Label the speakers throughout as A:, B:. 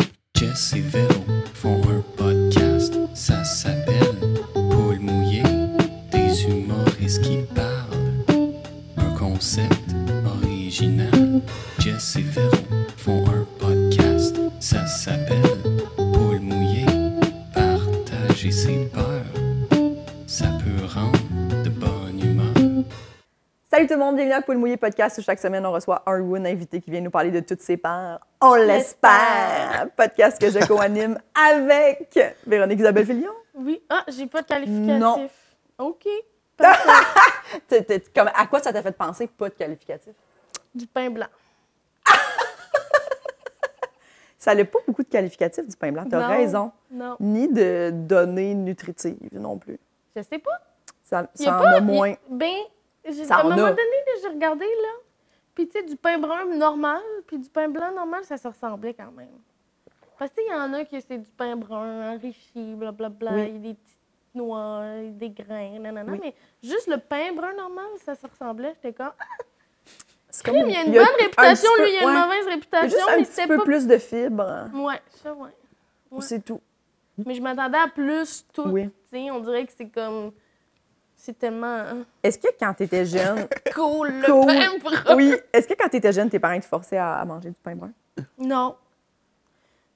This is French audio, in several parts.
A: et Véro font un podcast. Ça s'appelle Paul Mouillé, des humoristes qui parlent. Un concept original. Jess et Véro font un podcast. Ça s'appelle Paul Mouillé, partager ses peurs. Ça peut rendre de bonne humeur.
B: Salut tout le monde, bienvenue à Poule Mouillé Podcast. où Chaque semaine, on reçoit un ou une invité qui vient nous parler de toutes ses peurs. On l'espère! Podcast que je co-anime avec Véronique Isabelle Fillion.
C: Oui. Ah, j'ai pas de qualificatif.
B: Non.
C: OK.
B: T'es- t'es- comme- à quoi ça t'a fait penser, pas de qualificatif?
C: Du pain blanc.
B: Ça n'a pas beaucoup de qualificatifs du pain blanc, t'as
C: Non.
B: raison.
C: Non.
B: Ni de données nutritives non plus.
C: Je sais pas.
B: Ça,
C: Il y a
B: ça en
C: pas.
B: a moins.
C: y- Ben, j'ai-
B: Ça
C: à un
B: en
C: moment
B: a.
C: donné, là, j'ai regardé, là. Puis, tu sais, du pain brun normal, puis du pain blanc normal, ça se ressemblait quand même. Parce que, tu sais, il y en a qui c'est du pain brun enrichi, blablabla.
B: Oui.
C: Il y a des petites noix, il y a des grains, nanana.
B: Oui.
C: Mais juste le pain brun normal, ça se ressemblait. J'étais comme, ah,
B: C'est
C: crime, il y a une
B: il y a
C: bonne
B: un
C: réputation,
B: petit peu-
C: lui, il y a une
B: ouais.
C: mauvaise
B: Il y a
C: réputation,
B: juste un
C: mais
B: petit
C: c'était
B: peu
C: pas.
B: plus de fibres,
C: Ouais, ça, ouais. Ouais.
B: c'est tout.
C: Mais je m'attendais à plus tout.
B: Oui.
C: Tu sais, on dirait que c'est comme. C'est tellement
B: Est-ce que quand t'étais jeune,
C: cool, le
B: Cool.
C: pain brun.
B: oui, est-ce que quand t'étais jeune, tes parents te forçaient à, à manger du pain brun?
C: Non.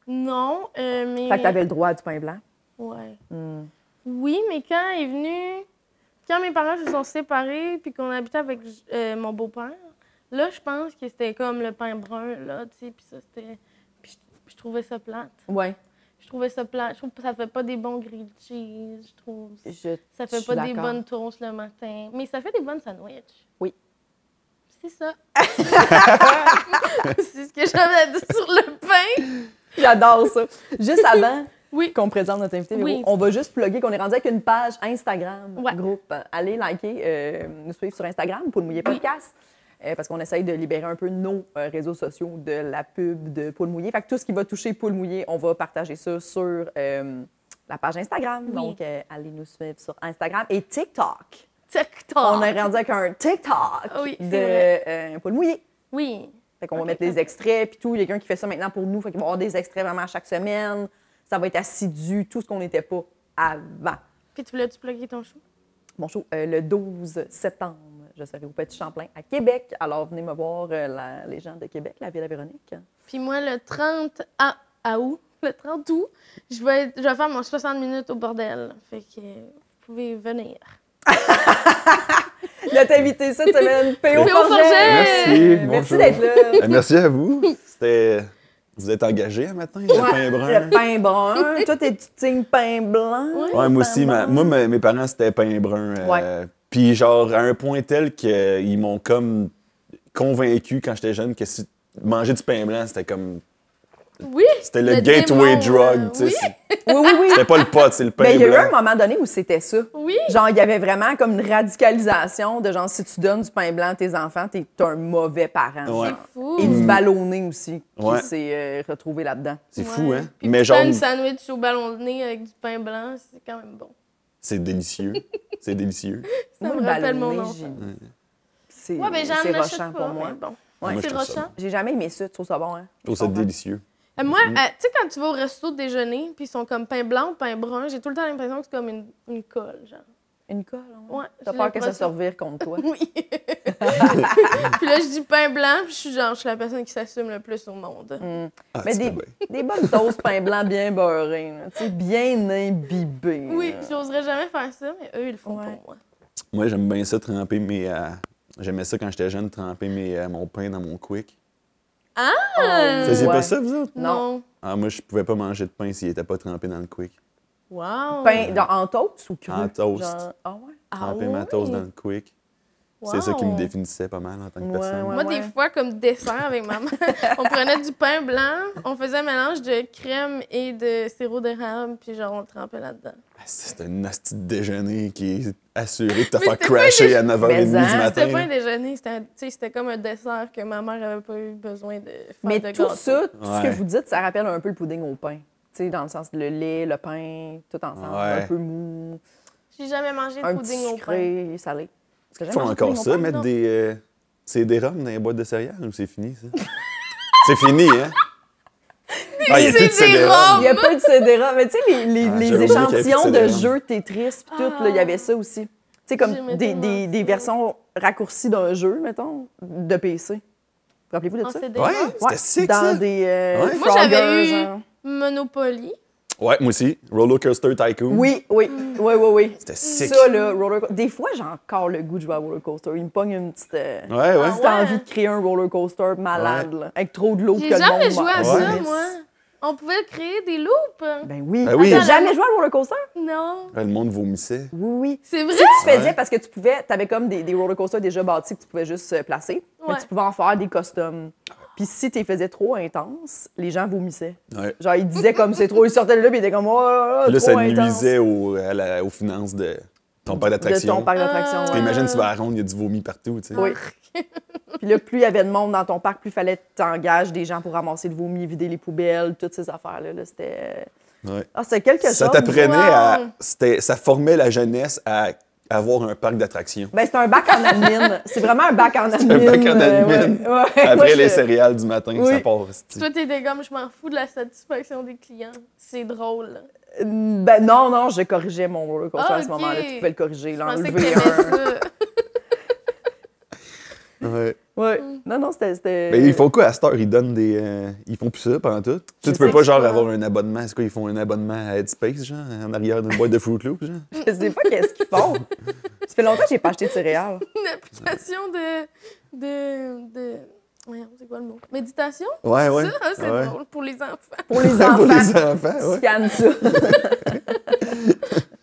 C: Non, euh, mais.
B: Fait que t'avais le droit à du pain blanc.
C: Ouais.
B: Hmm.
C: Oui, mais quand est venu. Quand mes parents se sont séparés puis qu'on habitait avec euh, mon beau-père, là, je pense que c'était comme le pain brun, là, tu sais, puis ça, c'était. Puis je- puis je trouvais ça plate.
B: Ouais.
C: Je trouvais ça plate. Je trouve que ça fait pas des bons grilled cheese, je trouve.
B: Je
C: Ça fait
B: suis
C: pas des
B: d'accord.
C: bonnes toasts le matin, mais ça fait des bonnes sandwichs.
B: Oui.
C: C'est ça. c'est ce que j'avais à dire sur le pain.
B: J'adore ça. Juste avant
C: Oui.
B: qu'on présente notre invité, Véro,
C: Oui.
B: on va juste plugger qu'on est rendu avec une page Instagram
C: Ouais.
B: groupe. Allez liker, euh, nous suivre sur Instagram pour le mouiller podcast. euh, parce qu'on essaye de libérer un peu nos euh, réseaux sociaux de la pub de Poule Mouillée. Fait que tout ce qui va toucher Poule Mouillée, on va partager ça sur euh, la page Instagram.
C: Oui.
B: Donc, euh, allez nous suivre sur Instagram et TikTok.
C: TikTok.
B: On est rendu avec un TikTok
C: Ah oui, c'est
B: de
C: vrai.
B: euh, Poule Mouillée.
C: Oui.
B: Fait qu'on
C: Ok,
B: va mettre des
C: parfait.
B: extraits, puis tout. Il y a quelqu'un qui fait ça maintenant pour nous. Fait qu'il va y avoir des extraits vraiment à chaque semaine. Ça va être assidu, tout ce qu'on n'était pas avant.
C: Puis tu voulais-tu plugger ton chou?
B: Bon show, euh, le 12 septembre, je serai au Petit Champlain à Québec. Alors, venez me voir, euh, la- les gens de Québec, la ville à Véronique.
C: Puis moi, le 30 à, à août, le 30 août, je vais, être- je vais faire mon 60 minutes au bordel. Fait que euh, vous pouvez venir.
B: Notre invité cette semaine, P.O.
C: P.O. Forget.
B: Forget. Merci
D: Merci, bonjour.
B: d'être là.
D: Euh, Merci à vous. C'était. Vous êtes engagé un matin, le pain brun?
B: Le pain brun. Toi, t'es du team pain blanc.
C: Ouais.
D: Ouais, moi aussi.
B: pain
D: ma-
B: brun.
D: moi, mes, mes parents, c'était pain brun. euh, Puis, genre, à un point tel qu'ils m'ont comme convaincu quand j'étais jeune que si manger du pain blanc, c'était comme.
C: Oui.
D: C'était le,
C: Le
D: gateway
C: démon, euh,
D: drug. tu sais,
C: oui.
D: c'est-
B: Oui, oui, oui.
D: C'était pas le pot, c'est le pain
B: Ben, il y a eu
D: blanc.
B: un moment donné où c'était ça.
C: Oui.
B: Genre, il y avait vraiment comme une radicalisation de genre, si tu donnes du pain blanc à tes enfants, t'es un mauvais parent. Mm.
D: Ouais.
C: C'est fou.
B: Et du ballonné aussi, qui
D: Ouais.
B: s'est euh, retrouvé là-dedans.
D: C'est fou, hein?
C: Puis
D: Mais
C: tu
D: genre,
C: fais une sandwich au ballonné avec du pain blanc, c'est quand même bon.
D: c'est délicieux. C'est délicieux.
C: Ça me rappelle mon enfance.
B: j'ai- Mm. c'est
C: Ouais, mais j'en
B: c'est
C: achète
B: rochant
C: pas.
B: pour moi.
C: mais Bon.
B: Ouais.
D: Moi, je
C: c'est
D: trouve ça
C: rochant.
B: J'ai jamais aimé ça, tu trouves ça bon, hein?
D: Je trouve ça
B: Je comprends.
D: délicieux.
C: Euh, Moi, euh, tu sais, quand tu vas au resto déjeuner, puis ils sont comme pain blanc ou pain brun, j'ai tout le temps l'impression que c'est comme une, une colle, genre.
B: Une colle, hein?
C: Ouais,
B: T'as
C: j'ai
B: peur que ça se
C: l'impression-
B: revire contre toi.
C: Oui. puis là, je dis pain blanc, puis je suis genre, je suis la personne qui s'assume le plus au monde.
B: Mm.
D: Ah,
B: Mais
D: tu
B: des,
D: fais bien.
B: des bonnes doses pain blanc bien beurré, là, tu sais, bien imbibé.
C: Oui,
B: là.
C: j'oserais jamais faire ça, mais eux, ils le font
B: Ouais. Oh,
C: pour moi.
D: Moi, j'aime bien ça, tremper mes. euh, J'aimais ça quand j'étais jeune, tremper mes, euh, mon pain dans mon quick.
C: Ah!
D: Vous faisiez
B: Ouais.
D: pas ça, vous autres?
B: Non.
C: Non.
D: Ah, moi, je pouvais pas manger de pain s'il était pas trempé dans le quick.
C: Wow.
B: Pain dans- en toast ou cru?
D: En toast.
B: Genre- Ah ouais?
C: Ah
D: Tremper
C: ouais?
D: ma toast dans le quick. C'est ça qui me
C: Wow.
D: définissait pas mal en tant que
B: Ouais,
D: personne.
B: ouais.
C: Moi, des fois, comme dessert avec maman, on prenait du pain blanc, on faisait un mélange de crème et de sirop d'érable, puis genre, on le trempait là-dedans.
D: Ah, C'est un nasty de déjeuner qui est assuré de te
C: Mais
D: faire
C: c'était pas un
D: crasher à
B: Mais
D: 9h30 du
B: hein,
D: matin.
C: C'était pas un
D: là.
C: déjeuner, c'était un- tu sais, c'était comme un dessert que ma mère avait pas eu besoin de faire
B: Mais
C: de
B: tout
C: gâteau.
B: ça, tout ce que
D: Ouais.
B: vous dites, ça rappelle un peu le pudding au pain. Tu sais, dans le sens, le lait, le pain, tout ensemble,
D: Ouais.
B: un peu mou,
C: J'ai jamais mangé de
B: un petit
C: pudding au pain.
B: sucré, salé. Est-ce que
D: Ils
B: j'aime
D: font
B: manger
D: encore
B: pudding au
D: ça,
B: pain?
D: mettre
C: non?
D: des. euh, c'est des rhums dans les boîtes de céréales ou c'est fini, ça? c'est fini, hein? Ah, il y a plus de CD-ROM.
C: Oh,
B: Il n'y a pas de CD-ROM. Mais tu sais, les, les-
D: Ah,
B: les
D: j'avais oublié qu'il y avait plus de
B: échantillons de
D: CD-ROM.
B: jeux Tetris, pis tout, là, il y avait ça aussi. Tu sais, comme
C: J'aimais
B: des,
C: tellement
B: des- des
C: ça.
B: versions raccourcies d'un jeu, mettons, de PC. Vous Rappelez-vous de
C: En
B: ça?
C: CD.
D: Ouais,
B: Ouais,
D: c'était sick,
B: Dans
D: ça.
B: des euh,
D: Ouais.
C: Moi, j'avais
B: Frogger,
C: eu
B: genre.
C: Monopoly.
D: Ouais, moi aussi. Roller Coaster Tycoon.
B: Oui, oui,
C: Hmm.
B: oui, oui, oui.
D: C'était sick.
B: Ça, là, roller co- Des fois, j'ai encore le goût de jouer à roller coaster. Il me pogne une petite, euh,
D: Ouais, ouais.
B: petite
C: ouais?
B: envie de créer un roller coaster malade, là, avec trop de l'autre que
C: J'ai
B: le monde.
C: jamais joué à
B: mange.
C: ça,
D: Ouais.
C: moi. On pouvait créer des loops.
B: Ben oui.
D: Ben oui.
B: T'as jamais joué à roller coaster?
C: Non.
D: Ouais, le monde vomissait.
B: Oui, oui.
C: C'est
B: Tu
C: vrai?
B: sais, tu faisais
D: Ouais.
B: parce que tu pouvais, t'avais comme des, des roller coasters déjà bâtis que tu pouvais juste euh, placer, mais
C: Ouais.
B: tu pouvais en faire des costumes. Puis si tu les faisais trop intenses, les gens vomissaient.
D: Ouais.
B: Genre, ils disaient comme c'est trop, ils sortaient de là, puis ils étaient comme, oh, là,
D: Puis là,
B: trop
D: ça
B: intense.
D: nuisait au- à la- aux finances de ton parc
B: de ton
D: d'attraction.
B: parc
C: Euh,
B: d'attraction.
C: ouais.
B: ouais.
D: Imagine, tu vas à la ronde, il y a du vomi partout, tu sais.
B: Oui. Puis là, plus il y avait de monde dans ton parc, plus il fallait que t'engages des gens pour ramasser le vomi, vider les poubelles, toutes ces affaires-là. là, c'était.
D: Ouais.
B: Ah, c'était quelque
D: Ça
B: chose.
D: t'apprenait
C: Wow.
D: à. c'était- Ça formait la jeunesse à avoir un parc d'attractions.
B: Ben, c'est un bac en admin. c'est vraiment un bac en admin.
D: un bac en
B: euh,
D: admin.
B: ouais. Ouais, moi,
D: Après
B: je-
D: les céréales du matin,
B: Oui.
D: ça part. c'est-
C: Toi, t'étais comme, je m'en fous de la satisfaction des clients. C'est drôle.
B: Ben, non, non, je corrigeais mon roller coaster
C: Ah,
B: à ce
C: ok.
B: moment-là. Tu pouvais le corriger,
C: Je pensais que
B: l'enlever. un.
C: t'aimais ça.
D: Ouais.
B: Ouais. Non, non, c'était- c'était.
D: Mais ils font quoi à cette heure? Ils donnent des. euh, ils font plus ça pendant tout. Tu sais,
B: Je
D: tu peux
B: sais
D: pas
B: pas.
D: genre avoir un abonnement. C'est quoi? Ils font un abonnement à Headspace, genre, en arrière d'une boîte de Fruit Loops, genre?
B: Je sais pas qu'est-ce qu'ils font. Ça fait longtemps que j'ai pas acheté de céréales.
C: Une application de. de. de. Voyons, c'est quoi le mot? Méditation?
D: Ouais, Ah ouais.
C: Ça, hein, c'est
D: Ouais.
C: drôle pour les enfants.
B: Pour les
D: Pour les
B: enfants.
D: enfants, ouais.
B: Scanne ça.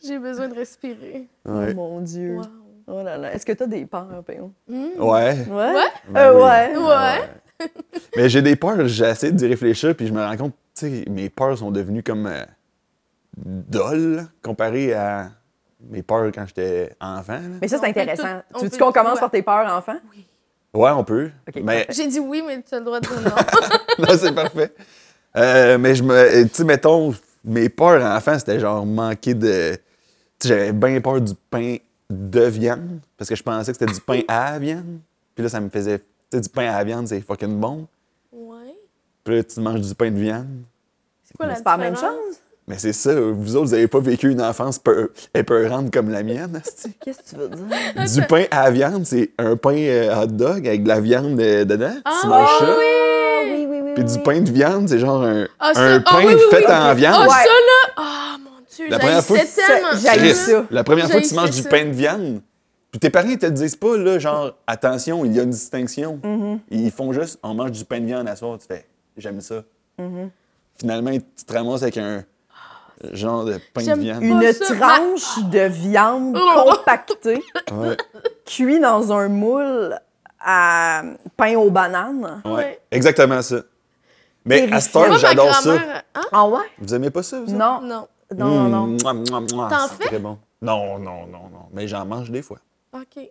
C: J'ai besoin de respirer.
B: Oh
D: Ouais.
B: mon Dieu.
C: Wow.
B: Oh là là. Est-ce que t'as des hein, peurs, Péon?
C: Hmm.
D: Ouais.
B: Ouais.
C: Ouais?
D: Ben
B: Euh,
D: oui.
B: ouais.
C: Ouais.
D: Mais j'ai des peurs, j'essaie d'y réfléchir, puis je me rends compte, tu sais, mes peurs sont devenues comme euh, dolles comparées à mes peurs quand j'étais enfant. là.
B: Mais ça, c'est
C: On peut
B: intéressant.
C: tout- on
B: tu veux
C: peut
B: qu'on
C: tout,
B: commence
C: ouais.
B: par tes peurs, enfant?
D: Ouais, on peut.
B: Ok,
D: mais
C: J'ai dit oui, mais tu as le droit de dire non.
D: non, c'est parfait. Euh, mais je me. euh, Tu sais, mettons, mes peurs enfant, c'était genre manquer de. Tu sais, j'avais bien peur du pain de viande, parce que je pensais que c'était du pain à viande. Puis là, ça me faisait. Tu sais, du pain à viande, c'est fucking bon.
C: ouais.
D: Puis là, tu manges du pain de viande.
C: C'est quoi la
B: C'est pas la même
C: différence?
B: chose.
D: Mais c'est ça, vous autres, vous avez pas vécu une enfance peu, épeurante comme la mienne, asti.
B: Qu'est-ce que tu veux dire?
D: Du pain à viande, c'est un pain euh, hot dog avec de la viande euh, dedans.
C: Ah,
D: tu manges ça.
C: oui!
B: oui, oui.
D: Puis du pain de viande, c'est genre un,
C: Ah, ça-
D: un
C: ah,
D: pain
C: oui, oui,
D: fait
C: oui,
D: en
C: ok.
D: viande.
C: Ah,
B: Ouais.
C: ça, là! Ah, mon Dieu,
D: La première fois,
C: j'haïssais tellement
B: ça- j'haïs-
D: Chris,
B: J'ai eu ça.
D: La première fois que
C: J'ai
D: tu manges
C: fait
D: du
C: ça.
D: pain de viande, puis tes parents ils te le disent pas, là, genre, attention, il y a une distinction.
C: Mm-hmm.
D: Ils font juste, on mange du pain de viande à soir, tu fais, j'aime ça.
C: Mm-hmm.
D: Finalement, tu te ramasses avec un genre de pain de
C: J'aime
D: viande.
B: Une
C: Pas ça,
B: tranche de viande
C: Oh.
B: compactée,
D: Ouais.
B: cuite dans un moule à pain aux bananes.
D: Ouais,
C: Ouais.
D: exactement ça. Mais à cette
B: Terrifiant.
D: heure,
C: Moi, ma
D: j'adore ça.
C: grand-mère- Hein?
B: Ah ouais?
D: Vous aimez pas ça, vous autres? Hmm,
B: Non.
C: Non.
B: Non, non, non.
D: Mouah, mouah, mouah,
C: T'en
D: c'est
C: fais?
D: très bon. Non, non, non, non. Mais j'en mange des fois.
C: OK.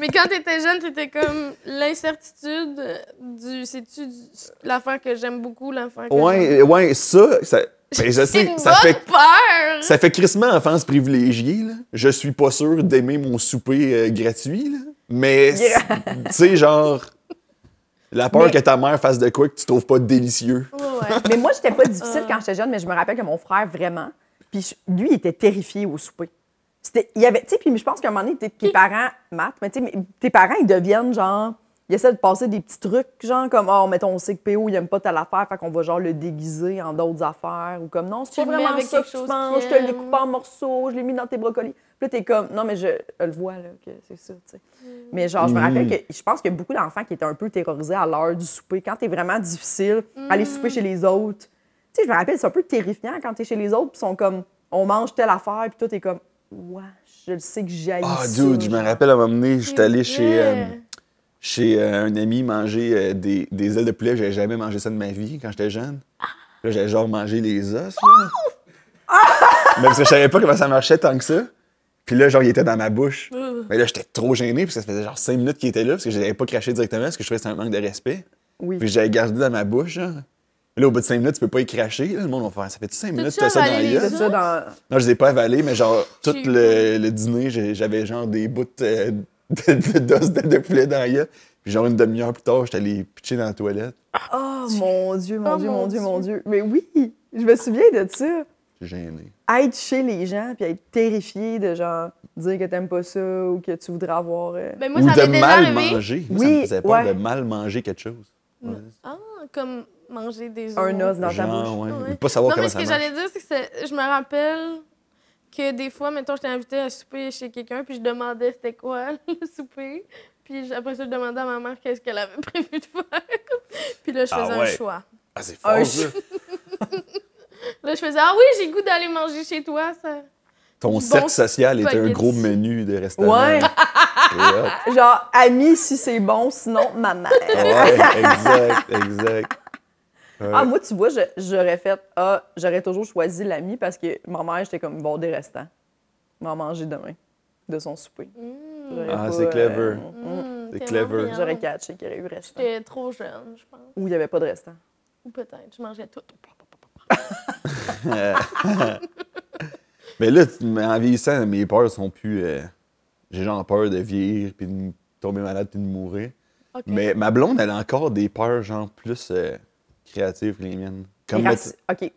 C: Mais quand t'étais jeune, t'étais comme l'incertitude du. C'est-tu du- l'affaire que j'aime beaucoup, l'affaire que. j'aime-
D: Ouais, ouais, ça, ça ben, je
C: C'est
D: sais,
C: une
D: ça
C: bonne
D: fait
C: peur!
D: Ça fait crissement enfance privilégiée, là. Je suis pas sûr d'aimer mon souper euh, gratuit, là. Mais,
B: Yeah.
D: tu sais, genre, la peur
B: Mais-
D: que ta mère fasse de quoi que tu trouves pas délicieux.
C: Ouais, ouais.
B: Mais moi, j'étais pas difficile
C: Euh.
B: quand j'étais jeune, mais je me rappelle que mon frère, vraiment, puis je- lui, il était terrifié au souper. C'était, il y avait, tu sais, puis je pense qu'à un moment donné, tes, tes parents, Matt, mais tu sais, mais tes parents, ils deviennent genre, ils essaient de passer des petits trucs, genre comme, oh, mettons, on sait que PO, il aime pas telle affaire, fait qu'on va genre le déguiser en d'autres affaires, ou comme, non, c'est
C: Tu
B: pas
C: le mets
B: vraiment
C: avec
B: ça que
C: quelque
B: tu
C: chose
B: penses, je
C: qu'il
B: te l'ai
C: aime.
B: coupé en morceaux, je l'ai mis dans tes brocolis. Puis là, t'es comme, non, mais je, je le vois, là, que c'est ça, tu sais. Mais genre, je me
D: Hmm.
B: rappelle que je pense qu'il y a beaucoup d'enfants qui étaient un peu terrorisés à l'heure du souper. Quand t'es vraiment difficile,
C: Hmm.
B: aller souper chez les autres. Tu sais, je me rappelle, c'est un peu terrifiant quand t'es chez les autres, puis ils sont comme, on mange telle affaire, puis toi, t'es comme, ouais, je le sais que j'ai
D: Ah, dude, je me rappelle à un moment donné, j'étais allé chez, euh, chez euh, un ami manger euh, des, des ailes de poulet. J'avais jamais mangé ça de ma vie quand j'étais jeune. Là, j'avais genre mangé les os, là. Mais parce que je savais pas comment ça marchait tant que ça. Puis là, genre, il était dans ma bouche. Mais là, j'étais trop gêné, parce que ça faisait genre 5 minutes qu'il était là, parce que je l'avais pas craché directement, parce que je trouvais que c'était un manque de respect.
B: Oui.
D: Puis j'avais gardé dans ma bouche, genre. Et là, au bout de 5 minutes, tu peux pas y cracher. Là, le monde va faire Ça fait 5 minutes que t'as ça dans
C: avalé
D: la
C: les
D: gueule?
B: C'est ça dans.
D: Non, je les ai pas avalés, mais genre, tout
C: J'ai eu
D: le, le dîner, j'ai- j'avais genre des bouts euh, de, de, d'os de, de poulet dans la gueule. Puis genre une demi-heure plus tard, j'étais allé pitcher dans la toilette.
B: Oh mon Dieu, mon
C: Oh,
B: Dieu,
C: mon
B: mon Dieu, mon
C: Dieu.
B: Dieu. Mais oui, je me souviens de ça.
D: J'ai gêné.
B: Être chez les gens puis être terrifié de genre dire que t'aimes pas ça ou que tu voudrais avoir. euh,
C: Ben, moi,
D: Ou
C: ça
D: de
C: m'est déjà
D: mal
C: arrivé.
D: manger. Moi, ça
B: Oui,
D: me faisait peur
B: ouais.
D: de mal manger quelque chose. Ouais.
C: Ah, comme manger des
B: un os dans ta bouche.
D: Genre, ouais.
C: Ouais.
D: Ou Pas savoir
C: non,
D: comment
C: mais ce
D: ça
C: que
D: marche.
C: j'allais dire, c'est que c'est- je me rappelle que des fois, mettons, j'étais invitée à souper chez quelqu'un, puis je demandais c'était quoi le souper. Puis j- après ça, je demandais à ma mère qu'est-ce qu'elle avait prévu de faire. puis là, je
D: Ah
C: faisais un
D: ouais.
C: choix.
D: Ah, c'est
B: Un
D: fort, ça.
B: chou-
C: Là, je faisais Ah oui, j'ai le goût d'aller manger chez toi. Ça.
D: Ton
C: Bon
D: cercle social est un
C: spaghetti.
D: gros menu de restaurant.
B: Ouais.
D: C'est hot.
B: Genre, ami si c'est bon, sinon ma mère.
D: Ah Ouais, exact, exact. Ouais.
B: Ah, moi, tu vois, je- j'aurais fait. Ah, j'aurais toujours choisi l'ami parce que ma mère, j'étais comme bon des restants. M'en manger demain de son souper. J'aurais
D: Ah,
B: pas,
D: c'est clever.
B: euh, mm,
C: Hum,
D: C'est
C: t'es
D: clever.
C: vraiment
B: J'aurais
C: brillante.
B: catché qu'il y aurait eu restant.
C: J'étais trop jeune, je pense.
B: Ou il n'y avait pas de restant.
C: Ou peut-être, je mangeais tout.
D: Mais là, tu- mais en vieillissant, mes peurs sont plus. euh, J'ai genre peur de vieillir, puis de m- tomber malade, puis de mourir.
C: Ok.
D: Mais ma blonde, elle a encore des peurs, genre, plus euh, créatives que les miennes. Comme,
B: Et
D: metti-
B: raci- OK.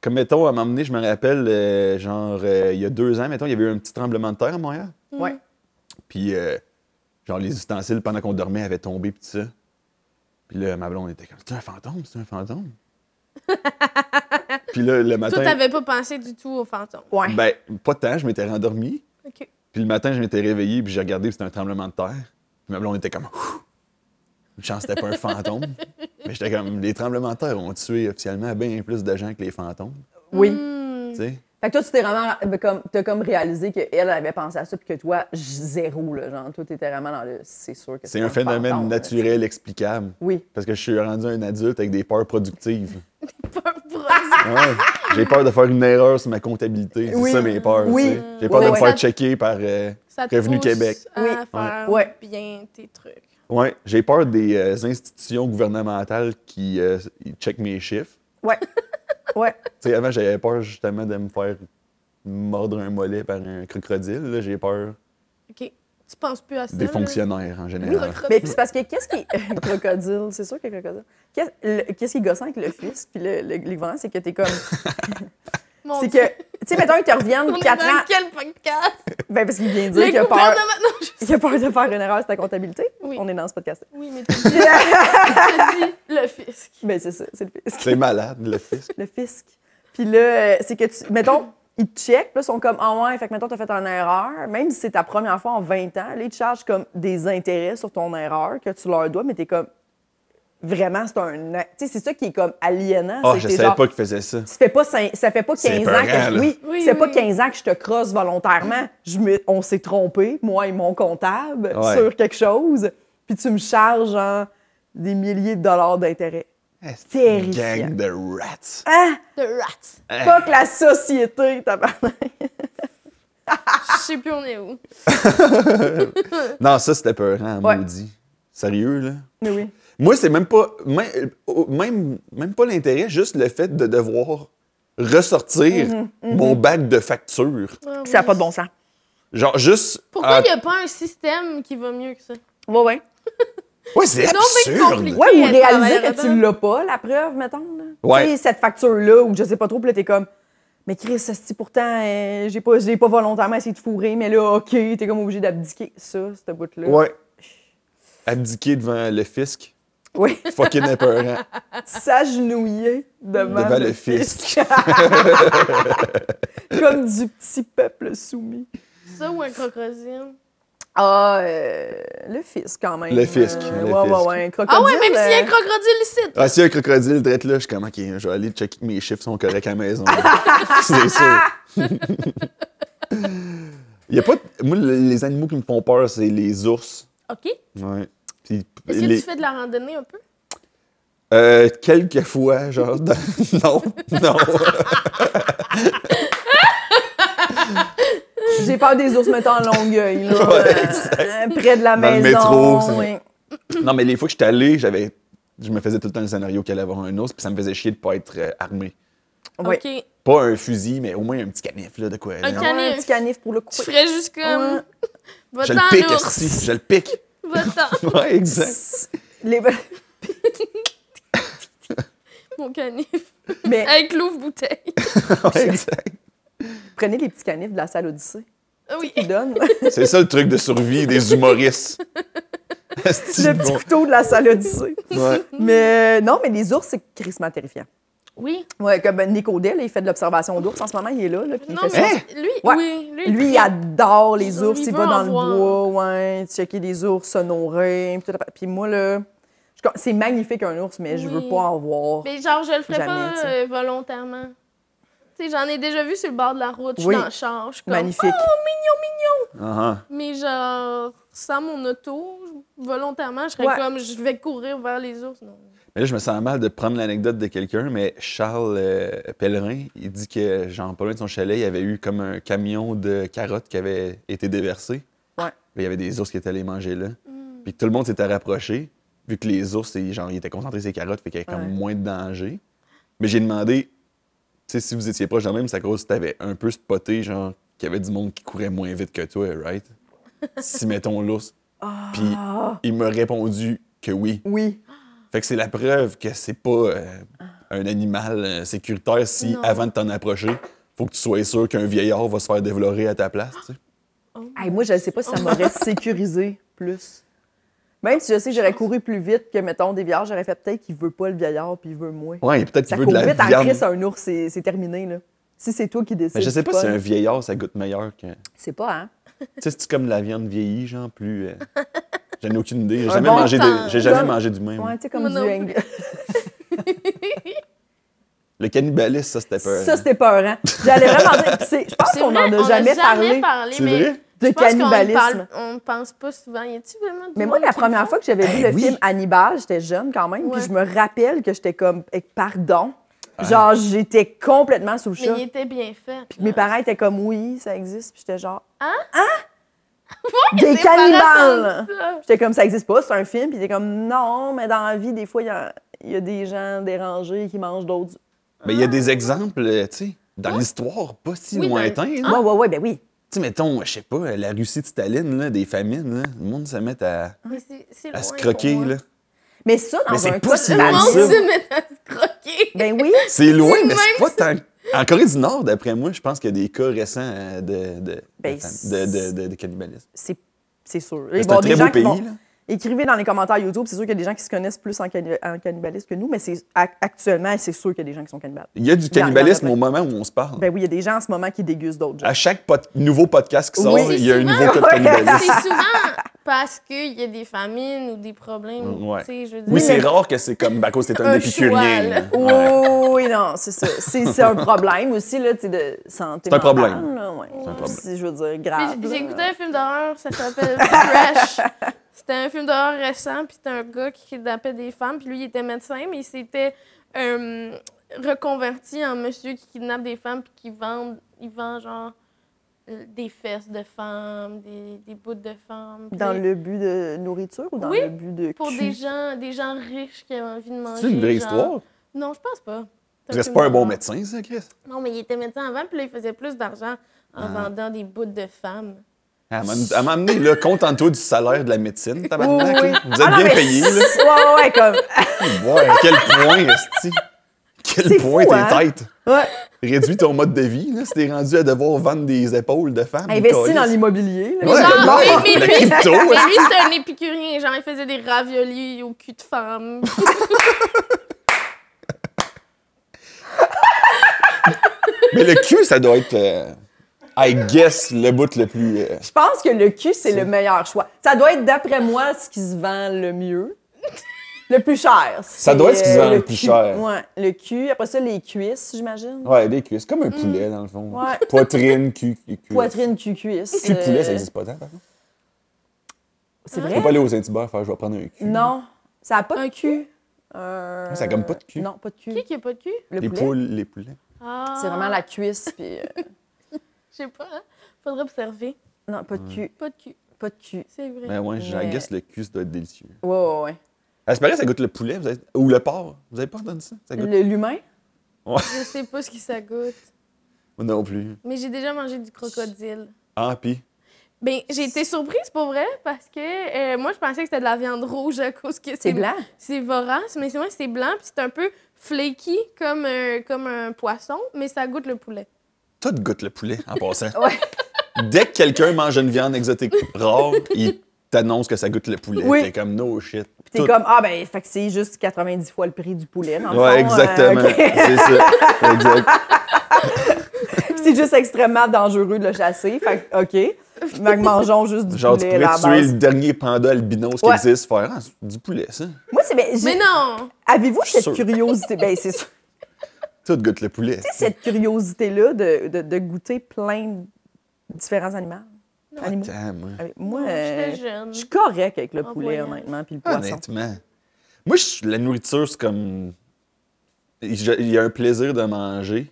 D: comme, mettons, à m'emmener, je me rappelle, euh, genre, euh, il y a deux ans, mettons, il y avait eu un petit tremblement de terre à Montréal.
B: Ouais.
D: Puis, euh, genre, les ustensiles, pendant qu'on dormait, avaient tombé, puis tout ça. Puis là, ma blonde était comme, c'est un fantôme, c'est un fantôme. puis là, le
C: Toi,
D: matin.
C: t'avais pas pensé du tout au fantôme.
B: Ouais.
D: Ben, pas tant, je m'étais rendormi.
C: Ok.
D: Puis le matin, je m'étais réveillé, puis j'ai regardé, puis c'était un tremblement de terre. Puis ma blonde était comme. Ouh! Une chance, c'était pas un fantôme. Mais j'étais comme. Les tremblements de terre ont tué officiellement bien plus de gens que les fantômes.
B: oui.
C: Hum,
B: Hmm.
D: Tu sais?
B: Fait que toi, tu t'es vraiment ben, comme, t'as comme réalisé qu'elle avait pensé à ça, puis que toi, j- zéro, là, genre. Toi, t'étais vraiment dans le. C'est sûr que
D: C'est un
B: fantôme,
D: phénomène
B: là, tu sais.
D: naturel explicable.
B: Oui.
D: Parce que je suis rendu un adulte avec des peurs productives. Ah
C: Peur brosse.
D: Ouais. J'ai peur de faire une erreur sur ma comptabilité. C'est
B: Oui.
D: ça mes peurs.
B: Oui.
D: tu sais. J'ai peur
B: Ouais,
D: de me
B: ouais.
D: faire checker par euh,
C: Ça te
D: Revenu
C: pousse
D: Québec.
C: à
B: Oui.
C: faire
B: Ouais.
C: bien tes trucs.
D: Ouais, j'ai peur des euh, institutions gouvernementales qui euh, ils checkent mes chiffres.
B: Ouais. ouais.
D: Tu sais, avant, j'avais peur justement de me faire mordre un mollet par un crocodile. Là, j'ai peur
C: OK. Tu penses plus à ça.
D: des
C: là?
D: fonctionnaires en
C: Oui,
D: général.
B: Mais puis c'est parce que qu'est-ce qui. crocodile, c'est sûr que crocodile. Qu'est- le- Qu'est-ce qui est gossant avec le fils, puis le, le, les gouvernements, c'est que t'es comme.
C: Mon
B: C'est
C: Dieu,
B: que. Tu sais, mettons, ils te
C: On
B: reviennent
C: est
B: 4
C: dans
B: ans.
C: quel podcast?
B: Ben, parce qu'il vient dire
C: Le
B: qu'il a peur,
C: gouvernement... Non, je...
B: qu'il a peur de faire une erreur sur ta comptabilité.
C: Oui.
B: On est dans ce podcast.
C: Oui, mais t'as dit, t'as dit le fisc.
B: Ben, c'est ça, c'est le fisc.
D: C'est malade, le fisc.
B: le fisc. Puis là, euh, c'est que tu. Mettons, ils te checkent, puis là, ils sont comme, ah ouais, fait que mettons, t'as fait une erreur. Même si c'est ta première fois en 20 ans, là, ils te chargent comme des intérêts sur ton erreur que tu leur dois, mais t'es comme. Vraiment, c'est un. a- Tu sais, c'est ça qui est comme aliénant.
D: Ah,
B: c'est
D: je
B: que t'es
D: savais
B: genre,
D: pas qu'il faisait ça.
B: Ça fait pas, cin- ça fait pas 15
D: C'est
B: ans que
D: épeurant,
B: je,
D: là.
B: oui,
C: Oui,
B: c'est pas
C: oui.
B: 15 ans que je te crosse volontairement. Je me- on s'est trompé, moi et mon comptable,
D: Ouais.
B: sur quelque chose. Puis tu me charges en des milliers de dollars d'intérêts.
D: Une
B: terrifiant.
D: Gang de rats.
B: Hein?
C: The rat.
D: Eh.
B: Pas que la société, tabarnak.
C: Ah, Je sais plus on est où.
D: Non, ça, c'était peurant,
B: Ouais.
D: maudit. Sérieux, là?
B: Mais oui.
D: Moi, c'est même pas. Même, même, même pas l'intérêt, juste le fait de devoir ressortir mon bac de facture.
C: Ah oui.
B: Ça n'a pas de bon sens.
D: Genre, juste.
C: Pourquoi
D: Ah,
C: il n'y a pas un système qui va mieux que ça?
B: Ouais, ouais. euh,
D: Ouais, c'est
C: Non, mais
D: absurde.
C: compliqué.
B: Ouais, ou
C: Elle
B: réaliser
C: travaille
B: que tu
C: là-dedans.
B: l'as pas, la preuve, mettons. là.
D: Ouais.
B: Tu sais, cette facture-là, ou je sais pas trop, puis là, t'es comme, mais Chris, si pourtant, euh, j'ai pas, je l'ai pas volontairement essayé de fourrer, mais là, OK, t'es comme obligé d'abdiquer. Ça, cette bout-là.
D: Ouais. Abdiquer devant le fisc.
B: Oui.
D: Fucking hein. épeurant.
B: S'agenouiller devant,
D: Devant le
B: fisc. comme du petit peuple soumis.
C: Ça ou un crocodile?
B: Ah, euh, le fisc, quand même.
D: Le fisc,
B: Euh,
D: le
B: ouais, ouais,
D: fisc.
B: ouais, un
C: Ah ouais,
B: crocodile,
C: même s'il y a un
B: euh,
C: crocodile ici!
D: Ah, si un crocodile traite là, je suis comme, OK, je vais aller checker que mes chiffres sont corrects à la maison. c'est sûr. Il y a pas. de- Moi, le- les animaux qui me font peur, c'est les ours.
C: OK. Est-ce
D: Ouais. Puis,
C: que
D: les-
C: tu fais de la randonnée un peu?
D: Euh, quelques fois, genre. dans- non, non.
B: J'ai peur des ours mettant en longueuil, là,
D: Ouais,
B: euh, euh, près de la
D: Dans le
B: maison.
D: métro, c'est-
B: oui.
D: non, mais les fois que j'étais allé, j'avais. Je me faisais tout le temps le scénario qu'elle allait avoir un ours, puis ça me faisait chier de pas être euh, armé.
B: Oui.
C: OK.
D: Pas un fusil, mais au moins un petit canif, là, de quoi. là.
C: Un
B: Ouais, un
C: Canif.
B: petit canif pour le coup.
C: Tu ferais juste comme...
B: Ouais.
D: Je
C: Va-t'en,
D: le pique,
C: l'ours.
D: esti, je le pique.
C: Va-t'en,
D: Ouais, exact.
B: Les-
C: mon canif.
B: Mais
C: Avec l'ouvre-bouteille.
D: Ouais, exact.
B: prenez les petits canifs de la salle Odyssée.
C: Ah Oui.
B: Ils donnent là,
D: C'est ça le truc de survie des humoristes. Esti,
B: le
D: bon.
B: petit couteau de la salle Odyssée.
D: Ouais.
B: Mais euh, non, mais les ours, c'est crissement terrifiant.
C: Oui.
B: Ouais, comme Nico Dell, il fait de l'observation d'ours. En ce moment, il est là. là, puis il
C: Non,
B: fait ça.
C: mais lui,
B: Ouais.
C: oui. Lui,
B: Lui, il adore les ours.
C: Il
B: Il
C: veut
B: va
C: en
B: dans le
C: voir.
B: bois, ouais, checker des ours, se nourrir. Puis, tout la- puis moi, là, je com- c'est magnifique un ours, mais je
C: Oui.
B: veux pas en voir.
C: Mais genre, je le
B: Jamais,
C: ferais pas
B: tu sais.
C: euh, volontairement. Tu sais, j'en ai déjà vu sur le bord de la route. Je suis
B: Oui.
C: dans le char. Je suis comme,
B: Magnifique.
D: Ah, ah.
C: Mais genre, sans mon auto, volontairement, je serais
B: Ouais.
C: comme, je vais courir vers les ours. Non.
D: Mais là, je me sens mal de prendre l'anecdote de quelqu'un, mais Charles euh, Pellerin, il dit que, genre, pas loin de son chalet, il y avait eu comme un camion de carottes qui avait été déversé.
B: Ouais. Mm.
D: Puis Il y avait des ours qui étaient allés manger là. Puis tout le monde s'était rapproché, vu que les ours, ils- genre, ils étaient concentrés sur les carottes, fait qu'il y avait comme
B: Ouais.
D: moins de danger. Mais j'ai demandé, tu sais, si vous étiez proche de même, c'est à cause que t'avais un peu spoté, genre, qu'il y avait du monde qui courait moins vite que toi, right? si, mettons, l'ours.
B: Ah.
D: Puis il m'a répondu que oui.
B: Oui.
D: Fait que c'est la preuve que c'est pas euh, un animal euh, sécuritaire si,
C: Non.
D: avant de t'en approcher, faut que tu sois sûr qu'un vieillard va se faire dévlorer à ta place, tu sais.
B: Hey, moi, je sais pas si ça m'aurait sécurisé plus. Même si je sais que j'aurais couru plus vite que, mettons, des vieillards, j'aurais fait peut-être qu'il veut pas le vieillard, puis il veut moi.
D: Ouais, et peut-être
B: ça
D: qu'il veut
B: court
D: de la
B: vite en crise,
D: viande.
B: un ours, c'est c'est terminé. Là. Si c'est toi qui décides.
D: Mais je sais
B: tu
D: pas si un vieillard, ça goûte meilleur que. Tu
B: C'est pas, hein?
D: sais, c'est comme de la viande vieillie, genre, plus. euh, J'en ai aucune idée. J'ai
B: Un
D: jamais,
B: bon
D: mangé,
C: temps.
D: de... j'ai jamais
B: Comme-
D: mangé du même.
B: Ouais, tu sais, comme
C: Moi
B: du
C: non
B: hang-
D: Le cannibalisme, ça, c'était peur.
B: Ça, c'était peur, hein? J'allais vraiment dire. puis c'est- Je pense
C: C'est
B: qu'on
C: vrai,
B: en a
C: on
B: jamais parlé
C: parlé,
D: C'est
C: mais
D: vrai?
B: de
C: je pense qu'on parle-
B: cannibalisme.
C: On pense pas souvent. Y a-tu vraiment du
B: Mais moi,
C: monde
B: la
C: qui
B: première
C: le
B: fois que j'avais vu
D: Ben
B: le
D: oui.
B: film Hannibal, j'étais jeune quand même, puis
C: Ouais.
B: je me rappelle que j'étais comme, eh, pardon, genre, j'étais complètement sous le
C: font?
B: choc.
C: Mais il était bien fait.
B: Puis mes parents étaient comme, oui, ça existe, puis j'étais genre,
C: Hein?
B: Hein? Des cannibales! J'étais comme, ça existe pas, c'est un film, puis t'es comme, non, mais dans la vie, des fois, il y a, il y a des gens dérangés qui mangent d'autres.
D: Mais Ben, il y a
B: Ah.
D: des exemples, euh, tu sais, dans l'histoire pas si
B: ben,
C: Oui, dans-
D: lointains.
B: Ouais,
D: là.
B: ouais, ouais, ben oui.
D: Tu sais, mettons, je sais pas, la Russie de Staline, là, des famines, là, le monde se met à,
C: Mais c'est- c'est
D: à se
C: loin
D: croquer,
C: pour moi.
D: là.
B: Mais ça, dans
D: Mais c'est
B: un
D: pas
B: cas de
D: si loin
C: Le
D: que
B: famille-
D: ça.
C: monde se met à se croquer.
B: Ben oui.
D: C'est loin,
C: C'est
D: mais c'est
C: même
D: pas tant. En Corée du Nord, d'après moi, je pense qu'il y a des cas récents euh, de, de,
B: Ben,
D: de fam- de, de, de- de cannibalisme.
B: c'est c'est sûr.
D: C'est
B: Il va y
D: un
B: avoir des
D: très beau
B: gens qui
D: pays,
B: vont-
D: là.
B: Écrivez dans les commentaires YouTube, c'est sûr qu'il y a des gens qui se connaissent plus en, canni- en cannibalisme que nous, mais c'est ac- actuellement, c'est sûr qu'il y a des gens qui sont cannibales.
D: Il y a du
B: Il y en a
D: cannibalisme
B: plein.
D: au moment où on se parle.
B: Ben oui, il y a des gens en ce moment qui dégustent d'autres gens.
D: à chaque pod- nouveau podcast qui
B: Oui,
D: sort,
B: c'est
D: il y a un
C: souvent-
D: nouveau cas de cannibalisme.
C: C'est souvent parce qu'il y a des famines ou des problèmes.
D: Ouais.
C: Tu sais, je veux dire.
D: Oui, c'est rare que c'est comme, ben, à cause que t'es un,
C: Un
D: épicurien.
C: choix, là.
D: là. Ouais.
B: Oh, oui, non, c'est ça. C'est c'est un problème aussi, là, tu sais, de santé
D: C'est un
B: mentale,
D: problème.
B: là, ouais.
D: C'est un problème.
B: Si je veux dire,
C: Mais
B: grave.
C: j'ai-
B: là.
C: J'ai écouté un film d'horreur, ça s'appelle Fresh. C'était un film d'horreur récent, puis c'était un gars qui kidnappait des femmes, puis lui, il était médecin, mais il s'était euh, reconverti en monsieur qui kidnappe des femmes, puis qui vend, il vend genre euh, des fesses de femmes, des, des bouts de femmes. puis
B: Dans le but de nourriture ou dans
C: Oui,
B: le but de
C: Pour
B: cul?
C: des gens, des gens riches qui avaient envie de manger.
D: C'est une vraie
C: genre-
D: histoire.
C: Non, je pense pas.
D: Parce que c'est pas un bon
C: médecin.
D: médecin, ça, Chris.
C: Non, mais il était médecin avant, puis là, il faisait plus d'argent en
D: Ah.
C: vendant des bouts de femmes.
D: À m'a amené, là, contente-toi du salaire de la médecine, tabarnak.
B: Oui,
D: là.
B: oui.
D: Vous êtes
B: Ah non,
D: bien
B: mais-
D: payé, là.
B: Ouais, ouais, ouais, comme.
D: Ouais, à quel point, esti? Quel
B: C'est
D: point
B: fou,
D: t'es
B: hein?
D: tête?
B: Ouais.
D: Réduis ton mode de vie, là, si t'es rendu à devoir vendre des épaules de femmes.
B: Investis
D: câlisse.
B: dans l'immobilier. là.
D: Ouais.
C: Genre,
D: Non,
C: mais, mais
D: la
C: lui,
D: crypto,
C: mais
D: ouais.
C: lui, c'était un épicurien. Genre, il faisait des raviolis au cul de femme.
D: Mais le cul, ça doit être, euh, I guess, le bout le plus. euh,
B: Je pense que le cul, c'est le meilleur choix. Ça doit être, d'après moi, ce qui se vend le mieux. Le plus cher. c'est,
D: doit être ce qui se vend
B: euh,
D: le plus
B: cul.
D: cher.
B: Ouais, le cul. Après ça, les cuisses, j'imagine.
D: Ouais, des cuisses. Comme un poulet, dans le fond.
B: Mm. Ouais.
D: Poitrine, cul, cul. cul.
B: Poitrine, cul, cuisse.
D: Cul, poulet, ça
B: euh,
D: n'existe pas tant, par contre.
B: C'est
D: Faut
B: vrai?
D: pas aller au Saint-Hubert faire, je vais prendre un cul.
B: Non, ça n'a pas
C: Un
B: de cul. Euh,
D: Ça a comme pas de cul.
B: Non, pas de cul.
C: Qui qui a pas de cul?
B: Le
D: Les
B: poulet,
D: poules, les poulets.
C: Ah,
B: c'est vraiment la cuisse. Puis, euh,
C: Je sais pas, hein. Faudrait observer.
B: non, pas de cul.
C: Pas de cul,
B: Pas de cul.
C: c'est vrai.
D: Ben ouais, I
B: Mais-
D: guess, le cul, ça doit être délicieux.
B: Ouais, ouais, ouais.
D: À ce paraît, ça goûte le poulet, vous avez- ou le porc. Vous avez pas entendu ça? Ça goûte.
B: Le- L'humain?
C: Je sais pas ce qui ça goûte.
D: Moi Non plus.
C: Mais j'ai déjà mangé du crocodile.
D: Ah, pis.
C: Ben, j'ai été surprise pour vrai parce que euh, moi, je pensais que c'était de la viande rouge à cause que
B: C'est blanc.
C: C'est vorace, mais c'est moi, c'est blanc, puis c'est un peu flaky comme un, comme un poisson, mais ça goûte le poulet.
D: Tout goûte le poulet en passant.
B: Ouais.
D: Dès que quelqu'un mange une viande exotique rare, il t'annonce que ça goûte le poulet.
B: Oui.
D: T'es comme no shit.
B: T'es
D: Tout-
B: comme, ah, ben, fait que c'est juste 90 fois le prix du poulet. Dans le
D: Ouais,
B: fond, euh,
D: exactement.
B: ok.
D: C'est ça. Exact.
B: c'est juste extrêmement dangereux de le chasser. Fait que, OK. Fait que mangeons juste du
D: Genre, tu
B: poulet là, à
D: pourrais
B: la
D: tuer le
B: base.
D: dernier panda albinos qui
B: Ouais.
D: existe, faire Ah, c'est du poulet, ça.
B: Moi, c'est. Ben, j'ai-
C: Mais non!
B: Avez-vous cette
D: Sûr.
B: curiosité? Ben, c'est sûr.
D: Tout goûte le poulet.
B: Tu sais, cette curiosité-là de, de- de goûter plein de différents animaux. animaux.
D: Damn, hein.
B: Ah, mais Moi,
C: Non, j'étais
B: euh,
C: jeune.
B: je suis correcte avec le
C: En
B: poulet,
C: voyage.
B: honnêtement, puis le
D: Ah,
B: poisson.
D: Honnêtement. Moi, je- la nourriture, c'est comme. je- Il y a un plaisir de manger,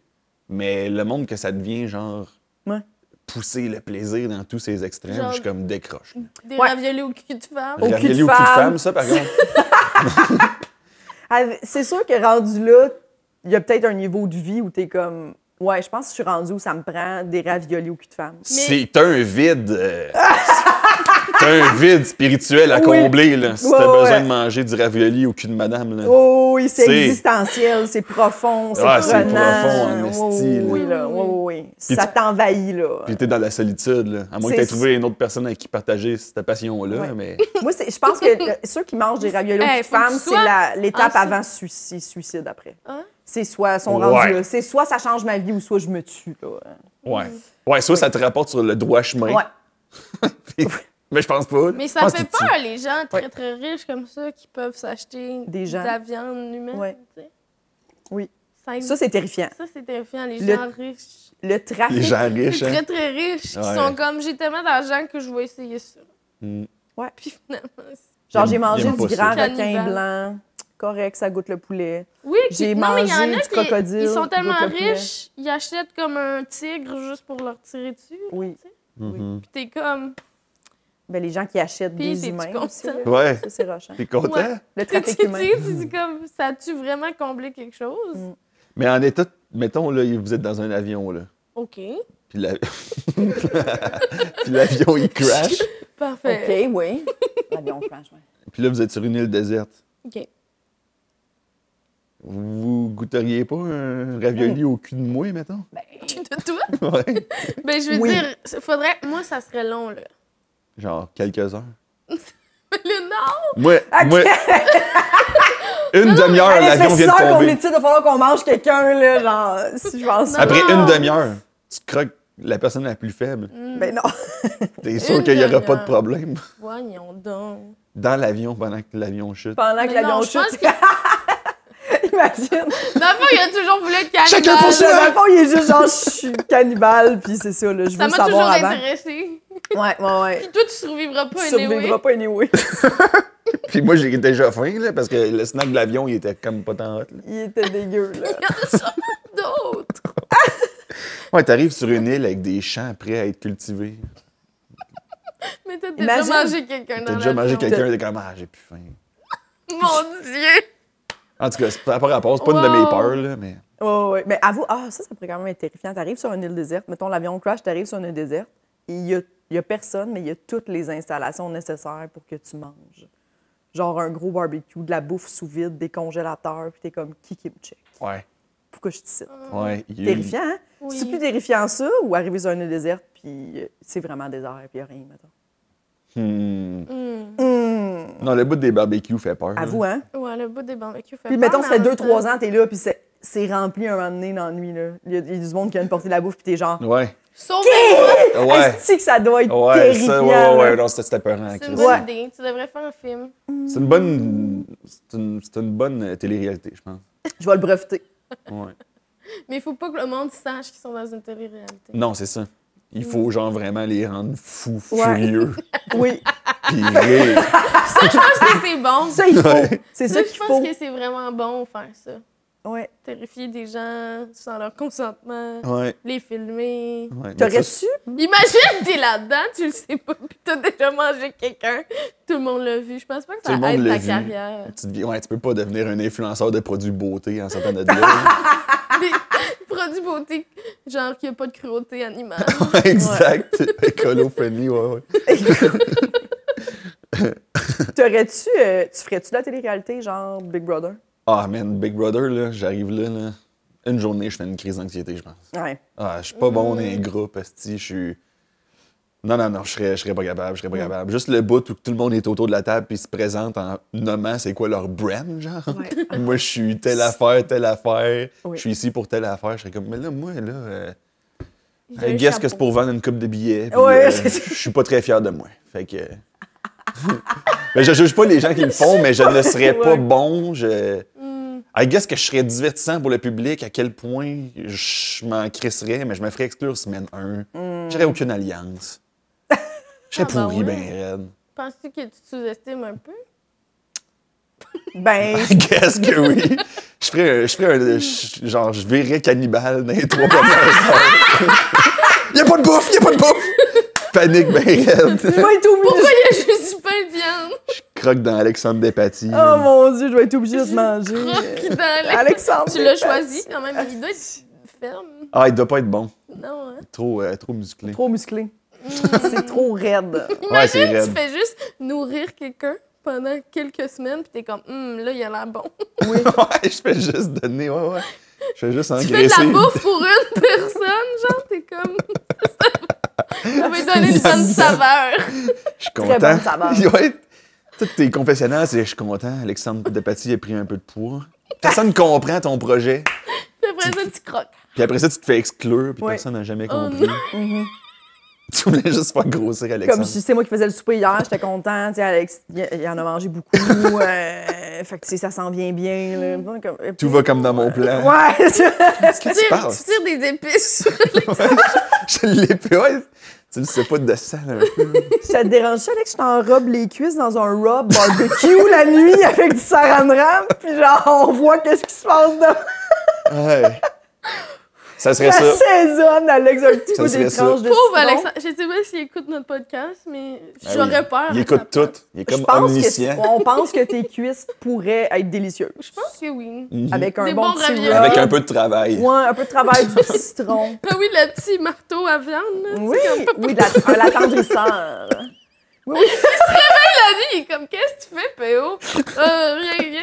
D: mais le monde que ça devient, genre,
B: Ouais.
D: pousser le plaisir dans tous ses extrêmes,
C: Genre-
D: je suis comme décroche.
C: Des
B: Ouais.
C: raviolis au cul de femme.
B: Au cul de
D: Ravioli au cul de
B: femme.
D: femme, ça, par contre.
B: Ah, C'est sûr que rendu là, il y a peut-être un niveau de vie où t'es comme. Ouais, je pense que je suis rendue où ça me prend des raviolis au cul de femme.
D: C'est un vide. euh, c'est un vide spirituel à
B: Oui.
D: combler, là. Si
B: Ouais,
D: t'as
B: ouais,
D: besoin
B: ouais.
D: de manger du ravioli au cul de madame, là.
B: Oh oui, c'est
D: C'est-
B: existentiel, c'est profond, c'est
D: Ah,
B: prenant.
D: c'est profond en
B: Oui,
D: esti, là.
B: Oui, là, oui, oui, oui.
D: Puis
B: Ça
D: tu-
B: t'envahit, là.
D: Puis t'es dans la solitude, là. À moins que
B: C'est-
D: t'aies trouvé une autre personne avec qui partager cette passion-là,
B: Ouais.
D: mais.
B: Moi, c'est- je pense que le- ceux qui mangent des raviolis aux
C: Hey,
B: petites
C: faut que tu
B: femmes, c'est
C: sois
B: la- l'étape
C: en-
B: avant suicide, suicide après.
C: Hein?
B: C'est soit son
D: Ouais.
B: rendu là, c'est soit ça change ma vie ou soit je me tue. Là.
D: Ouais. Ouais, soit ça te rapporte sur le droit chemin.
B: Ouais.
D: mais je pense pas.
C: Mais
D: Je
C: ça
D: pense
C: fait
D: que tu-
C: peur, les gens très, très riches comme ça qui peuvent s'acheter
B: Des gens.
C: de la viande humaine.
B: Ouais.
C: tu sais.
B: Oui.
C: Ça,
B: Ça, c'est terrifiant.
C: ça, c'est terrifiant, les
B: Le-
C: gens riches.
B: Le trafic.
D: Les gens
C: Les
D: riches, hein?
C: très, très riches qui
D: Ouais.
C: sont comme j'ai tellement d'argent que je vais essayer ça.
D: Mm.
B: Ouais.
C: Puis finalement, c'est-
B: Genre,
D: J'aime-
B: j'ai mangé
D: j'aime
B: du
D: pas ça.
B: grand requin
C: Cannibale.
B: blanc. Correct, ça goûte le poulet.
C: Oui, qui-
B: J'ai
C: non, mais il y
B: mangé
C: en a
B: du
C: qui-
B: crocodile,
C: Ils sont tellement
B: goûte le poulet.
C: riches, ils achètent comme un tigre juste pour leur tirer dessus.
B: Oui.
D: Mhm.
C: Puis t'es comme.
B: Ben, les gens qui achètent
C: Puis,
B: des
C: t'es-tu
B: humains.
C: content?
B: aussi, là.
D: Ouais.
B: Ça, c'est rochant.
D: T'es content?
C: Ouais.
B: Le
C: Tu sais,
B: trafic
C: tu
B: humain.
C: dis, tu dis comme ça a-tu vraiment comblé quelque chose?
B: Mm.
D: Mais en état, mettons, là, vous êtes dans un avion, là.
C: OK.
D: Puis la- Puis l'avion, il crash.
C: Parfait.
B: OK, oui. Ah, bien, on crache, ouais.
D: Puis là, vous êtes sur une île déserte.
C: OK.
D: Vous goûteriez pas un ravioli au cul de moi, mettons?
C: Tu te tout?
D: Ouais.
C: Ben, je veux
B: Oui.
C: dire, ça faudrait. Moi, ça serait long, là.
D: Genre quelques heures.
C: Mais le non!
D: Moi, moi... une demi-heure,
B: Allez, ça
D: Ah, l'avion
B: fait six
D: vient de
B: heures qu'on
D: tomber.
B: est il va falloir qu'on mange quelqu'un, là, genre, si je pense.
C: Non.
D: Après
C: Non.
D: une demi-heure, tu croques la personne la plus faible.
B: Ben non.
D: T'es
C: Une
D: sûr qu'il n'y aura pas
C: demi-heure.
D: de problème
C: Voyons donc.
D: dans l'avion pendant que l'avion chute.
B: Pendant que
C: Mais
B: l'avion
C: non, je
B: chute.
C: pense
B: Imagine.
C: Dans le fond, il a toujours voulu être cannibale.
D: Chacun pour
B: Dans le fond, il est juste genre, je suis cannibale, puis c'est ça, là, je
C: Ça
B: veux
C: m'a toujours
B: savoir avant.
C: intéressé.
B: Ouais, ouais, ouais.
C: Toi, tu survivras pas,
B: Tu
C: anyway.
B: survivras pas anyway.
D: Puis moi, j'ai déjà faim, là, parce que le snack de l'avion, il était comme pas tant hot. là.
B: Il était dégueu, là.
C: Il y en a sûrement d'autres.
D: Ouais, t'arrives sur une île avec des champs prêts à être cultivés.
C: Mais t'as déjà
B: Imagine.
C: mangé quelqu'un dans
D: T'as déjà mangé
C: l'avion.
D: quelqu'un, t'es comme, ah, j'ai plus faim.
C: Mon Dieu!
D: En tout cas, c'est pas par rapport, c'est pas une de mes
C: Wow.
D: peurs, là, mais.
B: Ouais, ouais. Mais avoue, ah, ça, ça pourrait quand même être terrifiant. T'arrives sur une île déserte, mettons l'avion crash, t'arrives sur une île déserte, et il y a, il y a personne, mais il y a toutes les installations nécessaires pour que tu manges. Genre un gros barbecue, de la bouffe sous vide, des congélateurs, puis t'es comme, qui qui me check?
D: Ouais.
B: Pourquoi je dis ça?
D: Ouais. il y a eu-
B: Terrifiant, hein?
C: Oui.
B: C'est plus terrifiant ça ou arriver sur une île déserte, puis euh, c'est vraiment désert, puis y a rien, mettons.
D: Hmm.
C: Hmm.
D: Non, le bout des barbecues fait peur.
B: À
D: là.
B: vous, hein?
C: Ouais, le bout des barbecues fait
B: Puis
C: peur,
B: mettons,
C: mais
B: ça fait
C: en
B: deux,
C: même temps-
B: trois ans, t'es là, puis c'est, c'est rempli un moment donné dans la nuit, là. Il y, a il y a du monde qui vient de porter la bouffe, puis t'es genre...
D: Ouais.
C: Sauver
D: Ouais.
B: Est-ce que ça doit être
D: Ouais,
B: terrifiant?
D: ça, ouais, ouais,
B: là?
D: ouais. Non, c'était c'était peurant,
C: C'est
D: Chris.
C: une bonne
B: Ouais.
C: idée. Tu devrais faire un film.
D: C'est une bonne. C'est une, c'est une bonne euh, télé-réalité, je pense.
B: Je vais le breveter.
D: Ouais.
C: Mais il faut pas que le monde sache qu'ils sont dans une télé-réalité.
D: Non, c'est ça. Il faut, genre, vraiment les rendre fous,
B: Ouais.
D: furieux,
B: Oui,
D: puis rire.
C: Ah, Ça,
B: Ah!
C: je pense que c'est bon.
B: ça, il faut. C'est
C: Ça,
B: ça
C: je
B: qu'il
C: pense
B: faut.
C: que c'est vraiment bon faire ça.
B: Ouais.
C: Terrifier des gens sans leur consentement,
D: Ouais.
C: les filmer.
D: ouais. Mais ça,
B: T'aurais-tu?
C: Imagine, t'es là-dedans, tu le sais pas, puis t'as déjà mangé quelqu'un. Tout le monde l'a vu. Je pense pas que
D: Tout
C: ça
D: le monde
C: aide
D: l'a
C: ta
D: vu.
C: carrière.
D: Tu, deviens- ouais, tu peux pas devenir un influenceur de produits beauté en sortant de là.
C: Des produits beauté, Genre qu'il n'y a pas de cruauté animale.
D: Ouais, exact. Écolo-friendly, ouais, ouais.
B: T'aurais-tu, euh, tu ferais-tu de la télé-réalité, genre Big Brother?
D: Ah, man, Big Brother, là, j'arrive là, là. Une journée, je fais une crise d'anxiété, je pense.
B: Ouais.
D: Ah, je suis pas bon dans les
B: Mm.
D: groupes, esti, je suis... Non, non, non, je serais, je serais pas capable, je serais pas
B: Mm.
D: capable. Juste le bout où tout le monde est autour de la table puis se présente en nommant c'est quoi leur brand, genre.
B: Ouais.
D: moi, je suis telle affaire, telle affaire,
B: Oui.
D: je suis ici pour telle affaire. Je serais comme, mais là, moi, là, euh,
C: J'ai
D: I
C: un
D: guess que c'est
C: chapeau.
D: pour vendre une coupe de billets. puis,
B: Ouais,
D: euh,
B: c'est ça.
D: je suis pas très fier de moi. Fait que. mais je juge pas les gens qui le font, mais je ne serais pas
B: Ouais.
D: bon. Je...
C: Hmm.
D: I guess que je serais divertissant pour le public, à quel point je m'en crisserais, mais je me ferais exclure semaine 1. J'aurais aucune alliance. Je serais
C: Ah, ben
D: pourri,
C: ouais.
D: ben raide.
C: Penses-tu que tu te sous-estimes un peu?
B: Ben,
D: I guess que oui. Je ferais un, je ferais un- je- genre, je verrais cannibale dans les trois premières heures. y a pas de bouffe, y a pas de bouffe! Panique, ben raide.
B: je vais être
C: Pourquoi
B: obligée.
C: il y a juste du pain de viande?
D: Croque dans Alexandre Despatie.
B: Oh mon Dieu, je vais être obligée de manger.
C: Croque
B: euh,
C: dans les-
B: Alexandre.
C: Tu l'as
B: Despatie.
C: choisi quand même. Il doit être ferme.
D: Ah, il doit pas être bon.
C: Non, hein?
D: Trop, euh, trop musclé.
B: Trop musclé.
C: Mm.
B: C'est trop raide.
D: Ouais, c'est
C: Tu
D: raide.
C: fais juste nourrir quelqu'un pendant quelques semaines, puis t'es comme, hum, là, il a l'air bon.
D: ouais, je fais juste donner, ouais, ouais. Je fais juste
C: Tu fais de la
D: engraisser.
C: bouffe pour une personne, genre, t'es comme. Ça va lui donner une bonne saveur.
D: Je suis
B: Très
D: content.
B: bonne saveur.
D: ouais. Tous tes confessionnels, c'est je suis content. Alexandre Despatie a pris un peu de poids. Personne ne comprend ton projet.
C: Puis après ça, tu croques.
D: Puis après ça, tu te fais exclure, puis
B: Ouais.
D: personne n'a jamais
C: Oh
D: compris. tu voulais juste faire grossir
B: Comme
D: Alexandre.
B: si c'est moi qui faisais le souper hier, j'étais contente. tu sais, Alex, il il en a mangé beaucoup. euh, fait que tu sais, ça s'en vient bien. là.
C: Mm.
B: Bon, comme- euh,
D: Tout va comme dans mon plan.
B: Ouais,
D: Qu'est-ce que
C: Tu
D: tu
C: tires,
D: parles?
C: tu tires des épices.
D: Je l'ai fait, ouais. Tu le sais pas de sang, un peu.
B: ça te dérange ça, Alex, je t'enrobe les cuisses dans un rub barbecue la nuit avec du saran wrap, puis genre, on voit qu'est-ce qui se passe dans
D: Ouais. Ça serait
B: la
D: ça.
B: saison, Alex, un petit
D: Ça
B: peu
D: serait
B: des
D: ça.
B: tranches de
C: Pauvre hein.
B: citron.
C: Alexandre. Je sais pas s'il écoute notre podcast, mais
D: Ben
C: j'aurais
D: oui.
C: peur.
D: Il
C: à sa
D: écoute
C: place.
D: tout. Il est
B: Je
D: comme
B: pense
D: omniscient.
B: que, on pense que tes cuisses pourraient être délicieuses.
C: Je pense que oui.
D: Mhm.
B: Avec euh, un
C: Des
B: bon
C: bons
B: petit
C: raviolis.
B: rub.
D: Avec un peu de travail.
B: Ouais, un peu de travail du petit citron.
C: Ah oui, le petit marteau à viande. là.
B: Oui, oui, de la- un l'attendrisseur. Oui, oui.
C: La vie, il est comme, qu'est-ce que tu fais, Péo? Euh, rien, rien.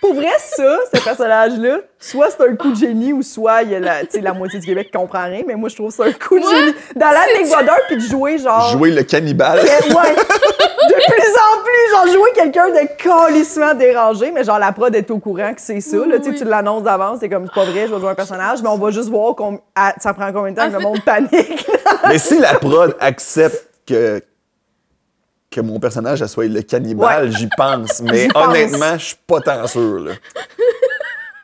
B: Pour vrai, ça, ce personnage-là, soit c'est un coup de génie ou soit il y a la, tu sais, la moitié du Québec qui comprend rien, mais moi, je trouve ça un coup de
C: Ouais,
B: génie. D'aller à l'Équateur puis de jouer genre.
D: Jouer le cannibale.
B: Eh, ouais. De plus en plus, genre, jouer quelqu'un de calissement dérangé, mais genre, la prod est au courant que c'est ça. Là, tu sais,
C: Oui.
B: tu l'annonces d'avance, c'est comme, c'est pas vrai, je vais jouer un personnage, mais on va juste voir com- à- ça prend combien de temps
C: En
B: que le
C: fait-
B: monde panique.
D: Mais si la prod accepte que, que mon personnage elle soit le cannibale, j'y pense. Mais
B: J'y pense.
D: honnêtement, je suis pas tant sûr. là.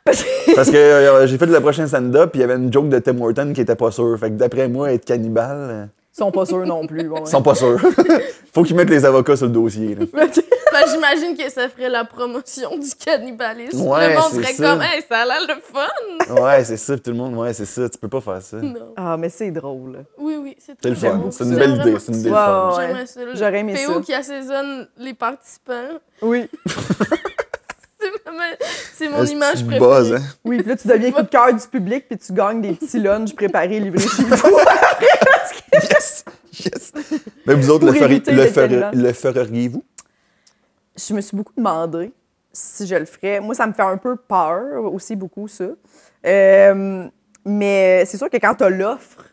D: Parce que euh, j'ai fait le prochain stand-up, puis il y avait une joke de Tim Horton qui était pas sûr. Fait que d'après moi, être cannibale, euh,
B: Ils sont pas sûrs non plus. bon, ouais.
D: ils sont pas sûrs. Faut qu'ils mettent les avocats sur le dossier. là.
C: Fait que Ben, j'imagine que ça ferait la promotion du cannibalisme.
D: Ouais,
C: le monde
D: c'est
C: serait
D: ça.
C: comme, hey, ça a l'air le fun.
D: Ouais, c'est ça, puis tout le monde. Ouais, c'est ça. Tu peux pas faire ça.
C: Non.
B: Ah, mais c'est drôle.
C: Oui, oui, c'est
D: C'est le
C: très
D: fun.
C: beau.
D: C'est une belle idée.
C: vraiment-
D: C'est une idée
B: Ouais,
D: fun.
B: ouais.
C: J'aimerais ça. là.
B: J'aurais aimé
C: PO
B: ça.
C: qui assaisonne les participants.
B: Oui.
C: C'est vraiment- C'est mon
D: Est-ce que
C: image
D: tu
C: préférée.
D: buzzes, hein?
B: Oui, puis là, tu deviens coup de cœur du public, puis tu gagnes des petits lunchs préparés, livrés chez vous.
D: Yes! Yes! Mais vous autres,
B: Pour
D: le, feriez-
B: éviter
D: le
B: d'être
D: feriez-
B: là.
D: le feriez-vous?
B: Je me suis beaucoup demandé si je le ferais. Moi, ça me fait un peu peur aussi, beaucoup, ça. Euh, mais c'est sûr que quand t'as l'offre,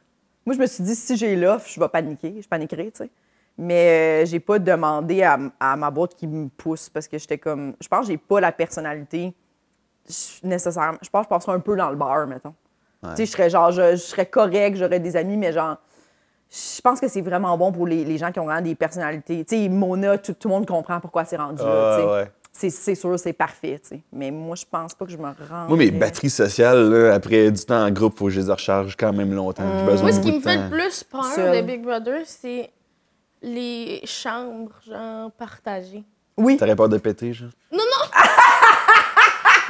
B: moi, je me suis dit, si j'ai l'offre, je vais paniquer. Je paniquerai, tu sais. Mais euh, j'ai pas demandé à, à ma boîte qui me pousse parce que j'étais comme. Je pense que j'ai pas la personnalité je- nécessairement. Je pense que je passerais un peu dans le bar, mettons. Tu sais, je serais genre, je, je serais correct, j'aurais des amis, mais genre, je pense que c'est vraiment bon pour les, les gens qui ont vraiment des personnalités. Tu sais, Mona, tout, tout le monde comprend pourquoi c'est rendu là.
D: Ah,
B: tu sais.
D: ouais.
B: C'est- C'est sûr, c'est parfait, tu sais. Mais moi, je pense pas que je me rends. euh,
D: Moi, mes batteries sociales, là, après du temps en groupe, faut que je les recharge quand même longtemps. J'ai besoin
C: Moi, ce
D: de
C: qui me
D: beaucoup de
C: fait
D: temps.
C: le plus peur
B: Seul.
C: de Big Brother, c'est les chambres, genre, partagées.
B: Oui.
D: T'aurais peur de péter, genre?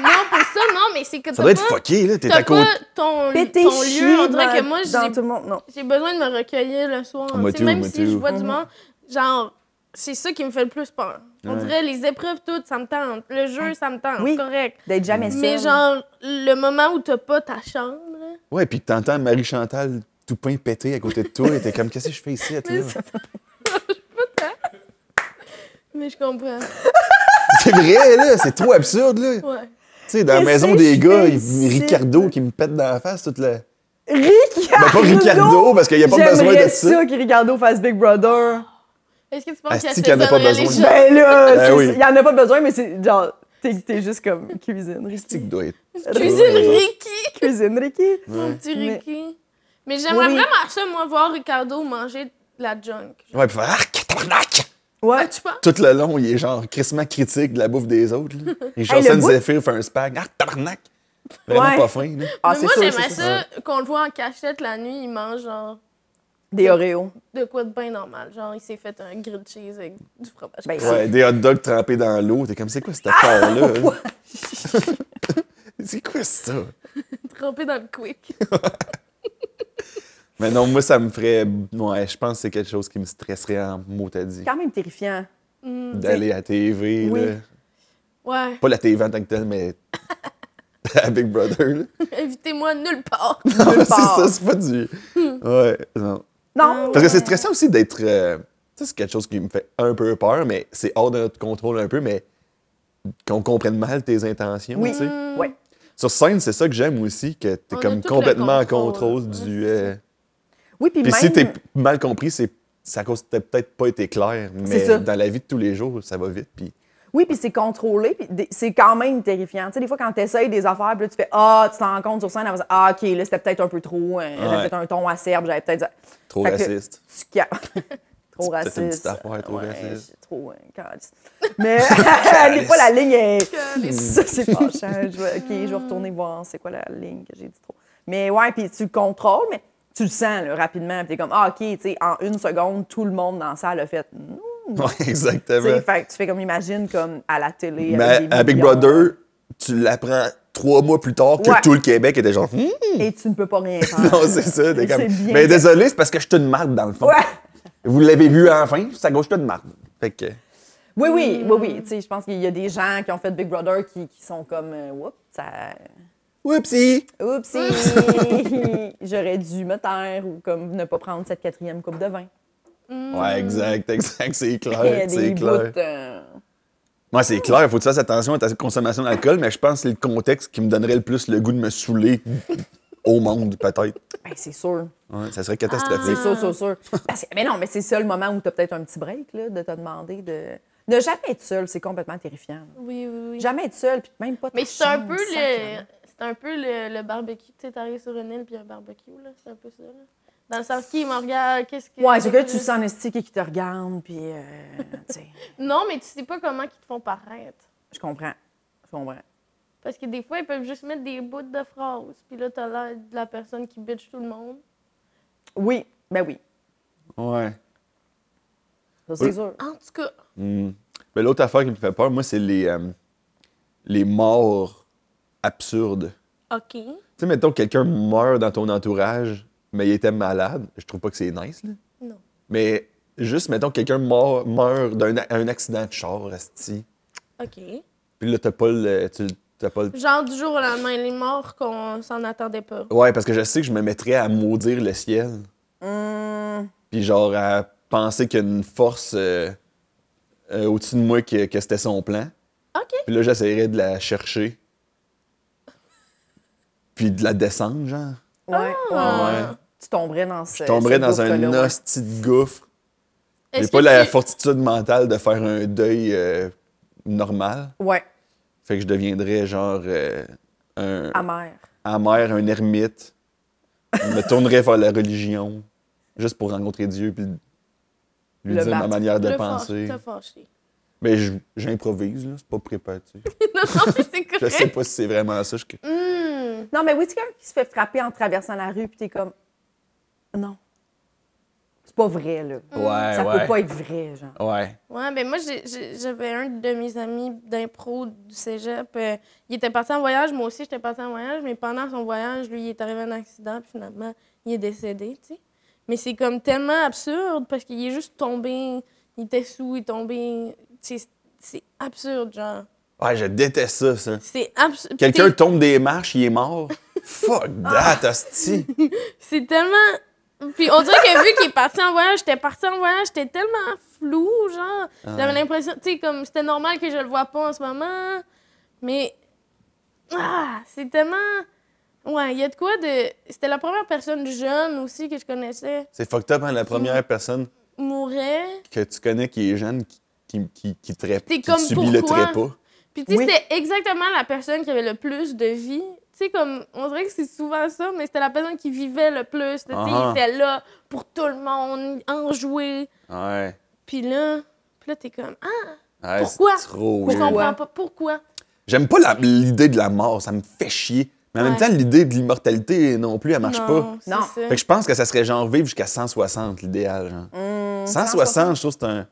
C: Non, pour ça, non, mais c'est que
D: Ah! Ça
C: t'as
D: doit
C: pas,
D: être fucké, là. T'es
C: t'as
D: à côté.
C: pas ton,
B: Péter
C: ton
B: chier
C: lieu. On dirait que
B: dans-
C: moi,
B: dans tout
C: j'ai,
B: le monde, non.
C: j'ai besoin de me recueillir le soir.
D: Ah, moi
C: Tu sais,
D: too,
C: même
D: moi
C: si je
D: too.
C: vois du monde, genre, c'est ça qui me fait le plus peur. On
D: Ouais.
C: dirait les épreuves toutes, ça me tente. Le jeu, ça me tente.
B: Oui.
C: Correct.
B: D'être jamais seul.
C: Mais genre, le moment où t'as pas ta chambre, là,
D: Ouais, puis t'entends Marie-Chantal tout pain péter à côté de toi et t'es comme, qu'est-ce que je fais ici, là?
C: Mais ça- Mais je comprends.
D: C'est vrai, là, c'est trop absurde, là. Tu
C: Ouais.
D: sais, dans la
B: Qu'est-ce
D: maison
B: que
D: des
B: je
D: gars,
B: fais
D: il-
B: ici?
D: Ricardo qui me pète dans la face toute la.
B: Ah, Ricardo!
D: Ben, pas Ricardo, parce qu'il n'y a pas besoin
B: J'aimerais
D: de ça.
B: ça que Ricardo fasse Big Brother.
C: Est-ce que tu penses qu'il y a
D: Asti qu'il y en Ah, a
C: cette
D: pas
C: sonnerie
D: besoin.
C: jaune?
B: Ben là,
D: Ben
B: c'est-
D: oui.
B: il y en a pas besoin, mais c'est genre, t'es t'es juste comme cuisine,
D: Tu
B: Ricky.
D: doit être.
C: Cuisine Ricky!
B: Cuisine, Ricky.
C: Mon petit
B: Mais-
C: Ricky. Mais j'aimerais
B: Oui.
C: vraiment ça, moi, voir Ricardo manger de la junk.
D: Ouais, puis faire Arc, tabarnak!
B: Ouais.
C: Ah, tu penses?
D: Tout le long, il est genre crissement critique de la bouffe des autres. Là. Il
B: Hey, le
D: chansonne
B: bout-
D: Zephyr, fait un spag. Arc, tabarnak! Vraiment
B: Ouais.
D: pas fin, là.
B: Ah,
C: Mais
B: c'est
C: moi,
B: sûr,
C: j'aimerais
B: c'est sûr.
C: ça qu'on le voit en cachette la nuit, il mange genre
B: Des Oreos.
C: de quoi de bien normal. Genre, il s'est fait un grilled cheese avec du fromage.
B: Ben,
D: Ouais, des hot dogs trempés dans l'eau. T'es comme, c'est quoi cette
B: Ah,
D: affaire-là? là? c'est quoi ça?
C: trempé dans le quick.
D: Mais non, moi, ça me ferait. Ouais, je pense que c'est quelque chose qui me stresserait en mot à
B: C'est
D: dire.
B: quand même terrifiant.
C: Mm.
D: D'aller à TV,
B: Oui.
D: là.
C: Ouais,
D: Pas la TV en tant que telle, mais. à Big Brother, là.
C: invitez-moi nulle part.
D: Non, c'est
B: part.
D: ça, c'est pas du. Ouais, non.
C: Ah,
B: Non.
D: Parce que c'est stressant aussi d'être. euh, Ça, c'est quelque chose qui me fait un peu peur, mais c'est hors de notre contrôle un peu, mais qu'on comprenne mal tes intentions.
B: Oui.
D: tu sais.
B: Ouais.
D: Sur scène, c'est ça que j'aime aussi, que t'es
C: On a
D: comme
C: tout le
D: complètement en
C: contrôle.
D: contrôle
C: Ouais,
D: du.
C: c'est
D: euh,
B: Oui, puis
D: Puis
B: même.
D: si t'es mal compris, c'est c'est à cause que t'as peut-être pas été clair, mais
B: C'est ça.
D: dans la vie de tous les jours, ça va vite. Puis
B: Oui, puis c'est contrôlé, puis des- c'est quand même terrifiant. Tu sais, des fois, quand tu essayes des affaires, puis là, tu fais Ah, tu t'en rends compte sur scène, après ça, Ah, OK, là, c'était peut-être un peu trop, hein, j'avais
D: Ouais.
B: peut-être un ton acerbe, j'avais peut-être.
D: trop
B: Fait que-
D: raciste.
B: Tu ca- trop
D: C'est peut-être
B: raciste.
D: une petite affaire, trop
B: Ouais,
D: raciste.
B: je suis Trop, hein, calice. Mais des fois, la ligne est.
C: Calice.
B: Ça, c'est fâchant. Je vais- OK, je vais retourner voir c'est quoi la ligne que j'ai dit trop. Mais ouais, puis tu le contrôles, mais tu le sens là, rapidement. Puis t'es comme Ah, OK, tu sais, en une seconde, tout le monde dans la salle a fait. Hmm.
D: Ouais,
B: Tu sais,
D: exactement.
B: fait que tu fais comme imagine comme à la télé.
D: Mais
B: avec des
D: à Big
B: millions.
D: Brother, tu l'apprends trois mois plus tard que
B: Ouais.
D: tout le Québec était genre. Hum,
B: et tu ne peux pas rien faire.
D: non, c'est ça. t'es
B: C'est
D: comme,
B: bien
D: mais
B: fait.
D: désolé, c'est parce que je te demande dans le fond.
B: Ouais.
D: Vous l'avez vu enfin, c'est à gauche, je te demande. Fait que.
B: Oui, oui, oui, oui. Tu sais, je pense qu'il y a des gens qui ont fait Big Brother qui, qui sont comme, euh, oups, ça...
D: Oupsie!
B: Oupsie! J'aurais dû me taire ou comme ne pas prendre cette quatrième coupe de vin.
D: Ouais, exact, exact, c'est
B: Il y a
D: clair,
B: des
D: c'est clair.
B: bouts, euh,
D: Moi, c'est clair, faut que tu fasses attention à ta consommation d'alcool, mais je pense que c'est le contexte qui me donnerait le plus le goût de me saouler au monde, peut-être.
B: ben, c'est sûr.
D: Ouais, ça
B: Ah, C'est
D: serait catastrophique.
B: sûr, sûr, sûr. Parce que- mais non, mais c'est ça le moment où tu as peut-être un petit break là, de te demander de. Ne jamais être seul, c'est complètement terrifiant. là.
C: Oui, oui, oui.
B: Jamais être seul, puis même pas. ta
C: Mais c'est un
B: chambre,
C: peu
B: sacrément.
C: le. C'est un peu le, le barbecue. Tu sais, t'arrives sur une île puis il y a un barbecue, là. C'est un peu ça, là. Dans le sens qu'il me regarde, qu'est-ce que.
B: Ouais, c'est que tu sens estique et qui te regarde, puis. euh, tu sais,
C: Non, mais tu sais pas comment ils te font paraître.
B: je comprends. Je comprends.
C: Parce que des fois, ils peuvent juste mettre des bouts de phrases. Puis là, t'as l'air de la personne qui bitch tout le monde.
B: Oui, ben oui.
D: Ouais.
B: Ça, c'est
D: Oui.
B: sûr.
C: En tout cas,
D: Mais l'autre affaire qui me fait peur, moi, c'est les, euh, les morts absurdes.
C: OK.
D: Tu sais, mettons que quelqu'un meurt dans ton entourage, mais il était malade. Je trouve pas que c'est nice, là.
C: Non.
D: Mais juste, mettons, que quelqu'un meurt, meurt d'un a- un accident de char, asti.
C: OK.
D: Puis là, t'as pas le... Tu, t'as pas le...
C: Genre, du jour au lendemain, il est mort qu'on s'en attendait pas.
D: Ouais, parce que je sais que je me mettrais à maudire le ciel.
B: Hum,
D: Puis genre, à penser qu'il y a une force euh, euh, au-dessus de moi que, que c'était son plan.
C: OK.
D: Puis là, j'essaierais de la chercher. Puis de la descendre, genre.
B: ouais, ouais, ouais.
D: Ouais.
B: Tu tomberais dans ce.
D: Je tomberais
B: ce
D: dans un
B: gouffre-là, ouais.
D: hostie de gouffre. J'ai
C: Est-ce
D: pas
C: que
D: la
C: tu-
D: fortitude mentale de faire un deuil euh, normal.
B: Ouais,
D: Fait que je deviendrais genre euh, un
B: amer.
C: Ah.
D: amer, un ermite. Je me tournerais vers la religion juste pour rencontrer Dieu puis lui
B: Le
D: dire ma
B: battre.
D: manière de
C: Le fâ-
D: penser.
C: T'as fâché.
D: Mais je- j'improvise, là, c'est pas préparé. tu sais.
C: non, non, mais c'est
D: Je sais
C: correct.
D: pas si c'est vraiment ça. Je...
C: Hmm.
B: Non, mais oui, c'est quelqu'un qui se fait frapper en traversant la rue, puis t'es comme. Non. C'est pas vrai, là.
D: Ouais,
B: ça peut pas être vrai, genre.
D: Ouais.
C: Ouais, ben moi, j'ai- j'ai- j'avais un de mes amis d'impro du cégep. euh, il était parti en voyage, moi aussi, j'étais parti en voyage, mais pendant son voyage, lui, il est arrivé à un accident, puis finalement, il est décédé, tu sais. Mais c'est comme tellement absurde parce qu'il est juste tombé, il était sous, il est tombé. tu sais, C'est c'est absurde, genre.
D: Ouais, je déteste ça, ça.
C: C'est absurde.
D: Quelqu'un tombe des marches, il est mort. Fuck that, hostie!
C: C'est tellement. Puis on dirait que vu qu'il est parti en voyage, j'étais parti en voyage, j'étais tellement flou, genre. J'avais l'impression, tu sais, comme c'était normal que je le vois pas en ce moment. Mais. Ah, c'est tellement. Ouais, il y a de quoi de. C'était la première personne jeune aussi que je connaissais
D: C'est fucked up, hein, la première
C: Mm.
D: personne
C: mourait.
D: que tu connais qui est jeune qui, qui, qui, qui, te rép-
C: T'es
D: qui
C: comme
D: subit le
C: pourquoi?
D: trépas.
C: Puis, tu sais,
B: Oui.
C: c'était exactement la personne qui avait le plus de vie. Tu sais, comme, on dirait que c'est souvent ça, mais c'était la personne qui vivait le plus. Tu sais,
D: Ah.
C: il était là pour tout le monde, enjoué.
D: Ouais.
C: Puis là, puis là, t'es comme, ah,
D: Ouais,
C: Pourquoi?
D: C'est trop
C: je
D: weird.
C: comprends pas pourquoi.
D: J'aime pas la- l'idée de la mort, ça me fait chier. Mais en même
C: Ouais.
D: temps, l'idée de l'immortalité non plus, elle marche pas.
C: non,
B: Non.
C: c'est
D: Fait
C: ça.
D: que je pense que ça serait genre vivre jusqu'à 160, l'idéal, genre. 160, je trouve que c'est un.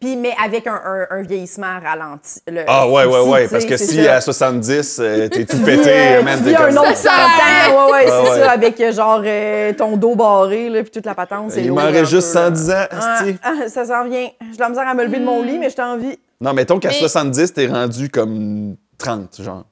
B: Puis, mais avec un, un- un vieillissement ralenti. le-
D: Ah ouais, ouais,
B: aussi,
D: ouais.
B: tu
D: Parce
B: sais,
D: que
B: c'est
D: si
B: ça.
D: à 70, euh, t'es tout
B: Euh,
D: pété,
B: tu
D: man,
B: vis
D: t'es
B: un
D: comme.
B: autre 100 ans, ouais, ouais,
D: Ouais,
B: c'est
D: ouais.
B: ça, avec euh, genre euh, ton dos barré, là, puis toute la patente. c'est
D: Il
B: lourd, un
D: m'aurait juste
B: peu, là.
D: 110 ans,
B: Ah,
D: esti.
B: ah, ça s'en vient. J'ai de la misère à me lever de mon lit, mais j'ai envie.
D: Non, mettons qu'à
C: Mais-
D: 70, t'es rendu comme 30, genre.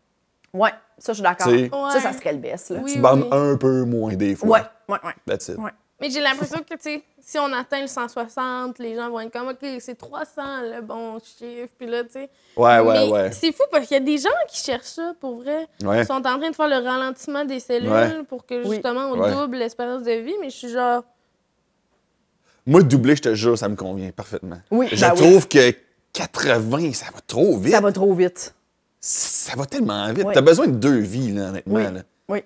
B: Ouais, ça, je suis d'accord.
D: Tu sais.
B: Ça,
C: Ouais.
B: ça serait le best, là.
C: Oui,
D: Tu bandes
C: oui.
D: un peu moins des
B: Ouais,
D: fois.
B: ouais, ouais.
D: That's it.
B: Ouais.
C: Mais j'ai l'impression que, tu sais, si on atteint le 160, les gens vont être comme, OK, c'est 300 le bon chiffre. Puis là, tu sais.
D: Ouais, Ah, ouais,
C: Mais
D: ouais.
C: C'est fou parce qu'il y a des gens qui cherchent ça, pour vrai.
D: Ouais.
C: Ils sont en train de faire le ralentissement des cellules
D: Ouais.
C: pour que,
B: Oui.
C: justement, on
D: Ouais.
C: double l'espérance de vie. Mais je suis genre...
D: Moi, doubler, je te jure, ça me convient parfaitement.
B: Oui,
D: Je
B: bah oui.
D: trouve que 80, ça va trop vite.
B: Ça va trop vite.
D: Ça va tellement vite.
B: Oui.
D: T'as besoin de deux vies, là, honnêtement.
B: Oui.
D: là.
B: Oui.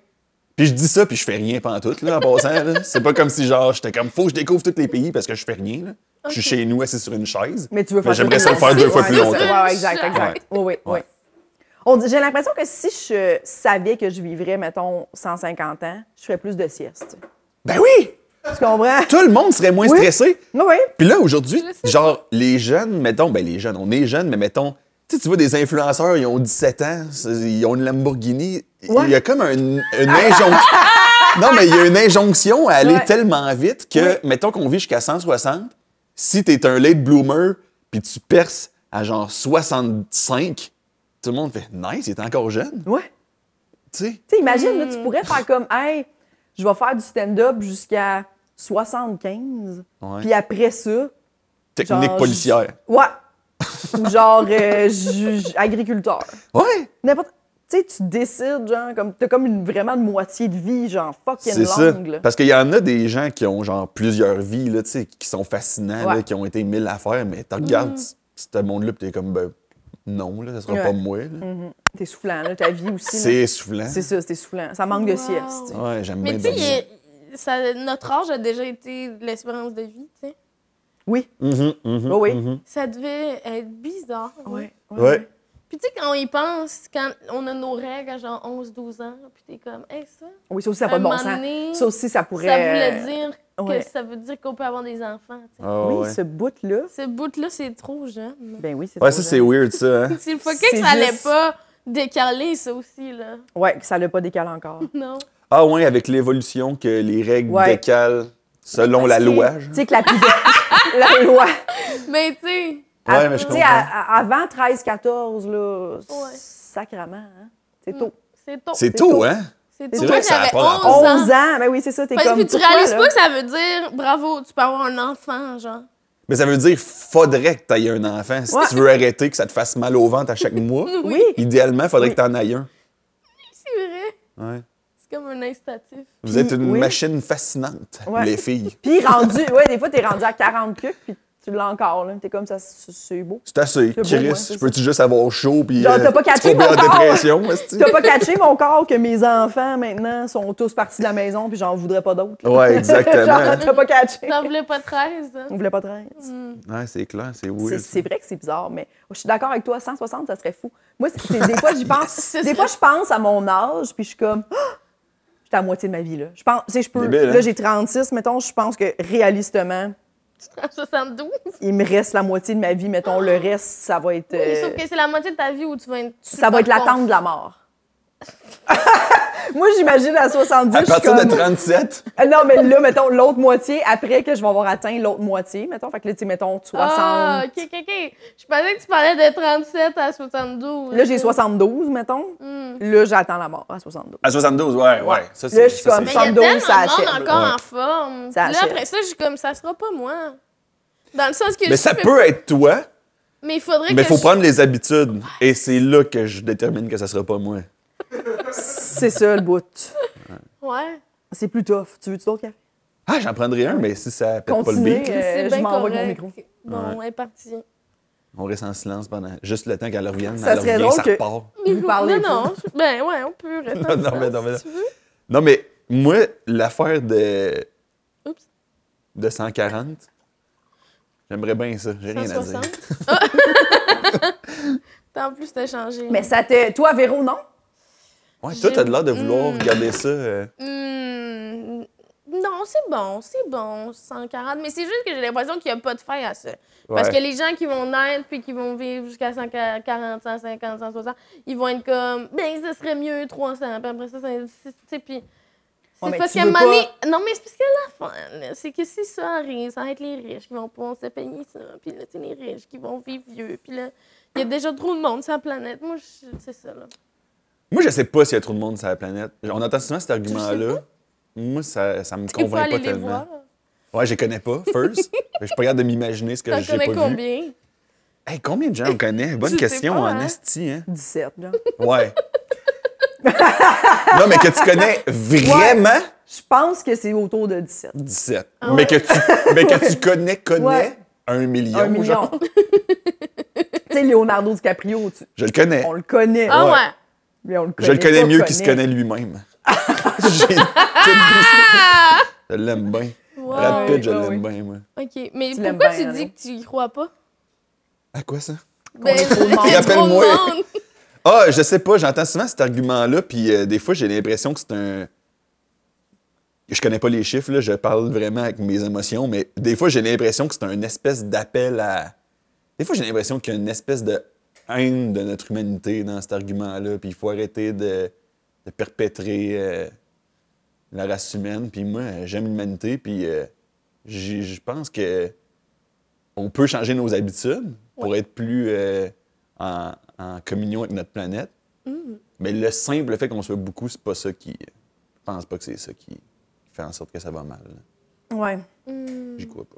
D: Puis je dis ça, puis je fais rien pendant tout, là, en passant. là. C'est pas comme si, genre, j'étais comme, faut que je découvre tous les pays parce que je fais rien, là. Je suis chez nous, assis sur une chaise.
B: Mais tu veux faire
D: j'aimerais
B: tout-
D: ça le faire deux fois
B: Ouais,
D: plus
B: c'est ça.
D: longtemps.
B: Ouais, ouais, exact, exact. Oui, oui, oui.
D: Ouais.
B: On dit- J'ai l'impression que si je savais que je vivrais, mettons, 150 ans, je ferais plus de siestes.
D: Ben oui!
B: Tu comprends?
D: Tout le monde serait moins
B: Oui.
D: stressé.
B: Oui, oui.
D: Puis là, aujourd'hui,
C: Je sais
D: genre, les jeunes, mettons, ben les jeunes, on est jeunes, mais mettons, tu sais, tu vois des influenceurs, ils ont 17 ans, c'est- ils ont une Lamborghini.
B: Ouais.
D: Il y a comme un- une injonction. non, mais il y a une injonction à aller
B: Ouais.
D: tellement vite que,
B: Oui.
D: mettons qu'on vit jusqu'à 160, si t'es un late bloomer, puis tu perces à genre 65, tout le monde fait « Nice, il est encore jeune!
B: Ouais. ».
D: Tu sais,
B: Tu sais, imagine, là,
C: Hmm.
B: tu pourrais faire comme, hey, je vais faire du stand-up jusqu'à 75.
D: Ouais.
B: Puis après ça,
D: technique
B: genre,
D: policière.
B: je- Ouais. Ou genre euh, juge agriculteur.
D: Ouais!
B: N'importe. Tu sais, tu décides, genre, comme, t'as comme une, vraiment une moitié de vie, genre, fucking
D: C'est ça.
B: longue, là.
D: Parce qu'il y en a des gens qui ont genre plusieurs vies, là, tu sais, qui sont fascinants,
B: Ouais. Mm-hmm.
D: là, qui ont été mille affaires, mais tu regardes c- ce monde-là, puis t'es comme, ben, non, là, ça sera
B: Ouais.
D: pas moi. là.
B: T'es soufflant, là, ta vie aussi. là.
D: C'est Ah. soufflant.
B: C'est ça, c'était soufflant. Ça manque de
C: Wow.
B: sieste. tu sais.
D: Ouais, j'aime bien
C: Mais tu sais,
D: dormir.
C: il y a- ça- notre âge a déjà été l'espérance de vie, tu sais.
B: Oui,
D: Mhm, mhm.
B: oui, oui.
C: Ça devait être bizarre.
B: Ouais, ouais,
D: Ouais.
C: Puis tu sais, quand on y pense, quand on a nos règles à genre 11-12 ans, puis t'es comme, hey, ça,
B: Oui, ça aussi, ça n'a pas
C: Un
B: de bon
C: moment
B: sens.
C: donné,
B: Ça aussi, ça pourrait.
C: ça voulait dire que
B: ouais.
C: ça veut dire qu'on peut avoir des enfants, tu sais.
D: Ah,
B: Oui,
D: ouais.
B: ce bout-là.
C: Ce bout-là, c'est trop jeune.
B: Ben oui, c'est
D: Ouais,
B: trop
D: ça,
B: jeune.
D: c'est weird, ça. Hein?
C: C'est le fucké que
B: C'est
C: ça allait
B: juste-
C: pas décaler, ça aussi, là.
B: Ouais, que ça l'a pas décalé encore.
C: Non.
D: Ah, ouais, avec l'évolution que les règles
B: Ouais.
D: décalent selon la
C: Parce que-
D: loi. genre.
B: tu sais que la, la loi.
C: Mais tu sais,
D: Ouais, mais je
B: tu sais,
D: comprends.
B: à- à- avant 13-14, là,
C: Ouais. Mm.
B: sacrement, hein? c'est tôt.
C: c'est tôt.
D: C'est
B: tôt.
D: tôt, hein?
C: C'est
D: C'est
C: tôt.
D: vrai
C: Moi,
D: que ça a
C: j'avais
D: pas
C: 11
D: rapport.
C: ans.
B: 11 ans, ben oui, c'est ça, t'es
C: Parce
B: comme.
C: que tu
B: pourquoi,
C: réalises
B: là?
C: pas que ça veut dire bravo, tu peux avoir un enfant, genre.
D: Mais ça veut dire faudrait que t'ailles un enfant. Si
B: Ouais.
D: tu veux arrêter que ça te fasse mal au ventre à chaque mois,
B: Oui.
D: idéalement, faudrait
B: Oui.
D: que t'en ailles un.
C: C'est vrai.
D: Ouais.
C: C'est comme un incitatif.
D: Vous êtes une
B: Oui.
D: machine fascinante,
B: Ouais.
D: les filles.
B: Puis rendu, ouais, des fois, t'es rendu à 40 cucs, puis tu l'as encore, là. T'es comme ça, c'est c'est beau.
D: C'est assez.
B: C'est beau,
D: Chris,
B: hein, c'est
D: je peux-tu juste avoir chaud puis
B: Genre, t'as
D: euh,
B: pas
D: tu
B: catché
D: tombes en
B: mon corps.
D: dépression, esti?
B: T'as pas catché mon corps que mes enfants maintenant sont tous partis de la maison puis j'en voudrais pas d'autres. là.
D: Ouais, exactement.
B: Genre, t'as pas catché.
C: T'en voulais pas 13, hein?
B: On voulait pas de reine.
D: Ouais, c'est clair, c'est
B: C'est-
D: weird. ça.
B: C'est vrai que c'est bizarre, mais je suis d'accord avec toi, 160, ça serait fou. Moi, c'est- c'est- des fois, j'y pense.
C: Yes.
B: Des fois, je pense à mon âge, puis je suis comme. Ah! J'étais à moitié de ma vie, là. Je pense, tu sais, je peux.
D: Débile, hein?
B: Là, j'ai 36, mettons, je pense que réalistement,
C: En 72.
B: il me reste la moitié de ma vie, mettons, le reste, ça va être.
C: Ah! Oui,
B: euh,
C: sauf que c'est la moitié de ta vie où tu vas être.
B: ça va être
C: super
B: l'attente de la mort.
C: conf-
B: Moi, j'imagine à 70,
D: À
B: je suis
D: partir
B: comme...
D: de 37,
B: Ah Non, mais là, mettons, l'autre moitié, après que je vais avoir atteint l'autre moitié, mettons. Fait que là, tu sais, mettons 60.
C: Ah, ok, ok, ok. Je pensais que tu parlais de 37 à 72.
B: Là, j'ai 72, mettons.
C: Hmm.
B: Là, j'attends la mort à 72.
D: à 72, ouais, ouais. Ça, c'est-
B: Là, je suis
D: ça,
B: comme
C: Mais
D: c'est-
C: il y a
B: 72,
C: tellement
B: ça
C: de
B: achève.
C: monde encore
D: Ouais.
C: en
B: Ça
C: forme. Puis là,
B: achève.
C: après ça, je suis comme, ça sera pas moi. Dans le sens que
D: Mais
C: je
D: ça
C: fais-
D: peut être toi,
C: Mais il faudrait
D: mais
C: que
D: faut
C: je-
D: prendre les habitudes. Et c'est là que je détermine que ça sera pas moi.
B: C'est ça, le bout.
C: Ouais.
B: C'est plus tough. Tu veux-tu d'autres cafés?
D: Ah, j'en prendrai un, mais si ça pète pas le
B: Continuez.
D: beat,
B: Euh,
C: C'est
B: je
C: bien
B: m'en vais avec
C: correct.
B: mon micro.
C: Bon, elle est partie.
D: on reste en silence pendant juste le temps qu'elle revienne.
B: Ça
D: elle
B: serait
D: revient,
B: drôle
D: ça
B: que-
D: repart.
B: Vous parlez
C: non, non. je- Ben ouais, on peut rester.
D: Non, non,
C: ensemble,
D: mais non, mais
C: si tu veux.
D: Non, mais moi, l'affaire de.
C: Oups.
D: De 140, j'aimerais bien ça. J'ai rien à dire.
C: 160. Ah! en plus, t'as changé.
B: Mais ça te... Toi, Véro, non?
D: Ouais, toi, t'as de l'air de vouloir
C: Hmm.
D: garder ça. euh,
C: Hmm, non, c'est bon, c'est bon, 140. Mais c'est juste que j'ai l'impression qu'il n'y a pas de fin à ça. Parce
D: Ouais.
C: que les gens qui vont naître puis qui vont vivre jusqu'à 140, 150, 160, ils vont être comme, ben, ce serait mieux 300. Puis après ça, ça c'est- tu sais, puis. C'est
B: mais
C: parce
B: tu
C: qu'à un
B: veux
C: moment donné-
B: pas-
C: Non, mais c'est parce que la fin, là, c'est que si ça arrive, ça va être les riches qui vont pouvoir se payer ça. Puis là, c'est les riches qui vont vivre vieux. Puis là, il y a déjà trop de monde sur la planète. Moi, je- c'est ça, là.
D: Moi, je sais pas s'il y a trop de monde sur la planète. On entend souvent cet
C: sais
D: argument-là. Moi, ça, ça me
C: Tu peux
D: convainc
C: aller
D: pas
C: les
D: tellement.
C: voir.
D: Ouais, je les connais pas, first. Fait que je suis pas capable de m'imaginer ce que
C: T'en
D: j'ai pas
C: connais
D: vu.
C: combien?
D: Hey, combien de gens on connaît? Bonne
C: Je sais
D: question,
C: pas,
D: en
C: hein.
D: esti, hein?
B: 17, là.
D: Ouais. non, mais que tu connais vraiment
B: Je pense que c'est autour de 17.
D: 17.
C: Ah
D: Mais,
C: ouais.
D: que tu, mais que tu connais, connais
B: Ouais.
D: un million.
B: Un million.
D: genre.
B: tu sais, Leonardo DiCaprio, tu-
D: Je le connais.
B: on le connaît.
C: Ah
D: Ouais.
C: ouais.
B: Mais on le connaît
D: Eh. Je le connais
B: pas,
D: mieux
B: on
D: qu'il se connaît lui-même. J'ai tout dit. Je l'aime bien.
C: Wow.
D: Rapide, je
B: Ah
D: l'aime
B: oui.
D: bien, moi.
C: OK, mais
B: Tu l'aimes
C: pourquoi
B: bien,
C: tu
B: Anna.
C: dis que tu y crois pas?
D: À quoi ça?
C: Ben,
B: est trop de monde.
C: il y a trop de
D: Rappelle-moi.
C: monde.
D: Ah, je sais pas, j'entends souvent cet argument-là, puis euh, des fois, j'ai l'impression que c'est un. Je connais pas les chiffres, là, je parle vraiment avec mes émotions, mais des fois, j'ai l'impression que c'est un espèce d'appel à. Des fois, j'ai l'impression qu'il y a une espèce de haine de notre humanité dans cet argument-là, puis il faut arrêter de, de perpétrer euh, la race humaine. Puis moi, euh, j'aime l'humanité, puis euh, j'ai- je pense que on peut changer nos habitudes pour être plus euh, en, en communion avec notre planète.
B: Mm.
D: Mais le simple fait qu'on soit beaucoup, c'est pas ça qui. Je pense pas que c'est ça qui fait en sorte que ça va mal. là.
B: Ouais.
C: Hmm.
D: J'y crois pas.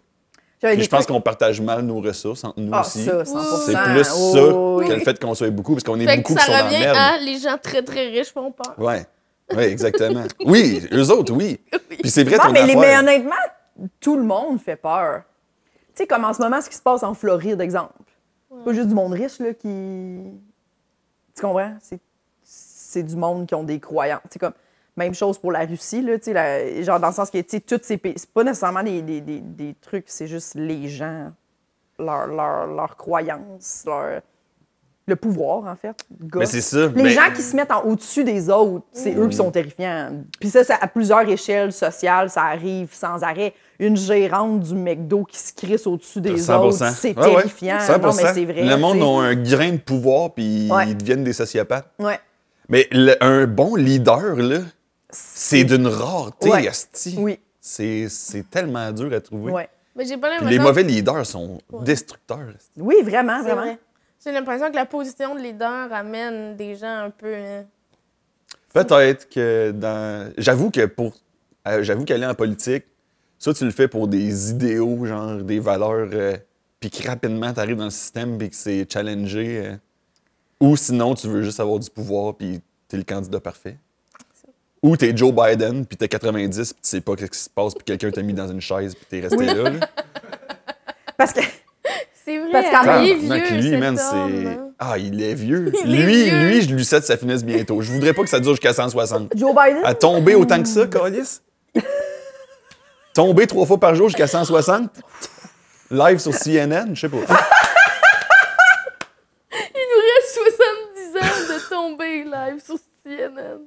B: J'avais Mm. Ben,
D: Puis
B: des
D: je pense
B: trucs-
D: qu'on partage mal nos ressources entre nous
B: Ah,
D: aussi.
B: ça,
D: C'est
B: 100%.
D: plus ça
B: Oh, oui.
D: que le fait qu'on soit beaucoup, parce qu'on est
C: Fait que
D: beaucoup
C: ça
D: qui sont dans la
C: revient
D: merde.
C: à les gens très, très riches font peur.
D: Ouais. Oui, exactement. oui, eux autres, oui. Puis c'est vrai,
B: Non,
D: ton
B: Ah, mais, les,
D: affaire.
B: mais honnêtement, tout le monde fait peur. Tu sais, comme en ce moment, ce qui se passe en Floride, exemple. C'est pas juste du monde riche, là, qui. Tu comprends? C'est- C'est du monde qui ont des croyances. C'est comme. Même chose pour la Russie, là, tu sais, la- genre dans le sens que, tu sais, tous ces pays. C'est pas nécessairement des, des- des- des trucs, c'est juste les gens, leur, leur, leur croyance, leur. Le pouvoir, en fait. gosse.
D: Mais c'est ça,
B: Les
D: mais-
B: gens qui se mettent en- au-dessus des autres, c'est eux qui sont terrifiants. Puis ça, ça, à plusieurs échelles sociales, ça arrive sans arrêt. Une gérante du McDo qui se crisse au-dessus des
D: 100%.
B: autres, c'est
D: Ouais, ouais.
B: terrifiant. Non, mais
D: 100%.
B: c'est vrai.
D: Le monde
B: tu sais.
D: a un grain de pouvoir, puis
B: Ouais.
D: ils deviennent des sociopathes.
B: Ouais.
D: Mais le- un bon leader, là, c'est d'une rareté,
B: Ouais.
D: asti.
B: Oui.
D: C'est c'est tellement dur à trouver.
B: Ouais.
C: Mais j'ai pas
D: Puis les
C: l'impression.
D: mauvais leaders sont destructeurs. asti.
B: Oui, vraiment,
C: Ah, C'est
B: vraiment.
C: vrai. J'ai l'impression que la position de leader amène des gens un peu. hein.
D: Peut-être que dans. J'avoue que pour. euh, J'avoue qu'aller en politique, ça, tu le fais pour des idéaux, genre des valeurs, euh, puis que rapidement, tu arrives dans le système, puis que c'est challengé. euh, ou sinon, tu veux juste avoir du pouvoir, puis t'es le candidat parfait. Ou t'es Joe Biden, puis t'as 90, puis tu sais pas ce qui se passe, puis quelqu'un t'a mis dans une chaise, puis t'es resté là. là.
B: Parce que
C: C'est vrai.
B: Parce qu'en
C: Ah, il est
D: Tabarnak,
C: vieux,
D: lui,
C: cet
D: man,
C: homme,
D: c'est.
C: hein.
D: Ah, il est vieux.
C: Il est
D: lui,
C: vieux.
D: lui, je lui souhaite que ça finisse bientôt. Je voudrais pas que ça dure jusqu'à 160.
B: Joe Biden,
D: À tomber autant que ça, Carlis? tomber trois fois par jour jusqu'à 160? Live sur CNN? Je sais pas.
C: Il nous reste 70 ans de tomber live sur CNN.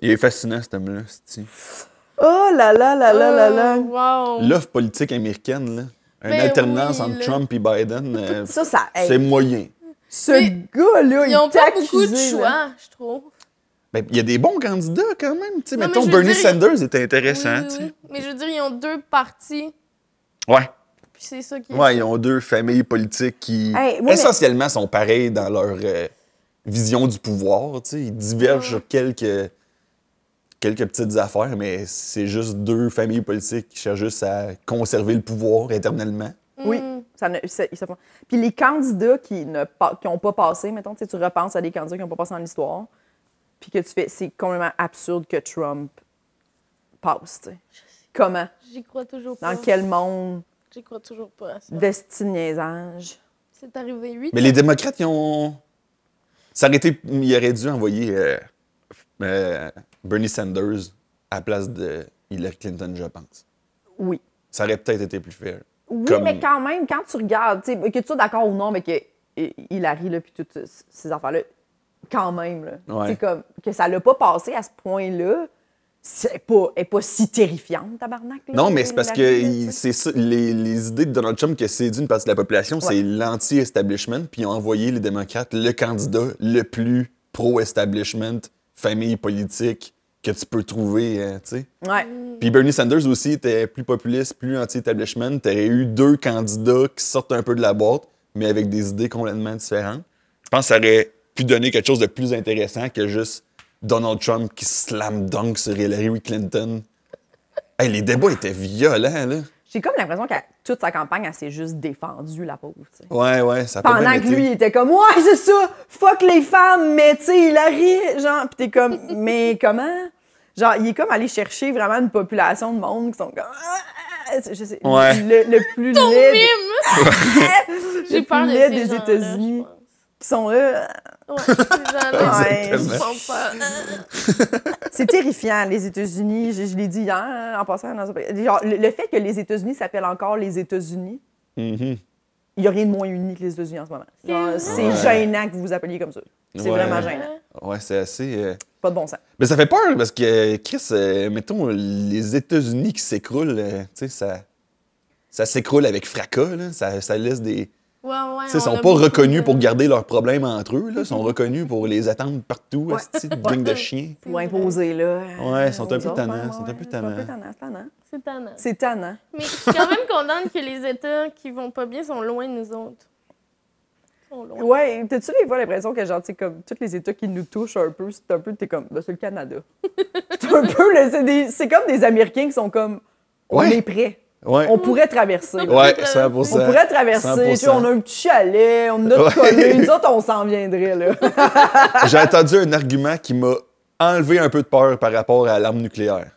D: Il est fascinant, cet homme-là. c'ti.
B: oh là là là là là là.
D: Euh,
C: Oh, wow.
D: L'offre politique américaine, là. Une
C: Ben
D: alternance
C: oui,
D: entre
C: là.
D: Trump et Biden, euh,
B: Ça, ça
D: c'est
B: aide.
D: moyen.
B: Ce
C: Mais
B: gars-là, il
C: Ils ont
B: t'a
C: pas beaucoup de
B: accusé, là.
C: choix, je trouve.
D: Ben, il y a des bons candidats quand même. Tu sais,
C: Non, mais
D: mettons,
C: je veux
D: Bernie
C: dire-
D: Sanders était intéressant.
C: Oui,
D: tu sais.
C: oui, oui. Mais je veux dire, ils ont deux partis,
D: Ouais.
C: puis c'est ça qui est.
D: Ouais, ils ont deux familles politiques qui
B: Hey, moi,
D: essentiellement sont pareilles dans leur euh, vision du pouvoir. tu sais. Ils divergent sur quelques, quelques petites affaires, mais c'est juste deux familles politiques qui cherchent juste à conserver le pouvoir éternellement.
C: Hmm,
B: Oui, ça ne- ça- ils se font- Puis les candidats qui n'ont pas, qui ont pas passé, mettons, tu sais, tu repenses à des candidats qui n'ont pas passé dans l'histoire, puis que tu fais, c'est complètement absurde que Trump passe, tu sais. Comment?
C: J'y crois toujours pas.
B: Dans quel monde?
C: J'y crois toujours pas à ça.
B: Destiniaisage.
C: C'est arrivé huit.
D: Mais les démocrates, ils ont. Ça aurait été. Ils auraient dû envoyer euh, euh, Bernie Sanders à la place de Hillary Clinton, je pense.
B: Oui.
D: Ça aurait peut-être été plus fair.
B: Oui,
D: Comme-
B: mais quand même, quand tu regardes, tu sais, que tu sois d'accord ou non, mais que et- Hillary, là, puis toutes ces- ces affaires-là, quand même, là,
D: Ouais.
B: tu sais, comme, que ça l'a pas passé à ce point-là, c'est pas, elle est pas si terrifiante, tabarnak. là,
D: Non, mais c'est parce que
B: Hillary, là, tu
D: il-
B: sais.
D: c'est ça, les, les idées de Donald Trump que séduit une partie de la population, c'est l'anti-establishment, puis ils ont envoyé les démocrates le candidat le plus pro-establishment, famille politique que tu peux trouver, hein, tu sais.
B: Ouais.
D: Puis Bernie Sanders aussi était plus populiste, plus anti-establishment. T'aurais eu deux candidats qui sortent un peu de la boîte, mais avec des idées complètement différentes. Je pense que ça aurait pu donner quelque chose de plus intéressant que juste Donald Trump qui slam dunk sur Hillary Clinton. Hey, les débats étaient violents, là.
B: J'ai comme l'impression que toute sa campagne, elle s'est juste défendue, la pauvre. tu sais.
D: Ouais, ouais, ça a pas
B: Pendant
D: bien
B: que
D: été.
B: lui, il était comme, ouais, c'est ça, fuck les femmes, mais tu sais, Hillary, genre, pis t'es comme, mais comment? Genre, il est comme allé chercher vraiment une population de monde qui sont comme, Ah! je sais,
D: Ouais.
B: le, le plus laid, des- le plus
C: J'ai peur de
B: laid
C: ces
B: des
C: gens-là,
B: États-Unis qui sont là.
C: je pense. Ouais, ces gens-là,
B: Ouais.
C: ils sont pas.
B: C'est terrifiant, les États-Unis, je, je l'ai dit hier, hein, en passant, dans un- genre, le, le fait que les États-Unis s'appellent encore les États-Unis,
D: Mhm.
B: il n'y a rien de moins uni que les États-Unis en ce moment. Genre,
C: vrai.
B: C'est
D: Ouais.
B: gênant que vous vous appeliez comme ça. C'est
D: Ouais.
B: vraiment gênant.
D: Ouais, c'est assez. euh,
B: Pas de bon sens.
D: Mais ça fait peur parce que, Chris, euh, mettons, les États-Unis qui s'écroulent, euh, tu sais, ça, ça s'écroule avec fracas, là. Ça, ça laisse des.
C: Ouais, ouais.
D: Tu sais, Ils
C: Ah, on
D: sont
C: a
D: pas
C: beaucoup
D: reconnus
C: de-
D: pour garder leurs problèmes entre eux, là. Ils sont reconnus pour les attendre partout,
B: Ouais.
D: asti de gang de chien.
B: Pour imposer, là.
D: Ouais, ils sont un
B: aux
D: peu
B: autres,
D: tannants,
B: ouais,
D: ils sont un
B: ouais,
D: peu
B: c'est un peu
D: tannants.
B: tannant, c'est tannant.
C: C'est tannant.
B: C'est tannant.
C: Mais je suis quand même contente que les États qui vont pas bien sont loin de nous autres. Ils sont loin.
B: Ouais, t'as-tu des fois l'impression que, genre, tu sais, comme tous les États qui nous touchent un peu, c'est un peu, t'es comme, ben, c'est le Canada. c'est un peu, le- c'est des- c'est comme des Américains qui sont comme, on
D: Ouais.
B: est prêts.
D: Ouais.
B: On pourrait traverser. là.
D: Ouais, 100%.
B: On pourrait traverser, tu sais,
D: 100%.
B: on a un petit chalet, on a notre
D: Ouais.
B: commune, nous autres, on s'en viendrait, là.
D: J'ai entendu un argument qui m'a enlevé un peu de peur par rapport à l'arme nucléaire.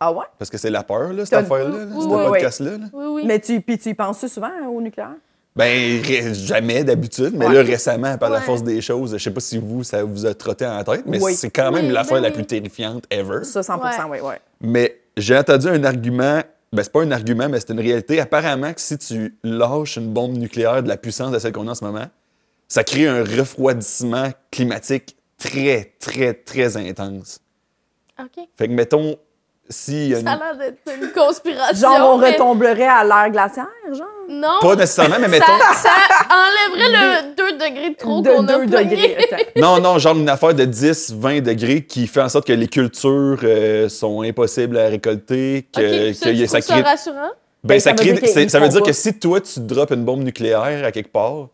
B: ah ouais?
D: Parce que c'est la peur, là, cette
B: T'as-
D: affaire-là, là,
C: Oui,
D: ce
B: oui, oui.
D: podcast-là. là.
C: Oui, oui.
B: Mais tu, puis tu y penses -tu souvent hein, au nucléaire?
D: Ben, ré- jamais d'habitude, mais
B: Ouais.
D: là, récemment, par la
C: Ouais.
D: force des choses, je sais pas si vous, ça vous a trotté en tête, mais
B: Oui.
D: c'est quand même
C: Oui,
D: l'affaire
C: ben
D: la
C: oui.
D: plus terrifiante ever.
B: Ça, 100 oui, oui.
D: Mais j'ai entendu un argument, ben c'est pas un argument, mais c'est une réalité. Apparemment que si tu lâches une bombe nucléaire de la puissance de celle qu'on a en ce moment, ça crée un refroidissement climatique très, très, très intense.
C: OK.
D: Fait que, mettons, si...
C: Ça a l'air d'être une conspiration.
B: Genre, on
C: mais-
B: retomberait à l'ère glaciaire, genre?
C: Non.
D: Pas nécessairement, mais mettons...
C: ça, ça enlèverait le 2 degrés de trop
B: de
C: qu'on a
B: deux
C: pogné.
B: degrés. attends.
D: Non, non, genre une affaire de 10, 20 degrés qui fait en sorte que les cultures euh, sont impossibles à récolter,
C: OK,
D: que,
C: ça,
D: que
C: tu
D: ça
C: trouves ça
D: crée
C: rassurant?
D: Ben, ça,
B: veut
D: crée-
B: dire qu'ils
D: c'est- ça veut
B: font
D: dire
B: pas.
D: que si toi, tu drops une bombe nucléaire à quelque part,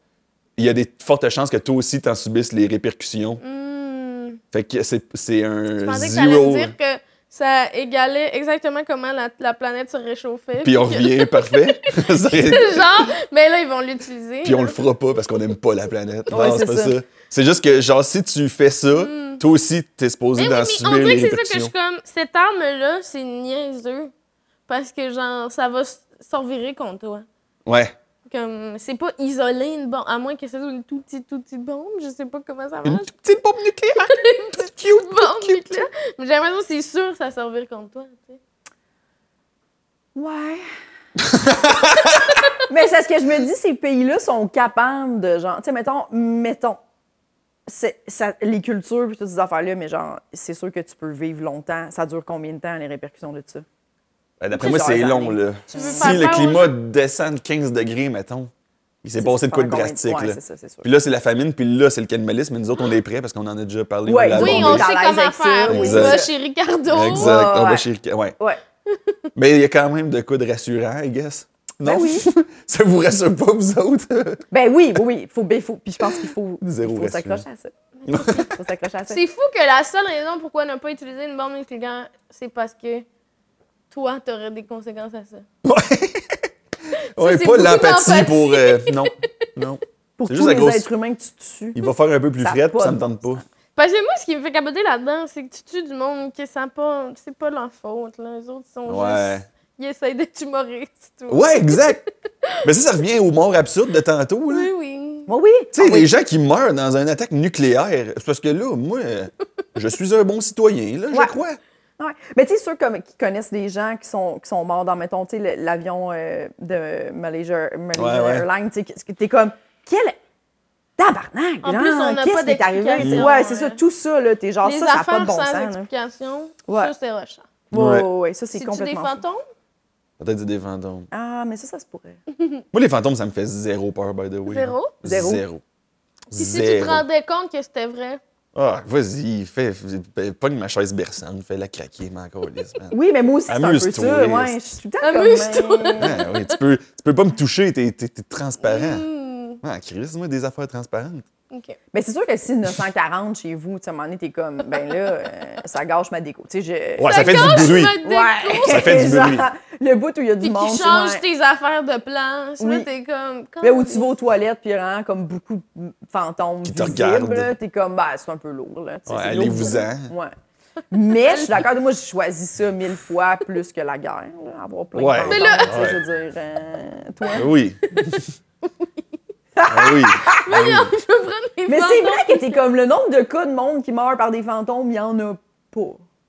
D: il y a des fortes chances que toi aussi, t'en subisses les répercussions.
C: Hmm.
D: Fait que c'est c'est
C: Je
D: un
C: pensais que ça allait
D: zéro.
C: dire que ça égalait exactement comment la, la planète se réchauffait.
D: Puis on
C: que-
D: revient parfait. Ça serait-
C: Genre, mais là, ils vont l'utiliser.
D: Puis on le fera pas parce qu'on aime pas la planète.
B: Ouais,
D: non,
B: c'est
D: c'est pas
B: ça.
D: ça. C'est juste que, genre, si tu fais ça,
C: Hmm.
D: toi aussi, t'es supposé
C: Eh oui,
D: d'en
C: mais on
D: subir
C: dirait
D: les
C: que c'est ça que je
D: répercussions.
C: suis comme. Cette arme-là, c'est niaiseux. Parce que, genre, ça va s- s'en virer contre toi.
D: Ouais.
C: Comme, c'est pas isolé une bombe, à moins que ça soit une toute petite, toute petite bombe. Je sais pas comment ça
D: Une
C: marche.
D: toute petite bombe nucléaire.
C: Une petite cute bombe, puis là. Mais j'ai l'impression que c'est sûr que ça s'en vire contre toi. tu sais.
B: Ouais. Mais c'est ce que je me dis, ces pays-là sont capables de genre, tu sais, mettons, mettons, c'est- ça, les cultures puis toutes ces affaires-là, mais genre, c'est sûr que tu peux vivre longtemps. Ça dure combien de temps les répercussions de ça
D: Ben, D'après moi, c'est
B: Plusieurs
D: long,
B: années.
D: là.
C: veux
D: Si
C: faire
D: le
C: peur aux
D: climat descend de 15 degrés, mettons, Il s'est passé de quoi de
B: Pendant combien
D: drastique.
B: Ouais,
D: là.
B: c'est ça, c'est sûr.
D: Puis là, c'est la famine, puis là, c'est le cannibalisme, mais nous autres, on est prêts parce qu'on en a déjà parlé.
B: Ouais,
D: l'a
B: Ah,
C: Oui,
B: bon,
C: on
B: oui.
D: abordé.
C: sait
B: T'as
C: comment
B: l'aise
C: faire.
B: avec
C: Oui,
D: ça.
C: va chez Ricardo.
D: Exact. on va
B: Ouais.
D: chez Rica- ouais.
B: Ouais.
D: Mais il y a quand même de quoi de rassurant, I guess. Non?
B: Ben oui.
D: ça vous rassure pas, vous autres?
B: Ben oui, oui, oui. Faut, ben, faut, puis je pense qu'il faut,
D: Zéro
B: il faut
D: reste,
B: s'accrocher à ça. Il faut s'accrocher à ça.
C: C'est fou que la seule raison pourquoi ne pas utiliser une bombe nucléaire, c'est parce que toi, t'aurais des conséquences à ça.
D: ouais. Ouais,
C: c'est
D: pas
C: beaucoup
D: l'empathie
C: d'empathie.
D: pour. euh, non. Non.
B: Pour tous
D: C'est juste la
B: les
D: grosse-
B: êtres humains que tu tues.
D: Il va faire un peu plus
B: Ça a
D: fret, puis
B: pas
D: ça
B: de
D: me tente pas.
C: Parce que moi, ce qui me fait capoter là-dedans, c'est que tu tues du monde qui sent pas. C'est pas leur faute, là. Les autres, ils sont
D: Ouais.
C: juste. Ils essayent d'être humoristes, tout.
D: Ouais, exact. Mais ça, ça revient au mort absurde de tantôt. Là.
C: Oui, oui.
B: Moi, Ah oui.
D: Tu sais, les gens qui meurent dans une attaque nucléaire, c'est parce que là, moi, je suis un bon citoyen, là, je
B: Ouais.
D: crois.
B: Ouais. Mais tu sais, ceux comme, qui connaissent des gens qui sont, qui sont morts dans, mettons, tu sais, le- l'avion euh, de Malaysia, Malaysia
D: Ouais, ouais.
B: Airlines, tu sais, que- que t'es comme, quel tabarnak!
C: En
B: là,
C: plus, on n'a
B: qu'est-ce
C: pas
B: qui est arrivé?
C: d'explication,
B: Ouais, c'est ça,
C: là.
B: tout ça, là, t'es genre,
C: les
B: ça, ça n'a
C: affaires
B: pas de bon
C: sans
B: sens. là.
C: explication,
B: Ouais.
C: ça, c'est rushant.
B: Ouais, ouais, ouais, ça, c'est
C: Si tu des
B: complètement. fou.
C: fantômes,
D: Peut-être des fantômes.
B: Ah, mais ça, ça se pourrait.
D: Moi, les fantômes, ça me fait zéro peur, by the way.
C: Zéro?
B: Zéro.
D: Zéro.
C: puis si tu
D: Zéro.
C: te rendais compte que c'était vrai,
D: Ah, vas-y, fais, fais- pogne ma chaise berçante, fais-la craquer, ma câlisse, man.
B: Oui, mais moi aussi, c'est un peu
D: Amuse-toi,
B: ça.
D: Esti.
B: Ouais, je suis tout à
C: Amuse-toi.
B: ben,
D: Ah, oui, tu, peux, tu peux pas me toucher, t'es, t'es- t'es transparent.
C: hmm,
D: Ah, Chris, moi, des affaires transparentes.
C: OK.
B: Mais c'est sûr que si 940 chez vous, tu sais, à un moment donné, t'es comme, ben là, euh, ça gâche ma déco. Tu sais, je.
D: Ouais, ça fait
C: D'accord,
D: du
C: je
D: bruit.
C: me découvre.
D: Ça fait du
B: Genre,
D: bruit.
B: Le bout où il y a du
C: Puis
B: monde.
C: qui
B: tu
C: change
B: sais, ouais.
C: tes affaires de planche.
B: Oui.
C: Là, t'es comme.
B: Ben, où tu vas aux toilettes, puis vraiment, comme beaucoup de fantômes
D: Qui te
B: visibles,
D: regardent.
B: là, T'es comme, ben, c'est un peu lourd, là. tu sais,
D: Ouais,
B: c'est lourd,
D: allez-vous-en.
B: ça. Ouais. Mais je suis d'accord, moi, j'ai choisi ça mille fois plus que la guerre, là, avoir plein
D: Ouais.
B: de
D: Mais
B: fantômes,
D: là-
B: tu sais, Je veux dire, euh, toi.
D: Ah Oui. Ah oui. Ah oui.
C: Je veux prendre les
B: Mais c'est
C: fantômes.
B: vrai que t'es comme, le nombre de cas de monde qui meurt par des fantômes, il y en a pas.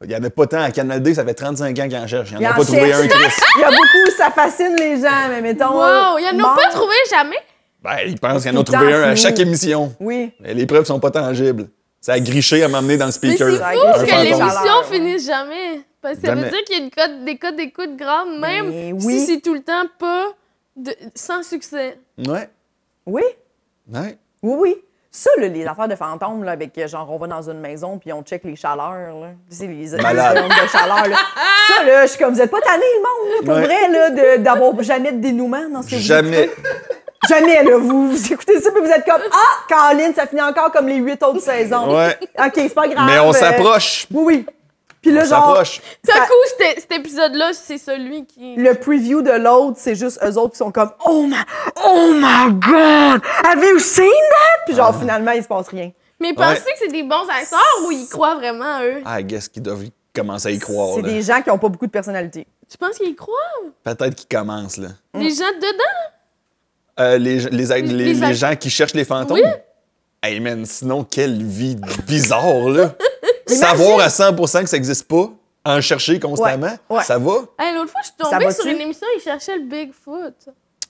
D: Il n'y en a pas tant. À Canal D, ça fait 35 ans qu'il en cherche. Il n'y
B: Il
D: en a
B: en
D: pas trouvé
B: cherche.
D: un, Chris.
B: Il y a beaucoup, ça fascine les gens, mais mettons.
C: Wow, il y en a
B: mort-
C: pas trouvé jamais.
D: Ben, ils pensent qu'il y en
B: Tout
D: a
B: le
D: trouvé
B: temps,
D: un
B: flou.
D: à chaque émission.
B: Oui.
D: Mais les preuves sont pas tangibles. Ça a griché à m'emmener dans le
C: Mais
D: speaker.
C: c'est
B: ça
C: fou
B: a
D: Un
B: gagné.
C: que
D: fantôme.
C: l'émission
B: Chaleur, ouais.
C: finisse jamais. Parce que ça
D: Jamais.
C: veut dire qu'il y a une cote- des codes d'écoute grandes,
B: Mais
C: même
B: oui.
C: si c'est tout le temps pas de- sans succès.
D: Ouais.
B: Oui.
D: Ouais.
B: Oui, oui. Ça, là, les affaires de fantômes, là, avec euh, genre, on va dans une maison puis on check les chaleurs, là. Tu sais, les
D: Malade.
B: zones de chaleur, là. Ça, là, je suis comme, vous êtes pas tanné, le monde, là, pour
D: Ouais.
B: vrai, là, de- d'avoir jamais de dénouement dans ce que vous
D: Jamais.
B: écoutez. Jamais, là. Vous, vous écoutez ça puis vous êtes comme, ah, Caroline, ça finit encore comme les huit autres saisons.
D: Ouais.
B: OK, c'est pas grave.
D: Mais on
B: euh,
D: s'approche.
B: Oui, oui. Puis là,
D: On
B: genre.
D: s'approche.
C: Tout
B: Ça-
C: à coup, c'était- cet épisode-là, c'est celui qui.
B: le preview de l'autre, c'est juste eux autres qui sont comme Oh my, oh my God! Have you seen that? Puis
D: Ah.
B: genre, finalement, il se passe rien.
C: Mais pensez que c'est des bons acteurs ou ils croient vraiment à eux?
D: Ah, I guess qu'ils doivent commencer à y croire.
B: C'est
D: là.
B: des gens qui n'ont pas beaucoup de personnalité.
C: Tu penses qu'ils croient?
D: Peut-être qu'ils commencent, là.
B: Mm.
C: Les gens dedans?
D: Euh, les, les, les-
C: Les-
D: les gens qui cherchent les fantômes?
C: Oui.
D: Hey, man, sinon, quelle vie bizarre, là. Savoir à 100 que ça n'existe pas, en chercher constamment,
B: Ouais, ouais.
D: ça va?
C: Hey, L'autre fois, je suis
B: Ça
C: tombée
B: va-tu?
C: sur une émission, ils cherchaient le Bigfoot.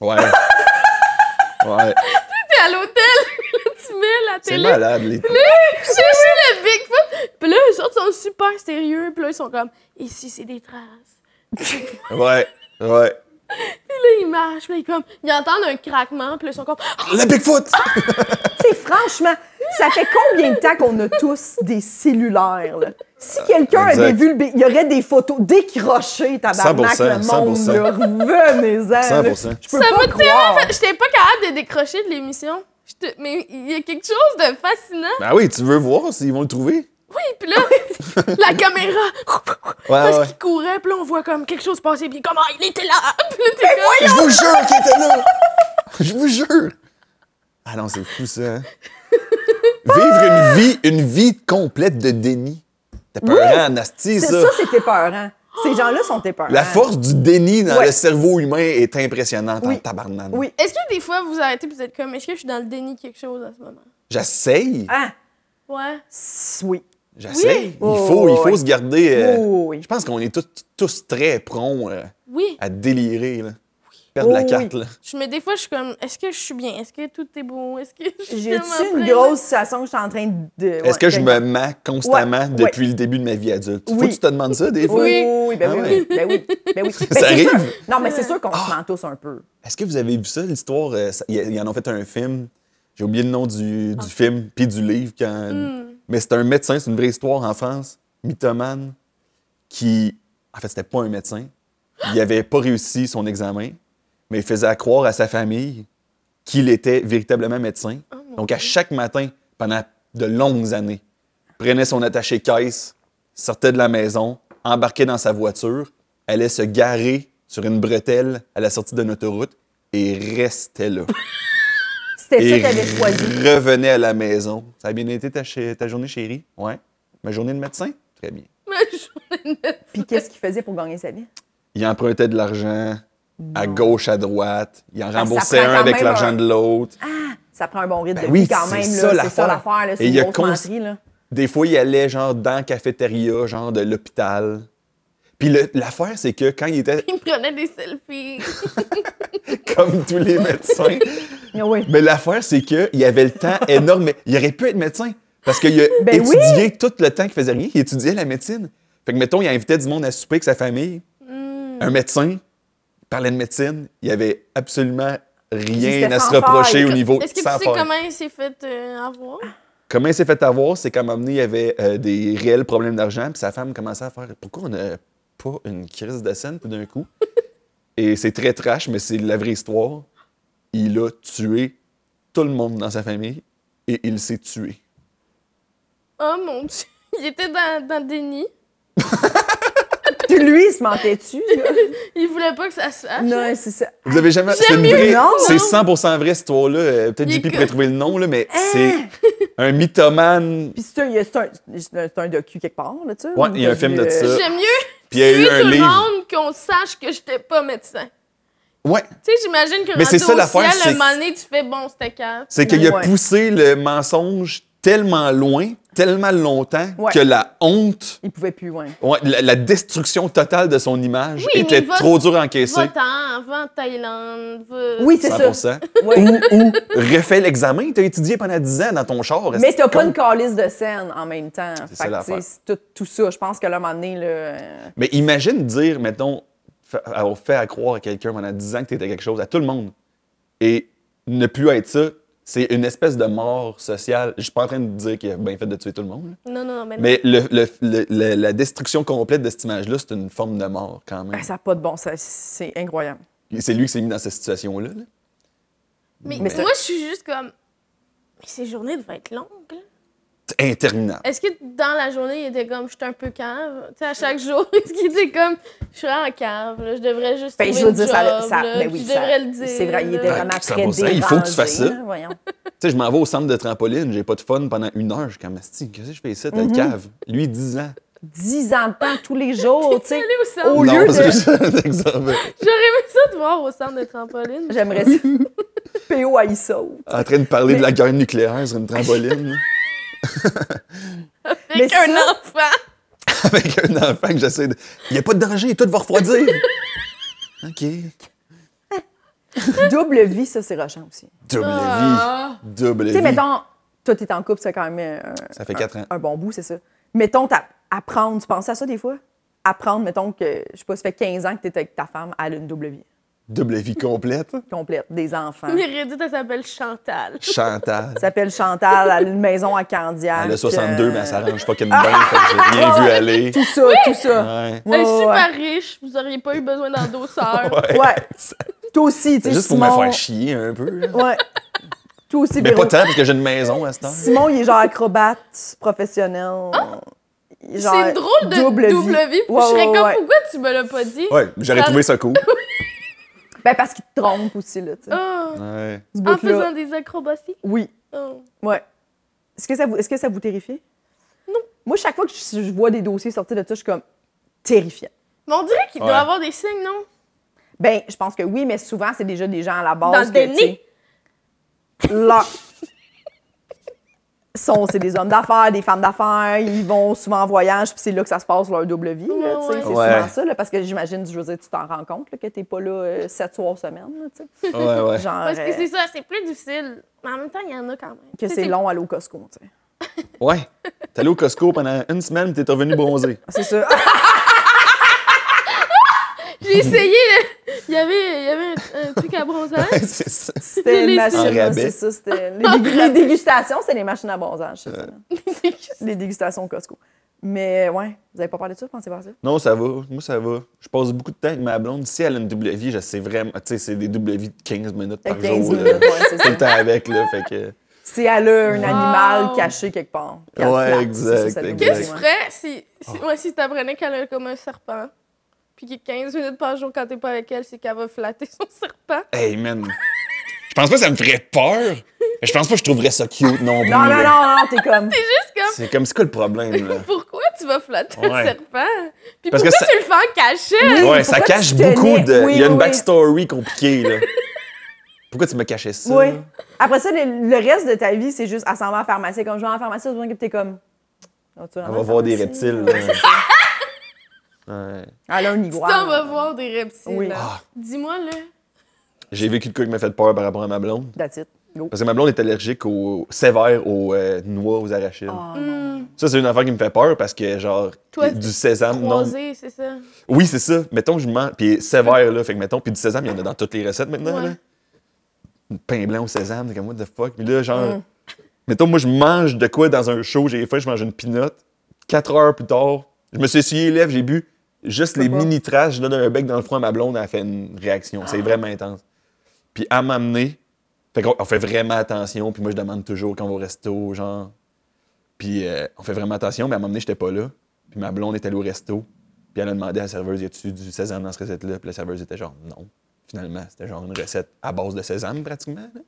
D: Ouais. ouais.
C: T'es à l'hôtel, là, tu mets la
D: C'est
C: télé.
D: malade, les.
C: Chercher le Bigfoot. Puis là, les autres sont super sérieux. Puis là, ils sont comme, ici, c'est des traces.
D: Ouais. Ouais.
C: Puis là, ils marchent. Puis là, ils, comme, ils entendent un craquement. Puis là, ils sont comme, Ah,
D: La Bigfoot!
B: Tu sais, franchement, ça fait combien de temps qu'on a tous des cellulaires? Là? Si quelqu'un
D: Exact.
B: avait vu le. bi- Il y aurait des photos décrochées, tabarnak,
D: 100%,
B: le monde.
D: 100%.
B: là. Revenez-en. là.
D: 100%.
B: Je peux
C: Oh, Ça
B: pas
C: m'a
B: croire.
C: j'étais pas capable de décrocher de l'émission. J'étais- Mais il y a quelque chose de fascinant.
D: Ben oui, tu veux voir s'ils vont le trouver?
C: Et puis là, la caméra, parce
D: ouais.
C: qu'il courait, puis là, on voit comme quelque chose passer, puis comment il était là! Puis là, t'es comme,
D: Je vous jure qu'il était là! Je vous jure! Ah non, c'est fou, ça. hein? Vivre une vie, une vie complète de déni. T'as peur en asti,
B: C'est-
D: ça.
B: Ça, c'est épeurant. Ces gens-là sont hein. épeurants.
D: La force du déni dans
B: Ouais.
D: le cerveau humain est impressionnante en
B: Oui.
D: tabarnane.
B: Oui.
C: Est-ce que des fois, vous arrêtez, puis vous êtes comme, est-ce que je suis dans le déni de quelque chose en ce moment?
D: J'essaye.
B: Ah,
C: Ouais.
B: c- oui.
D: J'essaye. Il
B: Oh,
D: faut, il faut
B: ouais.
D: se garder. euh,
B: Oh, oui.
D: Je pense qu'on est tous, tous très prompts euh,
C: Oui.
D: à délirer. là. perdre la
B: Oh oui.
D: carte, là.
C: Je me, des fois, je suis comme, est-ce que je suis bien? Est-ce que tout est beau? Est-ce que je suis tellement
B: J'ai-tu une
C: pleine?
B: grosse situation que je suis en train de. ben,
D: Est-ce que je me
B: mets
D: mens constamment
B: Ouais,
D: depuis le début de ma vie adulte? Faut
B: Oui.
D: que tu te demandes ça, des
B: Oui,
D: fois?
B: oui, oui, ben
D: Ah
B: oui,
D: ouais.
B: ben oui, ben oui. Ben
D: Ça
B: c'est sûr-
D: arrive. Ah.
B: Non, mais c'est sûr qu'on se ment tous un peu.
D: Est-ce que vous avez vu ça, l'histoire? euh, ça- Ils ils en ont fait un film. J'ai oublié le nom du, du film, puis du livre. Quand... Mais c'est un médecin, c'est une vraie histoire en France, mythomane, qui. En fait, c'était pas un médecin. Il avait pas réussi son examen, mais il faisait croire à sa famille qu'il était véritablement médecin. Donc, à chaque matin, pendant de longues années, prenait son attaché caisse, sortait de la maison, embarquait dans sa voiture, allait se garer sur une bretelle à la sortie d'une autoroute et restait là.
B: C'était ça
D: et
B: qu'il avait choisi.
D: revenait à la maison. Ça a bien été ta, ch- ta journée, chérie? Ouais. Ma journée de médecin? Très bien.
C: Ma journée de-
B: Puis qu'est-ce qu'il faisait pour gagner sa vie?
D: Il empruntait de l'argent à gauche, à droite. Il en
B: ça
D: remboursait
B: prend
D: un
B: quand
D: avec
B: même
D: l'argent
B: un-
D: de l'autre.
B: Ça prend un bon rythme
D: Ben
B: de
D: oui,
B: vie quand
D: c'est
B: même.
D: ça
B: là. C'est
D: l'affaire.
B: ça l'affaire. là.
D: Et
B: C'est
D: il a
B: une grosse
D: cons-
B: menterie, là.
D: Des fois, il allait genre dans la cafétéria, genre de l'hôpital. Puis le- l'affaire, c'est que quand il était
C: Il me prenait des selfies.
D: comme tous les médecins,
B: Ah oui.
D: Mais l'affaire, c'est qu'il avait le temps énorme. mais Il aurait pu être médecin parce qu'il a
B: Ben oui!
D: étudié tout le temps qu'il faisait rien. Il étudiait la médecine. Fait que, mettons, il invitait du monde à souper avec sa famille. Un médecin, il parlait de médecine. Il avait absolument rien
B: C'était
D: à se
B: sans
D: reprocher
B: faille.
D: au niveau
C: Est-ce que
D: sans
C: tu sais
D: faille.
C: comment il s'est fait euh, avoir?
D: Comment il s'est fait avoir, c'est qu'à un moment donné, il y avait euh, des réels problèmes d'argent, puis sa femme commençait à faire Pourquoi on n'a pas une crise de scène tout d'un coup Et c'est très trash, mais c'est la vraie histoire. Il a tué tout le monde dans sa famille et il s'est tué.
C: Oh mon dieu. Il était dans, dans le déni.
B: Puis lui, il se mentait-tu? là?
C: Il voulait pas que ça se sache.
B: non, c'est ça.
D: Vous avez jamais. C'est une
C: mieux
D: vraie-
B: le nom,
D: c'est
C: non?
D: 100% vrai, cette histoire-là. Euh, Peut-être
C: Il est Hein?
D: JP
C: que-
D: pourrait trouver le nom, là, mais c'est un mythomane.
B: Puis c'est un, il y a- c'est un, c'est un docu quelque part, là, tu sais. Euh,
D: Ouais, il y a un film de ça.
C: J'aime mieux
D: Puis Euh, il y a eu
C: tuer
D: un
C: tout
D: livre.
C: le monde qu'on sache que j'étais pas médecin.
D: Ouais.
C: Tu sais, j'imagine que
D: Mais c'est
C: rendu
D: ça
C: au
D: l'affaire,
C: ciel,
D: c'est-
C: un moment donné, tu fais bon, c'était calme.
D: C'est qu'il a
B: Ouais.
D: poussé le mensonge tellement loin, tellement longtemps,
B: Ouais.
D: que la honte,
B: Il pouvait plus, ouais.
D: ouais, la, la destruction totale de son image
C: Oui,
D: était
C: mais va-
D: trop dure à encaisser.
C: Va-t'en, va en Thaïlande, va...
B: Oui, c'est ça.
D: 100
B: Ouais.
D: Ou refais l'examen, t'as étudié pendant 10 ans dans ton char.
B: Mais t'as pas
D: con.
B: une calice de scène en même temps. Fait
D: ça
B: que,
D: l'affaire. Mm.
B: tu sais, c'est tout, tout ça. Je pense que là, à un moment donné, là, euh,
D: Mais imagine dire, mettons, fa- avoir fait à croire à quelqu'un pendant 10 ans que t'étais quelque chose, à tout le monde, et ne plus être ça, c'est une espèce de mort sociale. Je suis pas en train de dire qu'il a bien fait de tuer tout le monde. là.
C: Non, non, non, mais, non.
D: Mais le- le- le- le- la destruction complète de cette image-là, c'est une forme de mort quand même.
B: ben, ça n'a pas de bon sens. C'est incroyable.
D: C'est lui qui s'est mis dans cette situation-là. là.
C: Mais,
B: Mais ça-
C: moi, je suis juste comme... Mais ces journées devaient être longues, là.
D: C'est interminable.
C: Est-ce que dans la journée, il était comme, je suis un peu cave? Tu sais, à chaque jour, est-ce qu'il était comme, je suis en cave, là, je devrais juste
B: Ben,
C: trouver
B: je veux
C: une
B: dire,
C: job,
B: ça. ça
C: là,
B: ben
C: puis
B: oui,
C: je
B: ça-
C: devrais le dire.
B: C'est vrai, il était
C: là.
B: vraiment
D: Ben,
B: très
D: 100%,
B: dérangé.
D: il faut que tu fasses ça.
B: là, voyons.
D: Tu sais, je m'en vais au centre de trampoline, j'ai pas de fun pendant une heure. Je suis comme, Asti, qu'est-ce que je fais ici? T'as
B: Mhm.
D: le cave. Lui, 10 ans.
B: 10 ans de temps tous les jours, tu sais.
C: Allez au centre.
B: Au lieu
D: c'est
B: de-
D: juste un exemple.
C: J'aurais aimé ça de voir au centre de trampoline.
B: J'aimerais ça. PO à Issau.
D: En train de parler de la guerre nucléaire sur une trampoline, là,
C: Avec
B: Mais
C: un
B: ça-
C: enfant.
D: avec un enfant que j'essaie de. Il n'y a pas de danger, tout va refroidir. OK.
B: Double vie, ça, c'est rochant aussi.
D: Double
C: Ah.
D: vie. Double
B: Tu sais,
D: vie. Ah.
B: mettons, toi, t'es en couple, c'est quand même un,
D: Ça fait
B: un-
D: quatre ans.
B: un bon bout, c'est ça. Mettons, t'as- apprendre, tu penses à ça des fois? Apprendre, mettons que, je sais pas, ça fait 15 ans que t'es avec ta femme, elle a une double vie
D: Double vie complète.
B: complète, des enfants.
C: Meredith, elle s'appelle Chantal.
D: Chantal.
B: Elle s'appelle Chantal, elle a une maison à Candiac.
D: Elle a 62, mais
B: euh,
D: elle s'arrange fucking bien. fait que j'ai bien vu aller.
B: Tout ça, tout ça.
D: Ouais.
C: Elle est
B: Ouais,
C: super riche, vous auriez pas eu besoin d'endosseur.
B: ouais. Ouais. Toi aussi, tu
D: C'est
B: sais,
D: juste pour me
B: Simon-
D: faire chier un peu. là.
B: Ouais. Toi aussi,
D: Mais
B: Véro.
D: pas tant, parce que j'ai une maison à ce temps.
B: Simon, il est genre acrobate professionnel. Il est genre
C: Ah! C'est drôle de double, vie. puis
B: Ouais,
C: je serais
B: ouais,
C: comme,
B: ouais.
C: pourquoi tu me l'as pas dit?
D: Ouais, j'aurais
C: Ça-
D: trouvé ça cool.
B: Ben, parce qu'il te trompe aussi, là, tu sais.
C: Ah,
D: Ouais.
B: Ce
C: en
B: bout-là.
C: faisant des acrobaties.
B: Oui,
C: Ah.
B: ouais. Est-ce que ça vous, est-ce que ça vous terrifie? Non. Moi, chaque fois que je, je vois des dossiers sortir de ça, je suis comme terrifiant.
C: Mais on dirait qu'il
D: Ouais.
C: doit avoir des signes, non?
B: Ben, je pense que oui, mais souvent, c'est déjà des gens à la base.
C: Dans le
B: que, tu sais,
C: déni.
B: leur- sont, c'est des hommes d'affaires, des femmes d'affaires, ils vont souvent en voyage, puis c'est là que ça se passe leur double vie. là, tu sais,
C: Ouais,
B: C'est
D: ouais.
B: souvent ça, là, parce que j'imagine, je veux dire, tu t'en rends compte là, que t'es pas là euh, sept soirs semaine. là, tu sais.
D: Ouais, ouais.
B: Genre,
C: Parce que
B: euh,
C: c'est ça, c'est plus difficile. Mais en même temps, il y en a quand même.
B: que
C: Tu sais,
B: c'est long à l'eau Costco. tu sais.
D: Ouais. T'es allé au Costco pendant une semaine, t'es revenu bronzé.
B: Ah, C'est ça.
C: J'ai essayé, là. Il y avait, il y avait un, un truc à
D: Ouais,
C: bronzage.
D: c'est ça.
B: C'était
C: Les
B: une machine.
D: En
B: là, C'est
D: rabais.
B: ça, c'était. Les, dég- les dégustations, c'était les machines à bronzage. c'est ça, là. les dégustations Costco. Mais ouais, vous avez pas parlé de ça, pensez pas ça.
D: Non, ça va. Moi, ça va. Je passe beaucoup de temps avec ma blonde. Si elle a une double vie, je sais vraiment. Tu sais, c'est des double vies de 15 minutes
B: Fait
D: par
B: 15
D: jour. là.
B: minutes, ouais, c'est
D: Tout
B: ça.
D: le temps avec, là. Fait que.
B: Si elle a un
C: Wow.
B: animal caché quelque part. puis elle
D: Ouais,
B: flatte,
D: exact,
B: c'est ça, ça, le
D: exact.
B: double
C: Qu'est-ce que tu
B: vie, ouais.
C: ferais si, si,
D: Ah.
C: ouais, si t'apprenais qu'elle a comme un serpent? Puis que 15 minutes par jour, quand t'es pas avec elle, c'est qu'elle va flatter son serpent.
D: Hey, man. Je pense pas que ça me ferait peur. mais Je pense pas que je trouverais ça cute non plus.
B: Non, non,
D: là.
B: non, non, t'es comme.
C: C'est juste comme.
D: C'est comme, c'est quoi le problème, là?
C: Pourquoi tu vas flatter
D: Ouais.
C: un serpent? Puis
D: Parce que
C: pourquoi
D: ça-
C: tu le fais en cachette?
D: ouais, ça
B: pourquoi
D: cache
B: tu tenais?
D: beaucoup de.
B: Oui,
D: Il y a
B: oui,
D: une
B: oui.
D: backstory compliquée, là. Pourquoi tu me cachais ça?
B: Oui. Après ça, le, le reste de ta vie, c'est juste à s'en va en pharmacie. Comme je vais en pharmacie, besoin que t'es comme. Ah, tu vas en
D: On va voir des
B: pharmacie?
D: reptiles, là. Ouais.
B: Elle a un
C: Tu
B: iguane.
C: t'en vas voir des reptiles.
B: Oui.
C: là.
D: Ah.
C: Dis-moi, là.
D: J'ai vécu de quoi qui m'a fait peur par rapport à ma blonde.
B: That's it. Go.
D: Parce que ma blonde est allergique au, sévère aux euh, noix, aux arachides.
B: Ah,
C: Hmm,
D: Ça, c'est une affaire qui me fait peur parce que, genre,
C: Toi,
D: du sésame, non.
C: croisé, c'est ça.
D: Oui, c'est ça. Mettons, je mange. Puis sévère, là. Fait que, mettons, puis du sésame, il y en a dans toutes les recettes maintenant,
C: Ouais.
D: là. Du Pain blanc au sésame, c'est comme, what the fuck. Mais là, genre, mettons, moi, je mange de quoi dans un show, j'ai faim, je mange une pinotte. Quatre heures plus tard, je me suis essuyé les lèvres, j'ai bu juste les
B: pas.
D: mini traces, je donne un bec dans le front à ma blonde, elle fait une réaction. C'est vraiment intense. Puis à m'amener, fait qu'on on fait vraiment attention. Puis moi, je demande toujours quand on va au resto, genre. Puis euh, on fait vraiment attention, mais à m'amener, j'étais pas là. Puis ma blonde est allée au resto. Puis elle a demandé à la serveuse, y a-tu du sésame dans cette recette-là? Puis la serveuse était genre, non. Finalement, c'était genre une recette à base de sésame, pratiquement. là.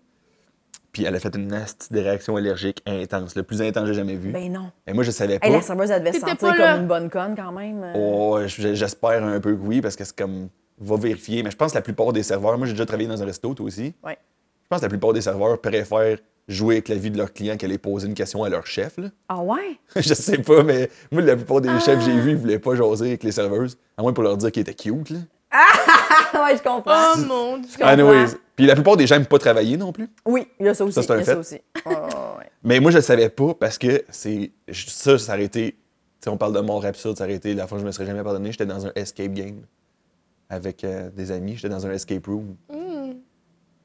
D: Puis elle a fait une nasty de réaction allergique intense, le plus intense que Oh. j'ai jamais vu.
B: Ben non.
D: Et moi, je savais pas.
B: Hey, la serveuse, elle devait se
C: T'étais
B: sentir
C: pas
B: comme
C: là.
B: une bonne conne quand même. euh.
D: Oh, j- j'espère un peu que oui, parce que c'est comme, va vérifier. Mais je pense que la plupart des serveurs, moi, j'ai déjà travaillé dans un resto, toi aussi.
B: Ouais.
D: Je pense que la plupart des serveurs préfèrent jouer avec la vie de leur client qu'aller poser une question à leur chef. là.
B: Ah ouais?
D: je sais pas, mais moi, la plupart des chefs
C: Ah.
D: que j'ai vus, ils voulaient pas jaser avec les serveuses, à moins pour leur dire qu'ils étaient cute. Là.
B: Ah ouais, je comprends.
C: Oh mon dieu.
B: comprends.
D: Anyways. Puis la plupart des gens n'aiment pas travailler non plus.
B: Oui, il y a ça aussi.
D: Ça, c'est un
B: il y a ça
D: fait.
B: aussi. Ouais, ouais, ouais.
D: Mais moi, je le savais pas parce que c'est je- ça, ça aurait été. tu sais, on parle de mort absurde, ça aurait été la fois que je me serais jamais pardonné. J'étais dans un escape game avec euh, des amis. J'étais dans un escape room.
C: Hmm.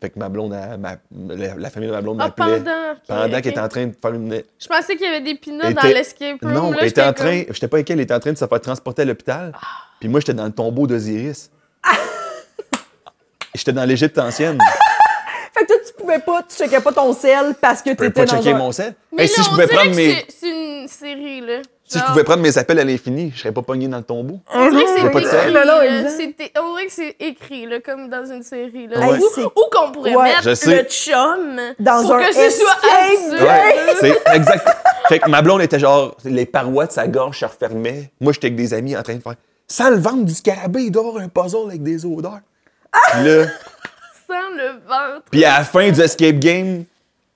D: Fait que ma blonde, elle- ma- la, la famille de ma blonde
C: Ah,
D: m'appelait
C: pendant, ok, ok.
D: qu'elle était en train de faire une.
C: Je pensais qu'il y avait des pinots
D: Elle
C: dans
D: était-
C: l'escape room.
D: Non,
C: là,
D: elle était
C: j'étais
D: en train.
C: comme- Ah.
D: J'étais pas avec elle, elle était en train de se faire transporter à l'hôpital. Puis moi, j'étais dans le tombeau d'Osiris. J'étais dans l'Égypte ancienne.
B: Fait que toi, tu pouvais pas, tu checkais pas ton sel parce que
D: Je pouvais
B: t'étais
D: pas
B: dans
D: checker
B: un...
D: mon set.
C: Mais
D: Hey,
C: là,
D: Eh, si je
C: on
D: pouvais
C: dirait
D: prendre
C: que
D: mes.
C: c'est- C'est une série, là.
D: Si je
C: Genre,
D: pouvais prendre mes appels à l'infini, je serais pas pogné dans le tombeau.
C: On dirait que
D: Il y a pas de
C: c'est écrit.
D: scène.
B: Non, non,
C: là.
B: exact.
C: C'était- On dirait que c'est écrit, là, comme dans une série. Là.
D: Ouais.
C: Ou, ou qu'on pourrait
B: Ouais.
C: mettre
D: Je sais.
C: le chum
B: Dans
C: pour
B: un
C: que ce soit
B: escape
C: absurde.
D: Ouais, c'est exact. Fait que ma blonde était genre, les parois de sa gorge se refermaient. Moi, j'étais avec des amis en train de faire. Sans le ventre du scarabée, il doit avoir un puzzle avec des odeurs. Puis là,
C: Sans le ventre.
D: puis à la fin du escape game,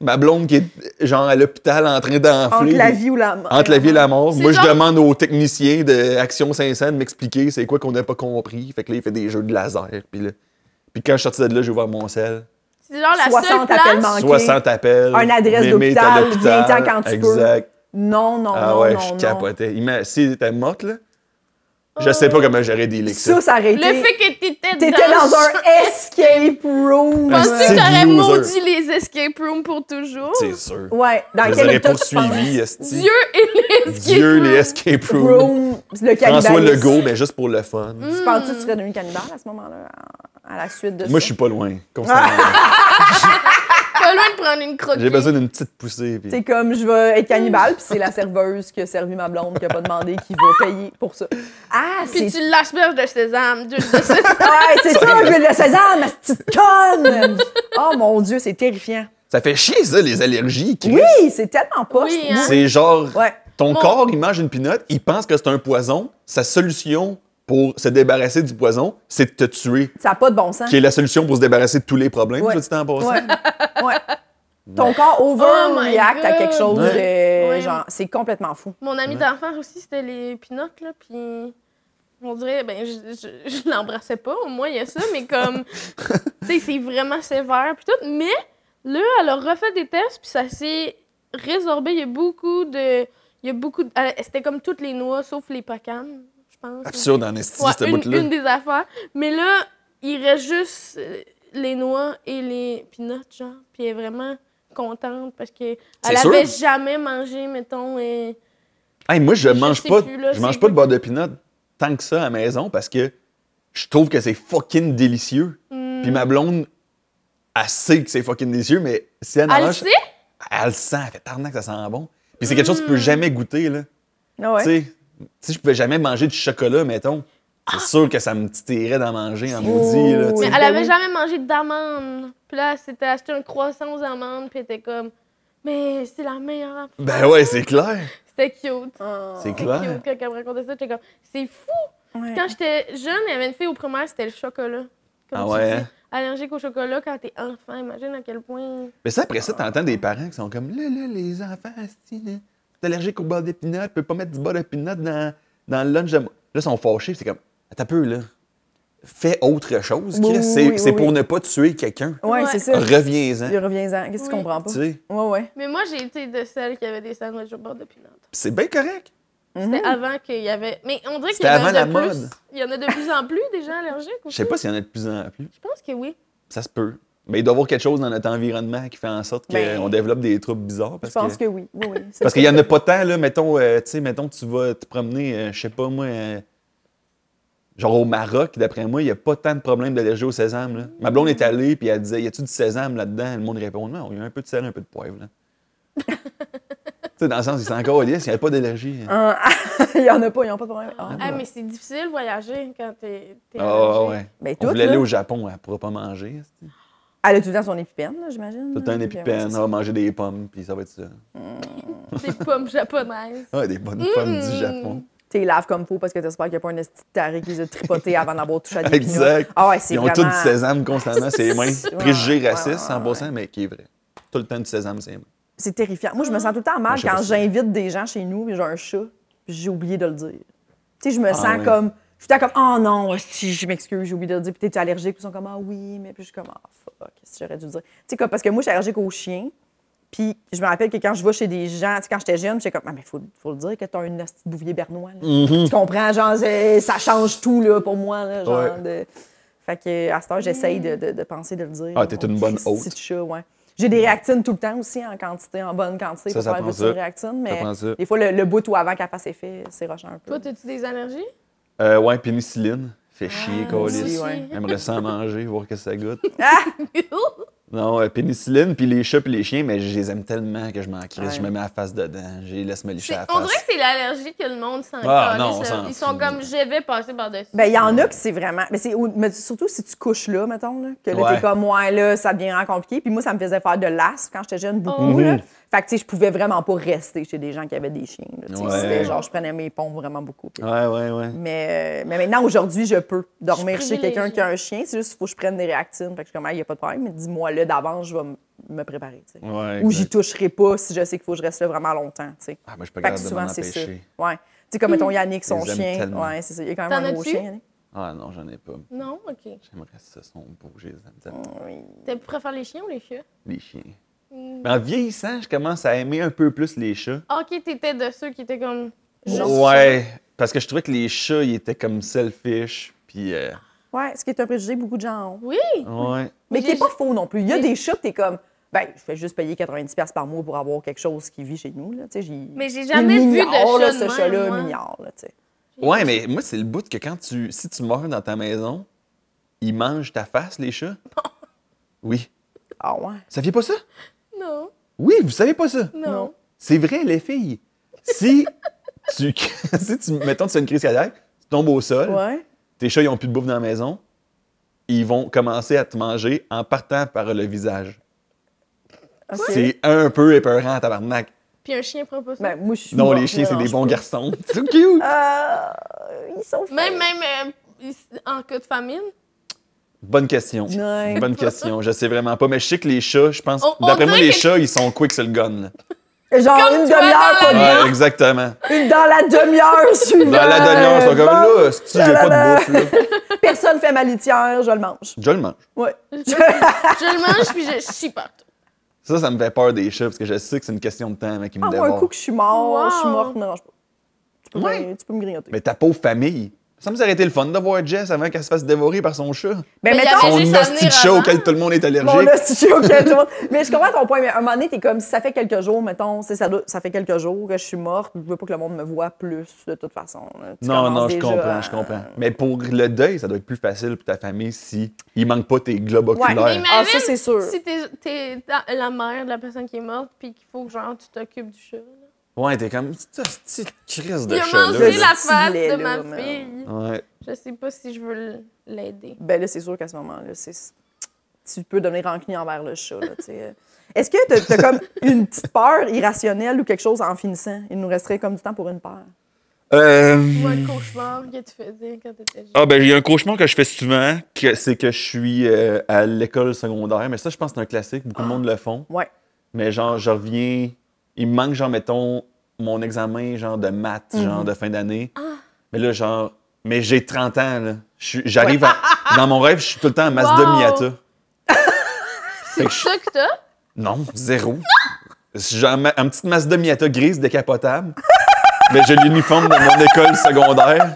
D: ma blonde qui est genre à l'hôpital en train
B: Entre
D: d'enfler.
B: la vie ou la mort.
D: Entre la vie et la mort.
C: C'est
D: Moi, je
C: genre-
D: demande aux techniciens de Action 500 de m'expliquer c'est quoi qu'on n'a pas compris. Fait que là, il fait des jeux de laser. Puis là, puis quand je suis sorti de là, j'ai ouvert mon sel.
C: C'est genre la
B: 60
C: seule
B: appels
C: place.
B: manqués.
D: 60 appels.
B: Un adresse
D: Mémé est à
B: d'hôpital, viens-t'en quand tu peux.
D: Exact.
B: Non, non,
D: Ah
B: non,
D: ouais,
B: non,
D: je
B: non. Oh.
D: capotais. Il m'a- S'il était morte, là, je sais pas comment j'aurais dealé avec ça.
B: Ça, ça aurait
C: Le
B: été...
C: fait que t'étais
B: T'étais dans un escape room.
C: Penses-tu
D: Ben, C'est
C: que t'aurais
D: loser.
C: maudit les escape rooms pour toujours?
D: C'est sûr.
B: Ouais, dans
D: Je
B: quel
D: les aurais
B: état tu
D: poursuivis, esti.
C: Dieu et les escape
D: Dieu, les
C: rooms.
D: escape
B: penses?
D: rooms.
B: Room, le cannibalisme.
D: François Legault, mais juste pour le fun.
C: Mm.
B: Tu penses que tu serais devenu cannibale à ce moment-là, à- à la suite de ça?
D: Moi, je suis pas loin.
C: Ah,
D: constamment.
C: Pas loin de prendre une croquette.
D: J'ai besoin d'une petite poussée. puis-
B: C'est comme je vais être cannibale, puis c'est la serveuse qui a servi ma blonde, qui a pas demandé, qui va payer pour ça. Ah, c'est
C: Puis tu l'asperges de sésame, d'huile de sésame.
B: Ouais, c'est ça, je veux le sésame, ma petite conne! Oh mon Dieu, c'est terrifiant.
D: Ça fait chier, ça, les allergies. Chris.
B: Oui, c'est tellement poche.
C: Oui, hein?
D: C'est genre,
B: Ouais.
D: ton
C: Mon-
D: corps, il mange une pinotte, il pense que c'est un poison. Sa solution pour se débarrasser du poison, c'est de te tuer,
B: Ça n'a pas de bon sens.
D: qui est la solution pour se débarrasser de tous les problèmes,
B: Ouais.
D: soit dit en passant.
B: Ouais. Ouais. Ton corps overreact
C: Oh my
B: à quelque chose
D: God.
B: de.
C: Ouais.
B: Genre, c'est complètement fou.
C: Mon ami d'enfance aussi, c'était les pinottes, là, puis on dirait, ben, je, je, je l'embrassais pas, au moins il y a ça, mais comme, tu sais, c'est vraiment sévère, puis tout. Mais là, elle a refait des tests, puis ça s'est résorbé. Il y a beaucoup de. Il y a beaucoup de- elle- C'était comme toutes les noix, sauf les pacanes, je pense.
D: Absurde en esti,
C: Ouais,
D: cette
C: une,
D: bout-là.
C: une des affaires. Mais là, il reste juste euh, les noix et les peanuts, genre. Puis elle est vraiment contente parce que elle
D: C'est
C: avait
D: sûr.
C: jamais mangé, mettons, et...
D: Hey, moi, je
C: Je
D: mange
C: sais
D: pas,
C: plus, là,
D: je
C: c'est
D: mange pas de
C: quoi.
D: beurre de pinot tant que ça à la maison parce que je trouve que c'est fucking délicieux.
C: Hmm.
D: Puis ma blonde, elle sait que c'est fucking délicieux, mais si elle en
C: Elle le
D: mange,
C: sait?
D: elle le sent, elle fait tarnac, ça sent bon. Puis c'est quelque chose que tu peux jamais goûter, là.
B: Ah Mm. ouais.
D: Tu sais, Tu sais, je pouvais jamais manger du chocolat, mettons.
B: Ah!
D: C'est sûr que ça me titillerait d'en manger en maudit, là. tu
C: Mais
D: sais.
B: Oui,
C: elle
B: ben
C: avait
B: oui.
C: jamais mangé d'amandes. Puis là, elle s'était acheté un croissant aux amandes, puis elle était comme... Mais c'est la meilleure affaire.
D: Ben ouais, c'est clair.
C: C'était cute.
B: Ah.
D: C'est
C: C'était
D: clair.
C: cute quand elle me racontait ça. J'étais comme... C'est fou!
B: Ouais.
C: Quand j'étais jeune, il y avait une fille au primaire, c'était le chocolat. Comme
D: Ah
C: tu
D: ouais,
C: dis,
D: hein?
C: allergique au chocolat quand t'es enfant. Imagine à quel point.
D: Mais ça, après ça, t'entends des parents qui sont comme là, là, les enfants, asti, là, t'es allergique au beurre de pinot, tu peux pas mettre du beurre de pinot dans, dans le lunch de. Là, ils sont fâchés, c'est comme, t'as peu, là. Fais autre chose,
B: Oui,
D: Chris.
B: oui,
D: c'est
B: oui,
D: c'est
B: oui,
D: pour
B: oui.
D: ne pas tuer quelqu'un.
B: Ouais, c'est ça.
D: Reviens-en.
B: Il Reviens-en. Qu'est-ce que tu
C: Oui.
B: comprends pas?
D: Tu sais,
B: Ouais, ouais.
C: Mais moi, j'ai été de celle qui avait des sandwichs au bord de pinot.
D: c'est bien correct.
C: C'était avant qu'il y avait. Mais on dirait qu'il y en
D: Mhm. C'était
C: a
D: avant
C: de
D: la
C: plus.
D: mode.
C: Il y en a de plus en plus des gens allergiques.
D: Je sais pas s'il y en a de plus en plus.
C: Je pense que oui.
D: Ça se peut. Mais il doit y avoir quelque chose dans notre environnement qui fait en sorte qu'on
B: Ben,
D: développe des troubles bizarres.
B: Je
D: Parce
B: pense
D: que...
B: que oui. oui, oui. C'est
D: Parce
B: ça.
D: qu'il y en a pas tant, là, mettons, euh, tu sais, mettons, tu vas te promener, euh, je sais pas moi, euh, genre au Maroc, d'après moi, il n'y a pas tant de problèmes d'allergie au sésame. Là. Ma blonde est allée, puis elle disait, y a-tu du sésame là-dedans? Le monde répond, non, il y a un peu de sel, un peu de poivre. là. tu sais, dans le sens, ils sont encore liés, il n'y a pas d'allergie. hein.
B: Hein, Il y en a pas, ils n'ont pas de problème. Ah.
C: Ah, mais c'est difficile de voyager quand t'es. t'es
D: Ah
C: allergique.
D: ouais.
B: Ben,
D: On
B: tout,
D: voulait aller
B: là.
D: au Japon, elle ne pourra pas manger. c'est-
B: Elle a tout le temps son épipène, là, j'imagine.
D: Tout un
B: Ok, Mm, ouais,
D: épipène,
B: c'est
D: on
B: ça.
D: va manger des pommes, puis ça va être ça.
C: Des pommes japonaises.
D: Ah, des bonnes
B: Mm.
D: pommes du Japon.
B: Tu les laves comme faut parce que t'espères qu'il n'y a pas un esti de taré qui les a tripotés avant d'avoir touché à des pinottes.
D: Exact.
B: Ah ouais, c'est
D: Ils ont
B: vraiment...
D: tout du sésame constamment, c'est les mains.
B: Ouais,
D: Préjugé
B: ouais,
D: raciste,
B: ouais,
D: 100%, mais qui est vrai. Tout le temps du sésame, c'est les mains.
B: C'est terrifiant. Moi, je me sens tout le temps mal
D: je sais pas
B: quand
D: si-
B: j'invite des gens chez nous, puis j'ai un chat, puis j'ai oublié de le dire. Tu sais, je me sens
D: ouais.
B: comme... Je suis tout le temps comme, oh non, si je m'excuse, j'ai oublié de le dire. Puis t'es allergique, puis ils sont comme, ah oui, mais puis je suis comme, ah fuck, qu'est-ce que j'aurais dû dire? Tu sais, comme, parce que moi, je suis allergique aux chiens. Puis je me rappelle que quand je vais chez des gens, tu sais, quand j'étais jeune, j'étais comme, ah, mais faut, faut le dire que t'as un esti de bouvier bernois. là.
D: Mm-hmm.
B: Tu comprends? Genre, c'est- ça change tout, là, pour moi, là, genre, de- Fait que, à cette heure, j'essaye de, de- de penser de le dire.
D: Ah, t'es
B: Mon
D: une bonne
B: Christi
D: hôte.
B: de chat, ouais. J'ai des réactines tout le temps aussi, en quantité, en bonne quantité.
D: Ça,
B: pour
D: ça
B: faire
D: prend
B: goûter
D: ça.
B: une réactine, mais
D: prend ça.
B: des fois, le, le bout ou avant qu'elle fasse effet, c'est rochant un peu.
C: Toi, t'as-tu des allergies?
D: Euh, ouais, pénicilline.
B: Ah,
D: Fait chier,
B: aussi,
D: colis.
B: ouais.
D: J'aimerais ça en manger, voir que ça goûte.
B: Ah!
D: Non, euh, pénicilline, puis les chats, puis les chiens, mais je les aime tellement que je m'en crisse.
B: Ouais.
D: Je me mets la face dedans. Je les laisse me licher
C: C'est-
D: à la
C: on dirait
D: face.
C: que c'est l'allergie que le monde sent.
D: Ah, non, on s'en
C: Ils sont
D: fout.
C: comme, je vais passer par-dessus.
B: Ben, il y en a que c'est vraiment. Mais, c'est, au- mais surtout si tu couches là, mettons, là, que là,
D: Ouais.
B: t'es comme, ouais, là, ça devient vraiment compliqué. Puis moi, ça me faisait faire de l'asthme quand j'étais jeune, beaucoup.
C: Oh.
D: Mhm.
B: là. Fait que, tu sais, je pouvais vraiment pas rester chez des gens qui avaient des chiens. là, tu sais.
D: Ouais.
B: C'était genre, je prenais mes pompes vraiment beaucoup. puis-
D: Ouais, ouais, ouais.
B: Mais, euh, mais maintenant, aujourd'hui, je peux dormir
C: Je suis
B: chez quelqu'un
C: privilégiée.
B: qui a un chien. C'est juste qu'il faut que je prenne des réactines. Fait que je suis comme, il n'y a pas de problème, mais dis-moi là d'avance, je vais m- me préparer. tu sais.
D: Ouais,
B: Ou
D: exact.
B: j'y toucherai pas si je sais qu'il faut que je reste là vraiment longtemps. tu sais.
D: Ah, moi, je suis pas
B: fait que
D: capable de m'en
B: souvent, c'est ça.
D: empêcher.
B: Ouais. Tu sais, comme mettons Yannick, son
D: les aime
B: chien.
D: tellement.
B: Ouais, c'est ça. Il est quand
C: Hmm. T'en
B: même un gros
C: as-tu?
B: chien, Yannick.
D: Ah non, j'en ai pas.
C: Non? OK.
D: J'aimerais ça, ils sont beaux, je les aime tellement.
C: Tu préfères les chiens ou les chats?
D: Les chiens. Mais en vieillissant, je commence à aimer un peu plus les chats.
C: Ah, OK, t'étais de ceux qui étaient comme...
D: Ouais, parce que je trouvais que les chats, ils étaient comme selfish, puis... euh,
B: Ouais, ce qui est un préjugé, beaucoup de gens ont.
C: Oui!
D: ouais.
B: Mais qui n'est
C: J'ai-
B: pas faux non plus. Il y a
C: j'ai-
B: des chats que t'es comme, ben, je fais juste payer 90$ piastres par mois pour avoir quelque chose qui vit chez nous. Là. Tu sais, j'ai-
C: Mais j'ai
B: il est
C: jamais vu de
B: mignard, là,
C: chat
B: Ce
C: de même,
B: chat-là,
C: moi.
B: mignard. Là, tu sais.
D: Ouais, mais moi, c'est le bout que quand tu... Si tu meurs dans ta maison, ils mangent ta face, les chats. Oui.
B: ah ouais.
D: Vous saviez pas ça?
C: Non,
D: Oui, vous savez pas ça.
C: non.
B: Non.
D: C'est vrai, les filles. Si tu... si tu... Mettons, tu as une crise cardiaque, tu tombes au sol,
B: Ouais.
D: tes chats, ils ont plus de bouffe dans la maison, ils vont commencer à te manger en partant par le visage.
B: Ok.
D: C'est un peu épeurant, tabarnak.
C: Puis un chien prend pas ça.
B: Ben, moi, je suis
D: Non,
B: morte,
D: les chiens,
B: là,
D: c'est
B: non,
D: des
B: je
D: bons
B: peux pas.
D: garçons. C'est so cute.
B: Euh, ils sont fins.
C: même même euh, ici, en cas de famine.
D: Bonne question.
B: Ouais.
D: Bonne question. Je sais vraiment pas, mais je sais que les chats, je pense.
C: On- on
D: D'après moi,
C: dirait
D: les
C: que-
D: chats, ils sont quick sur le gun. là.
B: Genre
C: Comme
B: une demi-heure,
C: toi, dans
B: pas
C: la-
B: de-
D: Ouais, exactement.
B: une dans la demi-heure suivante.
D: Dans la demi-heure, ils sont comme là, si j'ai pas de bouffe, là.
B: Personne fait ma litière, je le mange.
D: Je le mange.
B: Ouais.
C: Je le mange puis je chie partout.
D: Ça, ça me fait peur des chats, parce que je sais que c'est une question de temps, mec, qui me
B: Ah, moi, un
D: dévorent.
B: coup que je suis mort,
C: Wow.
B: je suis morte, non, je peux- tu peux,
D: Ouais.
B: me- tu peux me grignoter.
D: Mais ta pauvre famille. Ça me serait été le fun de voir Jess avant qu'elle se fasse dévorer par son chat.
B: Ben,
C: Mais il y
B: mettons-
C: avait
D: Son
C: Ah, juste à
D: hostie de
C: venir
D: chat
C: avant.
D: auquel tout le monde est allergique.
B: Bon, là, c'est sûr que tout le monde- Mais je comprends ton point, mais à un moment donné, t'es comme, si ça fait quelques jours, mettons, c'est ça, doit- ça fait quelques jours que je suis morte, je veux pas que le monde me voit plus, de toute façon. là. Tu
D: Non,
B: commences
D: non, je
B: déjà
D: comprends,
B: à-
D: je comprends. Mais pour le deuil, ça doit être plus facile pour ta famille si il manque pas tes globes oculaires.
C: mais
B: Ah, ça,
C: imagine
B: c'est sûr.
C: Si t'es, t'es ta- la mère de la personne qui est morte puis qu'il faut que genre tu t'occupes du chat. là.
D: Ouais, t'es comme cette petite crise de
C: Il a
D: chat
C: mangé
B: là.
C: la
B: Ce
C: face
B: lait,
C: de
B: là,
C: ma
B: man.
C: fille.
D: Ouais.
C: Je sais pas si je veux l'aider.
B: Ben là, c'est sûr qu'à ce moment-là, c'est... tu peux devenir rancunier envers le chat. là, tu sais. Est-ce que t'as- t'as comme une petite peur irrationnelle ou quelque chose en finissant? Il nous resterait comme du temps pour une peur.
D: Euh,
C: Ou un cauchemar que tu faisais quand t'étais jeune.
D: Ah ben il y a un cauchemar que je fais souvent, que c'est que je suis euh, à l'école secondaire, mais ça je pense que c'est un classique,
B: Ah.
D: beaucoup de monde le font.
B: Ouais.
D: Mais genre je reviens, il me manque genre mettons mon examen genre de maths, genre de fin d'année. Mais là genre mais j'ai 30 ans là, Je suis- j'arrive à- dans mon rêve, je suis tout le temps à Mazda
C: Wow.
D: Miata.
C: C'est ça que t'as?
D: Non, zéro. J'ai un, ma- un petite Mazda Miata grise décapotable. Mais j'ai l'uniforme de mon école secondaire.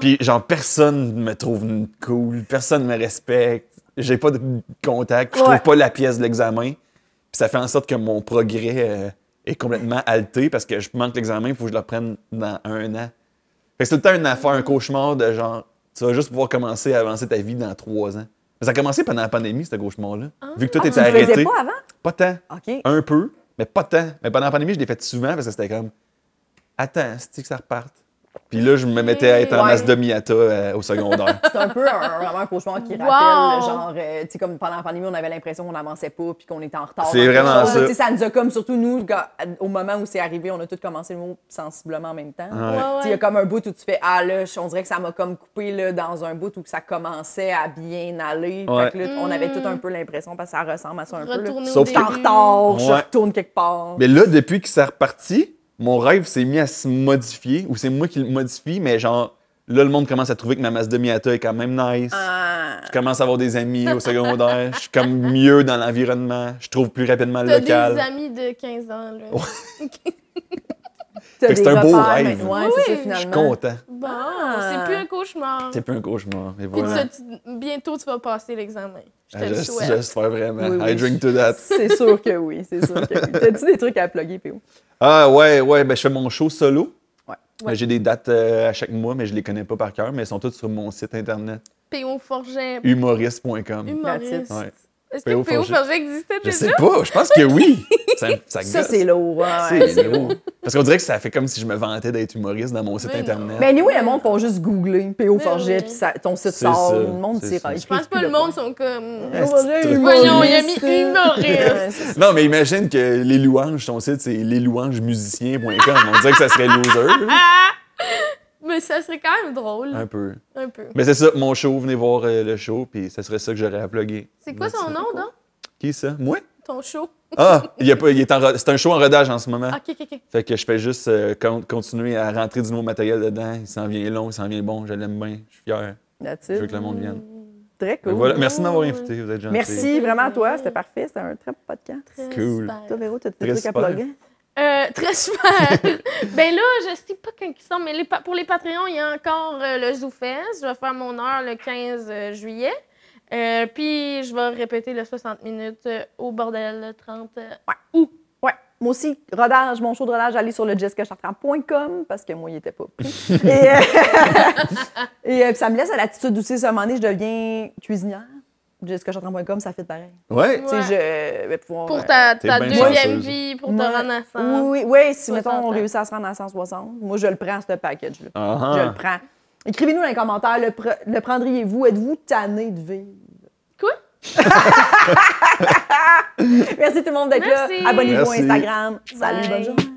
D: Puis genre personne me trouve cool, personne me respecte, j'ai pas de contact, je
B: Ouais.
D: trouve pas la pièce de l'examen. Puis ça fait en sorte que mon progrès euh, est complètement halté parce que je manque l'examen, il faut que je le reprenne dans un an. Fait que c'est tout le temps une affaire, un cauchemar de genre, tu vas juste pouvoir commencer à avancer ta vie dans trois ans. Mais ça a commencé pendant la pandémie, ce cauchemar-là. Vu que tout était
B: Ah, Tu le faisais
D: arrêté.
B: pas avant?
D: Pas tant.
B: OK.
D: Un peu, mais pas tant. Mais pendant la pandémie, je l'ai fait souvent parce que c'était comme Attends, c'est que ça reparte. Puis là, je me mettais à être en
B: Ouais.
D: masse de Miata euh, au secondaire.
B: C'est un peu un, vraiment un cauchemar qui rappelle,
C: Wow!
B: genre, euh, tu sais, comme pendant la pandémie, on avait l'impression qu'on n'avançait pas puis qu'on était en retard.
D: C'est
B: dans quelque
D: vraiment
B: chose.
D: ça.
B: Tu sais, Ça nous a comme, surtout nous, quand- au moment où c'est arrivé, on a tous commencé le mot sensiblement en même temps.
D: Ouais.
B: Tu sais, Il y a comme un bout où tu fais Ah là, on dirait que ça m'a comme coupé là, dans un bout où ça commençait à bien aller. Fait
D: Ouais.
B: que là, on avait tout un peu l'impression parce que ça ressemble à ça un peu. là.
C: Retourner au
D: Sauf
B: Je suis en
C: début.
B: retard, je
D: Ouais.
B: retourne quelque part.
D: mais là, depuis que ça reparti, mon rêve s'est mis à se modifier, ou c'est moi qui le modifie, mais genre, là, le monde commence à trouver que ma masse de Miata est quand même nice.
B: Ah.
D: Je commence à avoir des amis au secondaire. Je suis comme mieux dans l'environnement. Je trouve plus rapidement le
C: T'as
D: local.
C: des amis de 15 ans, là.
B: T'as
D: Fait que c'est
B: des
D: un beau
B: repères
D: rêve.
B: maintenant. Ouais, c'est ça,
C: Oui.
D: Je suis
B: finalement.
D: content.
C: Bon,
B: Ah.
C: c'est plus un cauchemar.
D: C'est plus un cauchemar.
C: Puis
D: Et voilà.
C: tu- tu- bientôt, tu vas passer l'examen. Je te
D: Ah,
C: le
D: j'es-
C: souhaite.
D: J'espère vraiment.
B: Oui, oui,
D: I drink to that.
B: C'est sûr que oui, c'est sûr que oui. T'as-tu des trucs à plugger, P.O.?
D: Ah ouais, ouais, ben je fais mon show solo.
B: Ouais.
D: Ben, J'ai des dates euh, à chaque mois, mais je les connais pas par cœur, mais elles sont toutes sur mon site internet
C: P.O. Forget,
D: humoriste.com.
C: humoriste.
D: Ouais.
C: Est-ce que
D: P.O.
C: P.O.
D: Forget.
C: Forget existait
D: Je
C: déjà?
D: sais pas, je pense que oui. Ça, ça
B: Ça,
D: gosse.
B: c'est lourd. ouais.
C: hein,
D: C'est lourd. Parce qu'on dirait que ça fait comme si je me vantais d'être humoriste dans mon site
C: Mais non.
D: internet.
B: Mais anyway, le monde font juste googler P.O.
C: Mais
B: Forget,
C: Ben oui.
B: puis ça- ton site
D: C'est
B: sort,
D: ça,
B: le monde
D: c'est
B: tire.
D: ça.
B: écrit
C: Je pense
B: plus
C: pas le
B: de
C: monde
B: point.
C: sont comme.
D: Ouais, c'est
B: Humoriste.
D: truc.
C: Voyons, il a mis humoriste.
B: Ouais, c'est ça.
D: Non, mais imagine que les louanges, ton site, c'est leslouangesmusiciens.com. On dirait que ça serait loser, là,
C: Mais ça serait quand même drôle.
D: un peu.
C: Un peu.
D: Mais c'est ça, mon show, venez voir euh, le show, puis ça serait ça que j'aurais à plugger.
C: C'est quoi son
D: Merci.
C: nom, non?
D: Qui ça? Moi?
C: Ton show?
D: Ah, il y a pas- il est en ro- c'est un show en rodage en ce moment.
C: Ok, ok, ok.
D: Fait que je fais juste euh, con- continuer à rentrer du nouveau matériel dedans. Il s'en vient long, il s'en vient bon. Je l'aime bien. Je suis fier.
B: That's
D: Je
B: it.
D: veux que le monde vienne.
B: Très
D: Fait que
B: cool.
D: voilà. Merci de m'avoir invité. Vous êtes gentil.
B: Merci vraiment à toi, c'était parfait, c'était un très beau podcast.
D: Cool.
C: super.
B: Toi, Véro, t'as des
D: Très
B: trucs à
D: super.
B: plugger?
C: Euh, très super. ben là, je sais pas quand ils sont, mais les pa- pour les Patreons, il y a encore euh, le ZooFest. Je vais faire mon heure le 15 euh, juillet. Euh, puis je vais répéter le 60 minutes euh, au bordel le 30 euh,
B: Ouais. Moi aussi, rodage, mon show de rodage, allez sur le jessicachartrand.com parce que moi, il était pas pris. et euh, et, euh, puis ça me laisse à l'attitude aussi. À un moment donné, je deviens cuisinière. jessicachartrand.com, ça fait pareil.
D: Ouais.
B: Tu sais, je vais pouvoir.
C: pour ta,
D: T'es
C: ta
D: bien
C: deuxième
D: chanceuse.
C: vie, pour te
B: Moi-
C: rendre à 100.
B: Oui, oui, oui, si mettons, on
C: 60 ans.
B: réussit à se rendre à 160, moi, je le prends, ce package-là.
D: Ah, ah.
B: Je le prends. Écrivez-nous dans les commentaires, le, pre- le prendriez-vous? Êtes-vous tanné de vivre?
C: Quoi?
B: Merci tout le monde d'être là.
C: Merci.
B: Abonnez-vous à
D: Merci.
B: Instagram. Salut,
C: Bye.
B: bonne journée.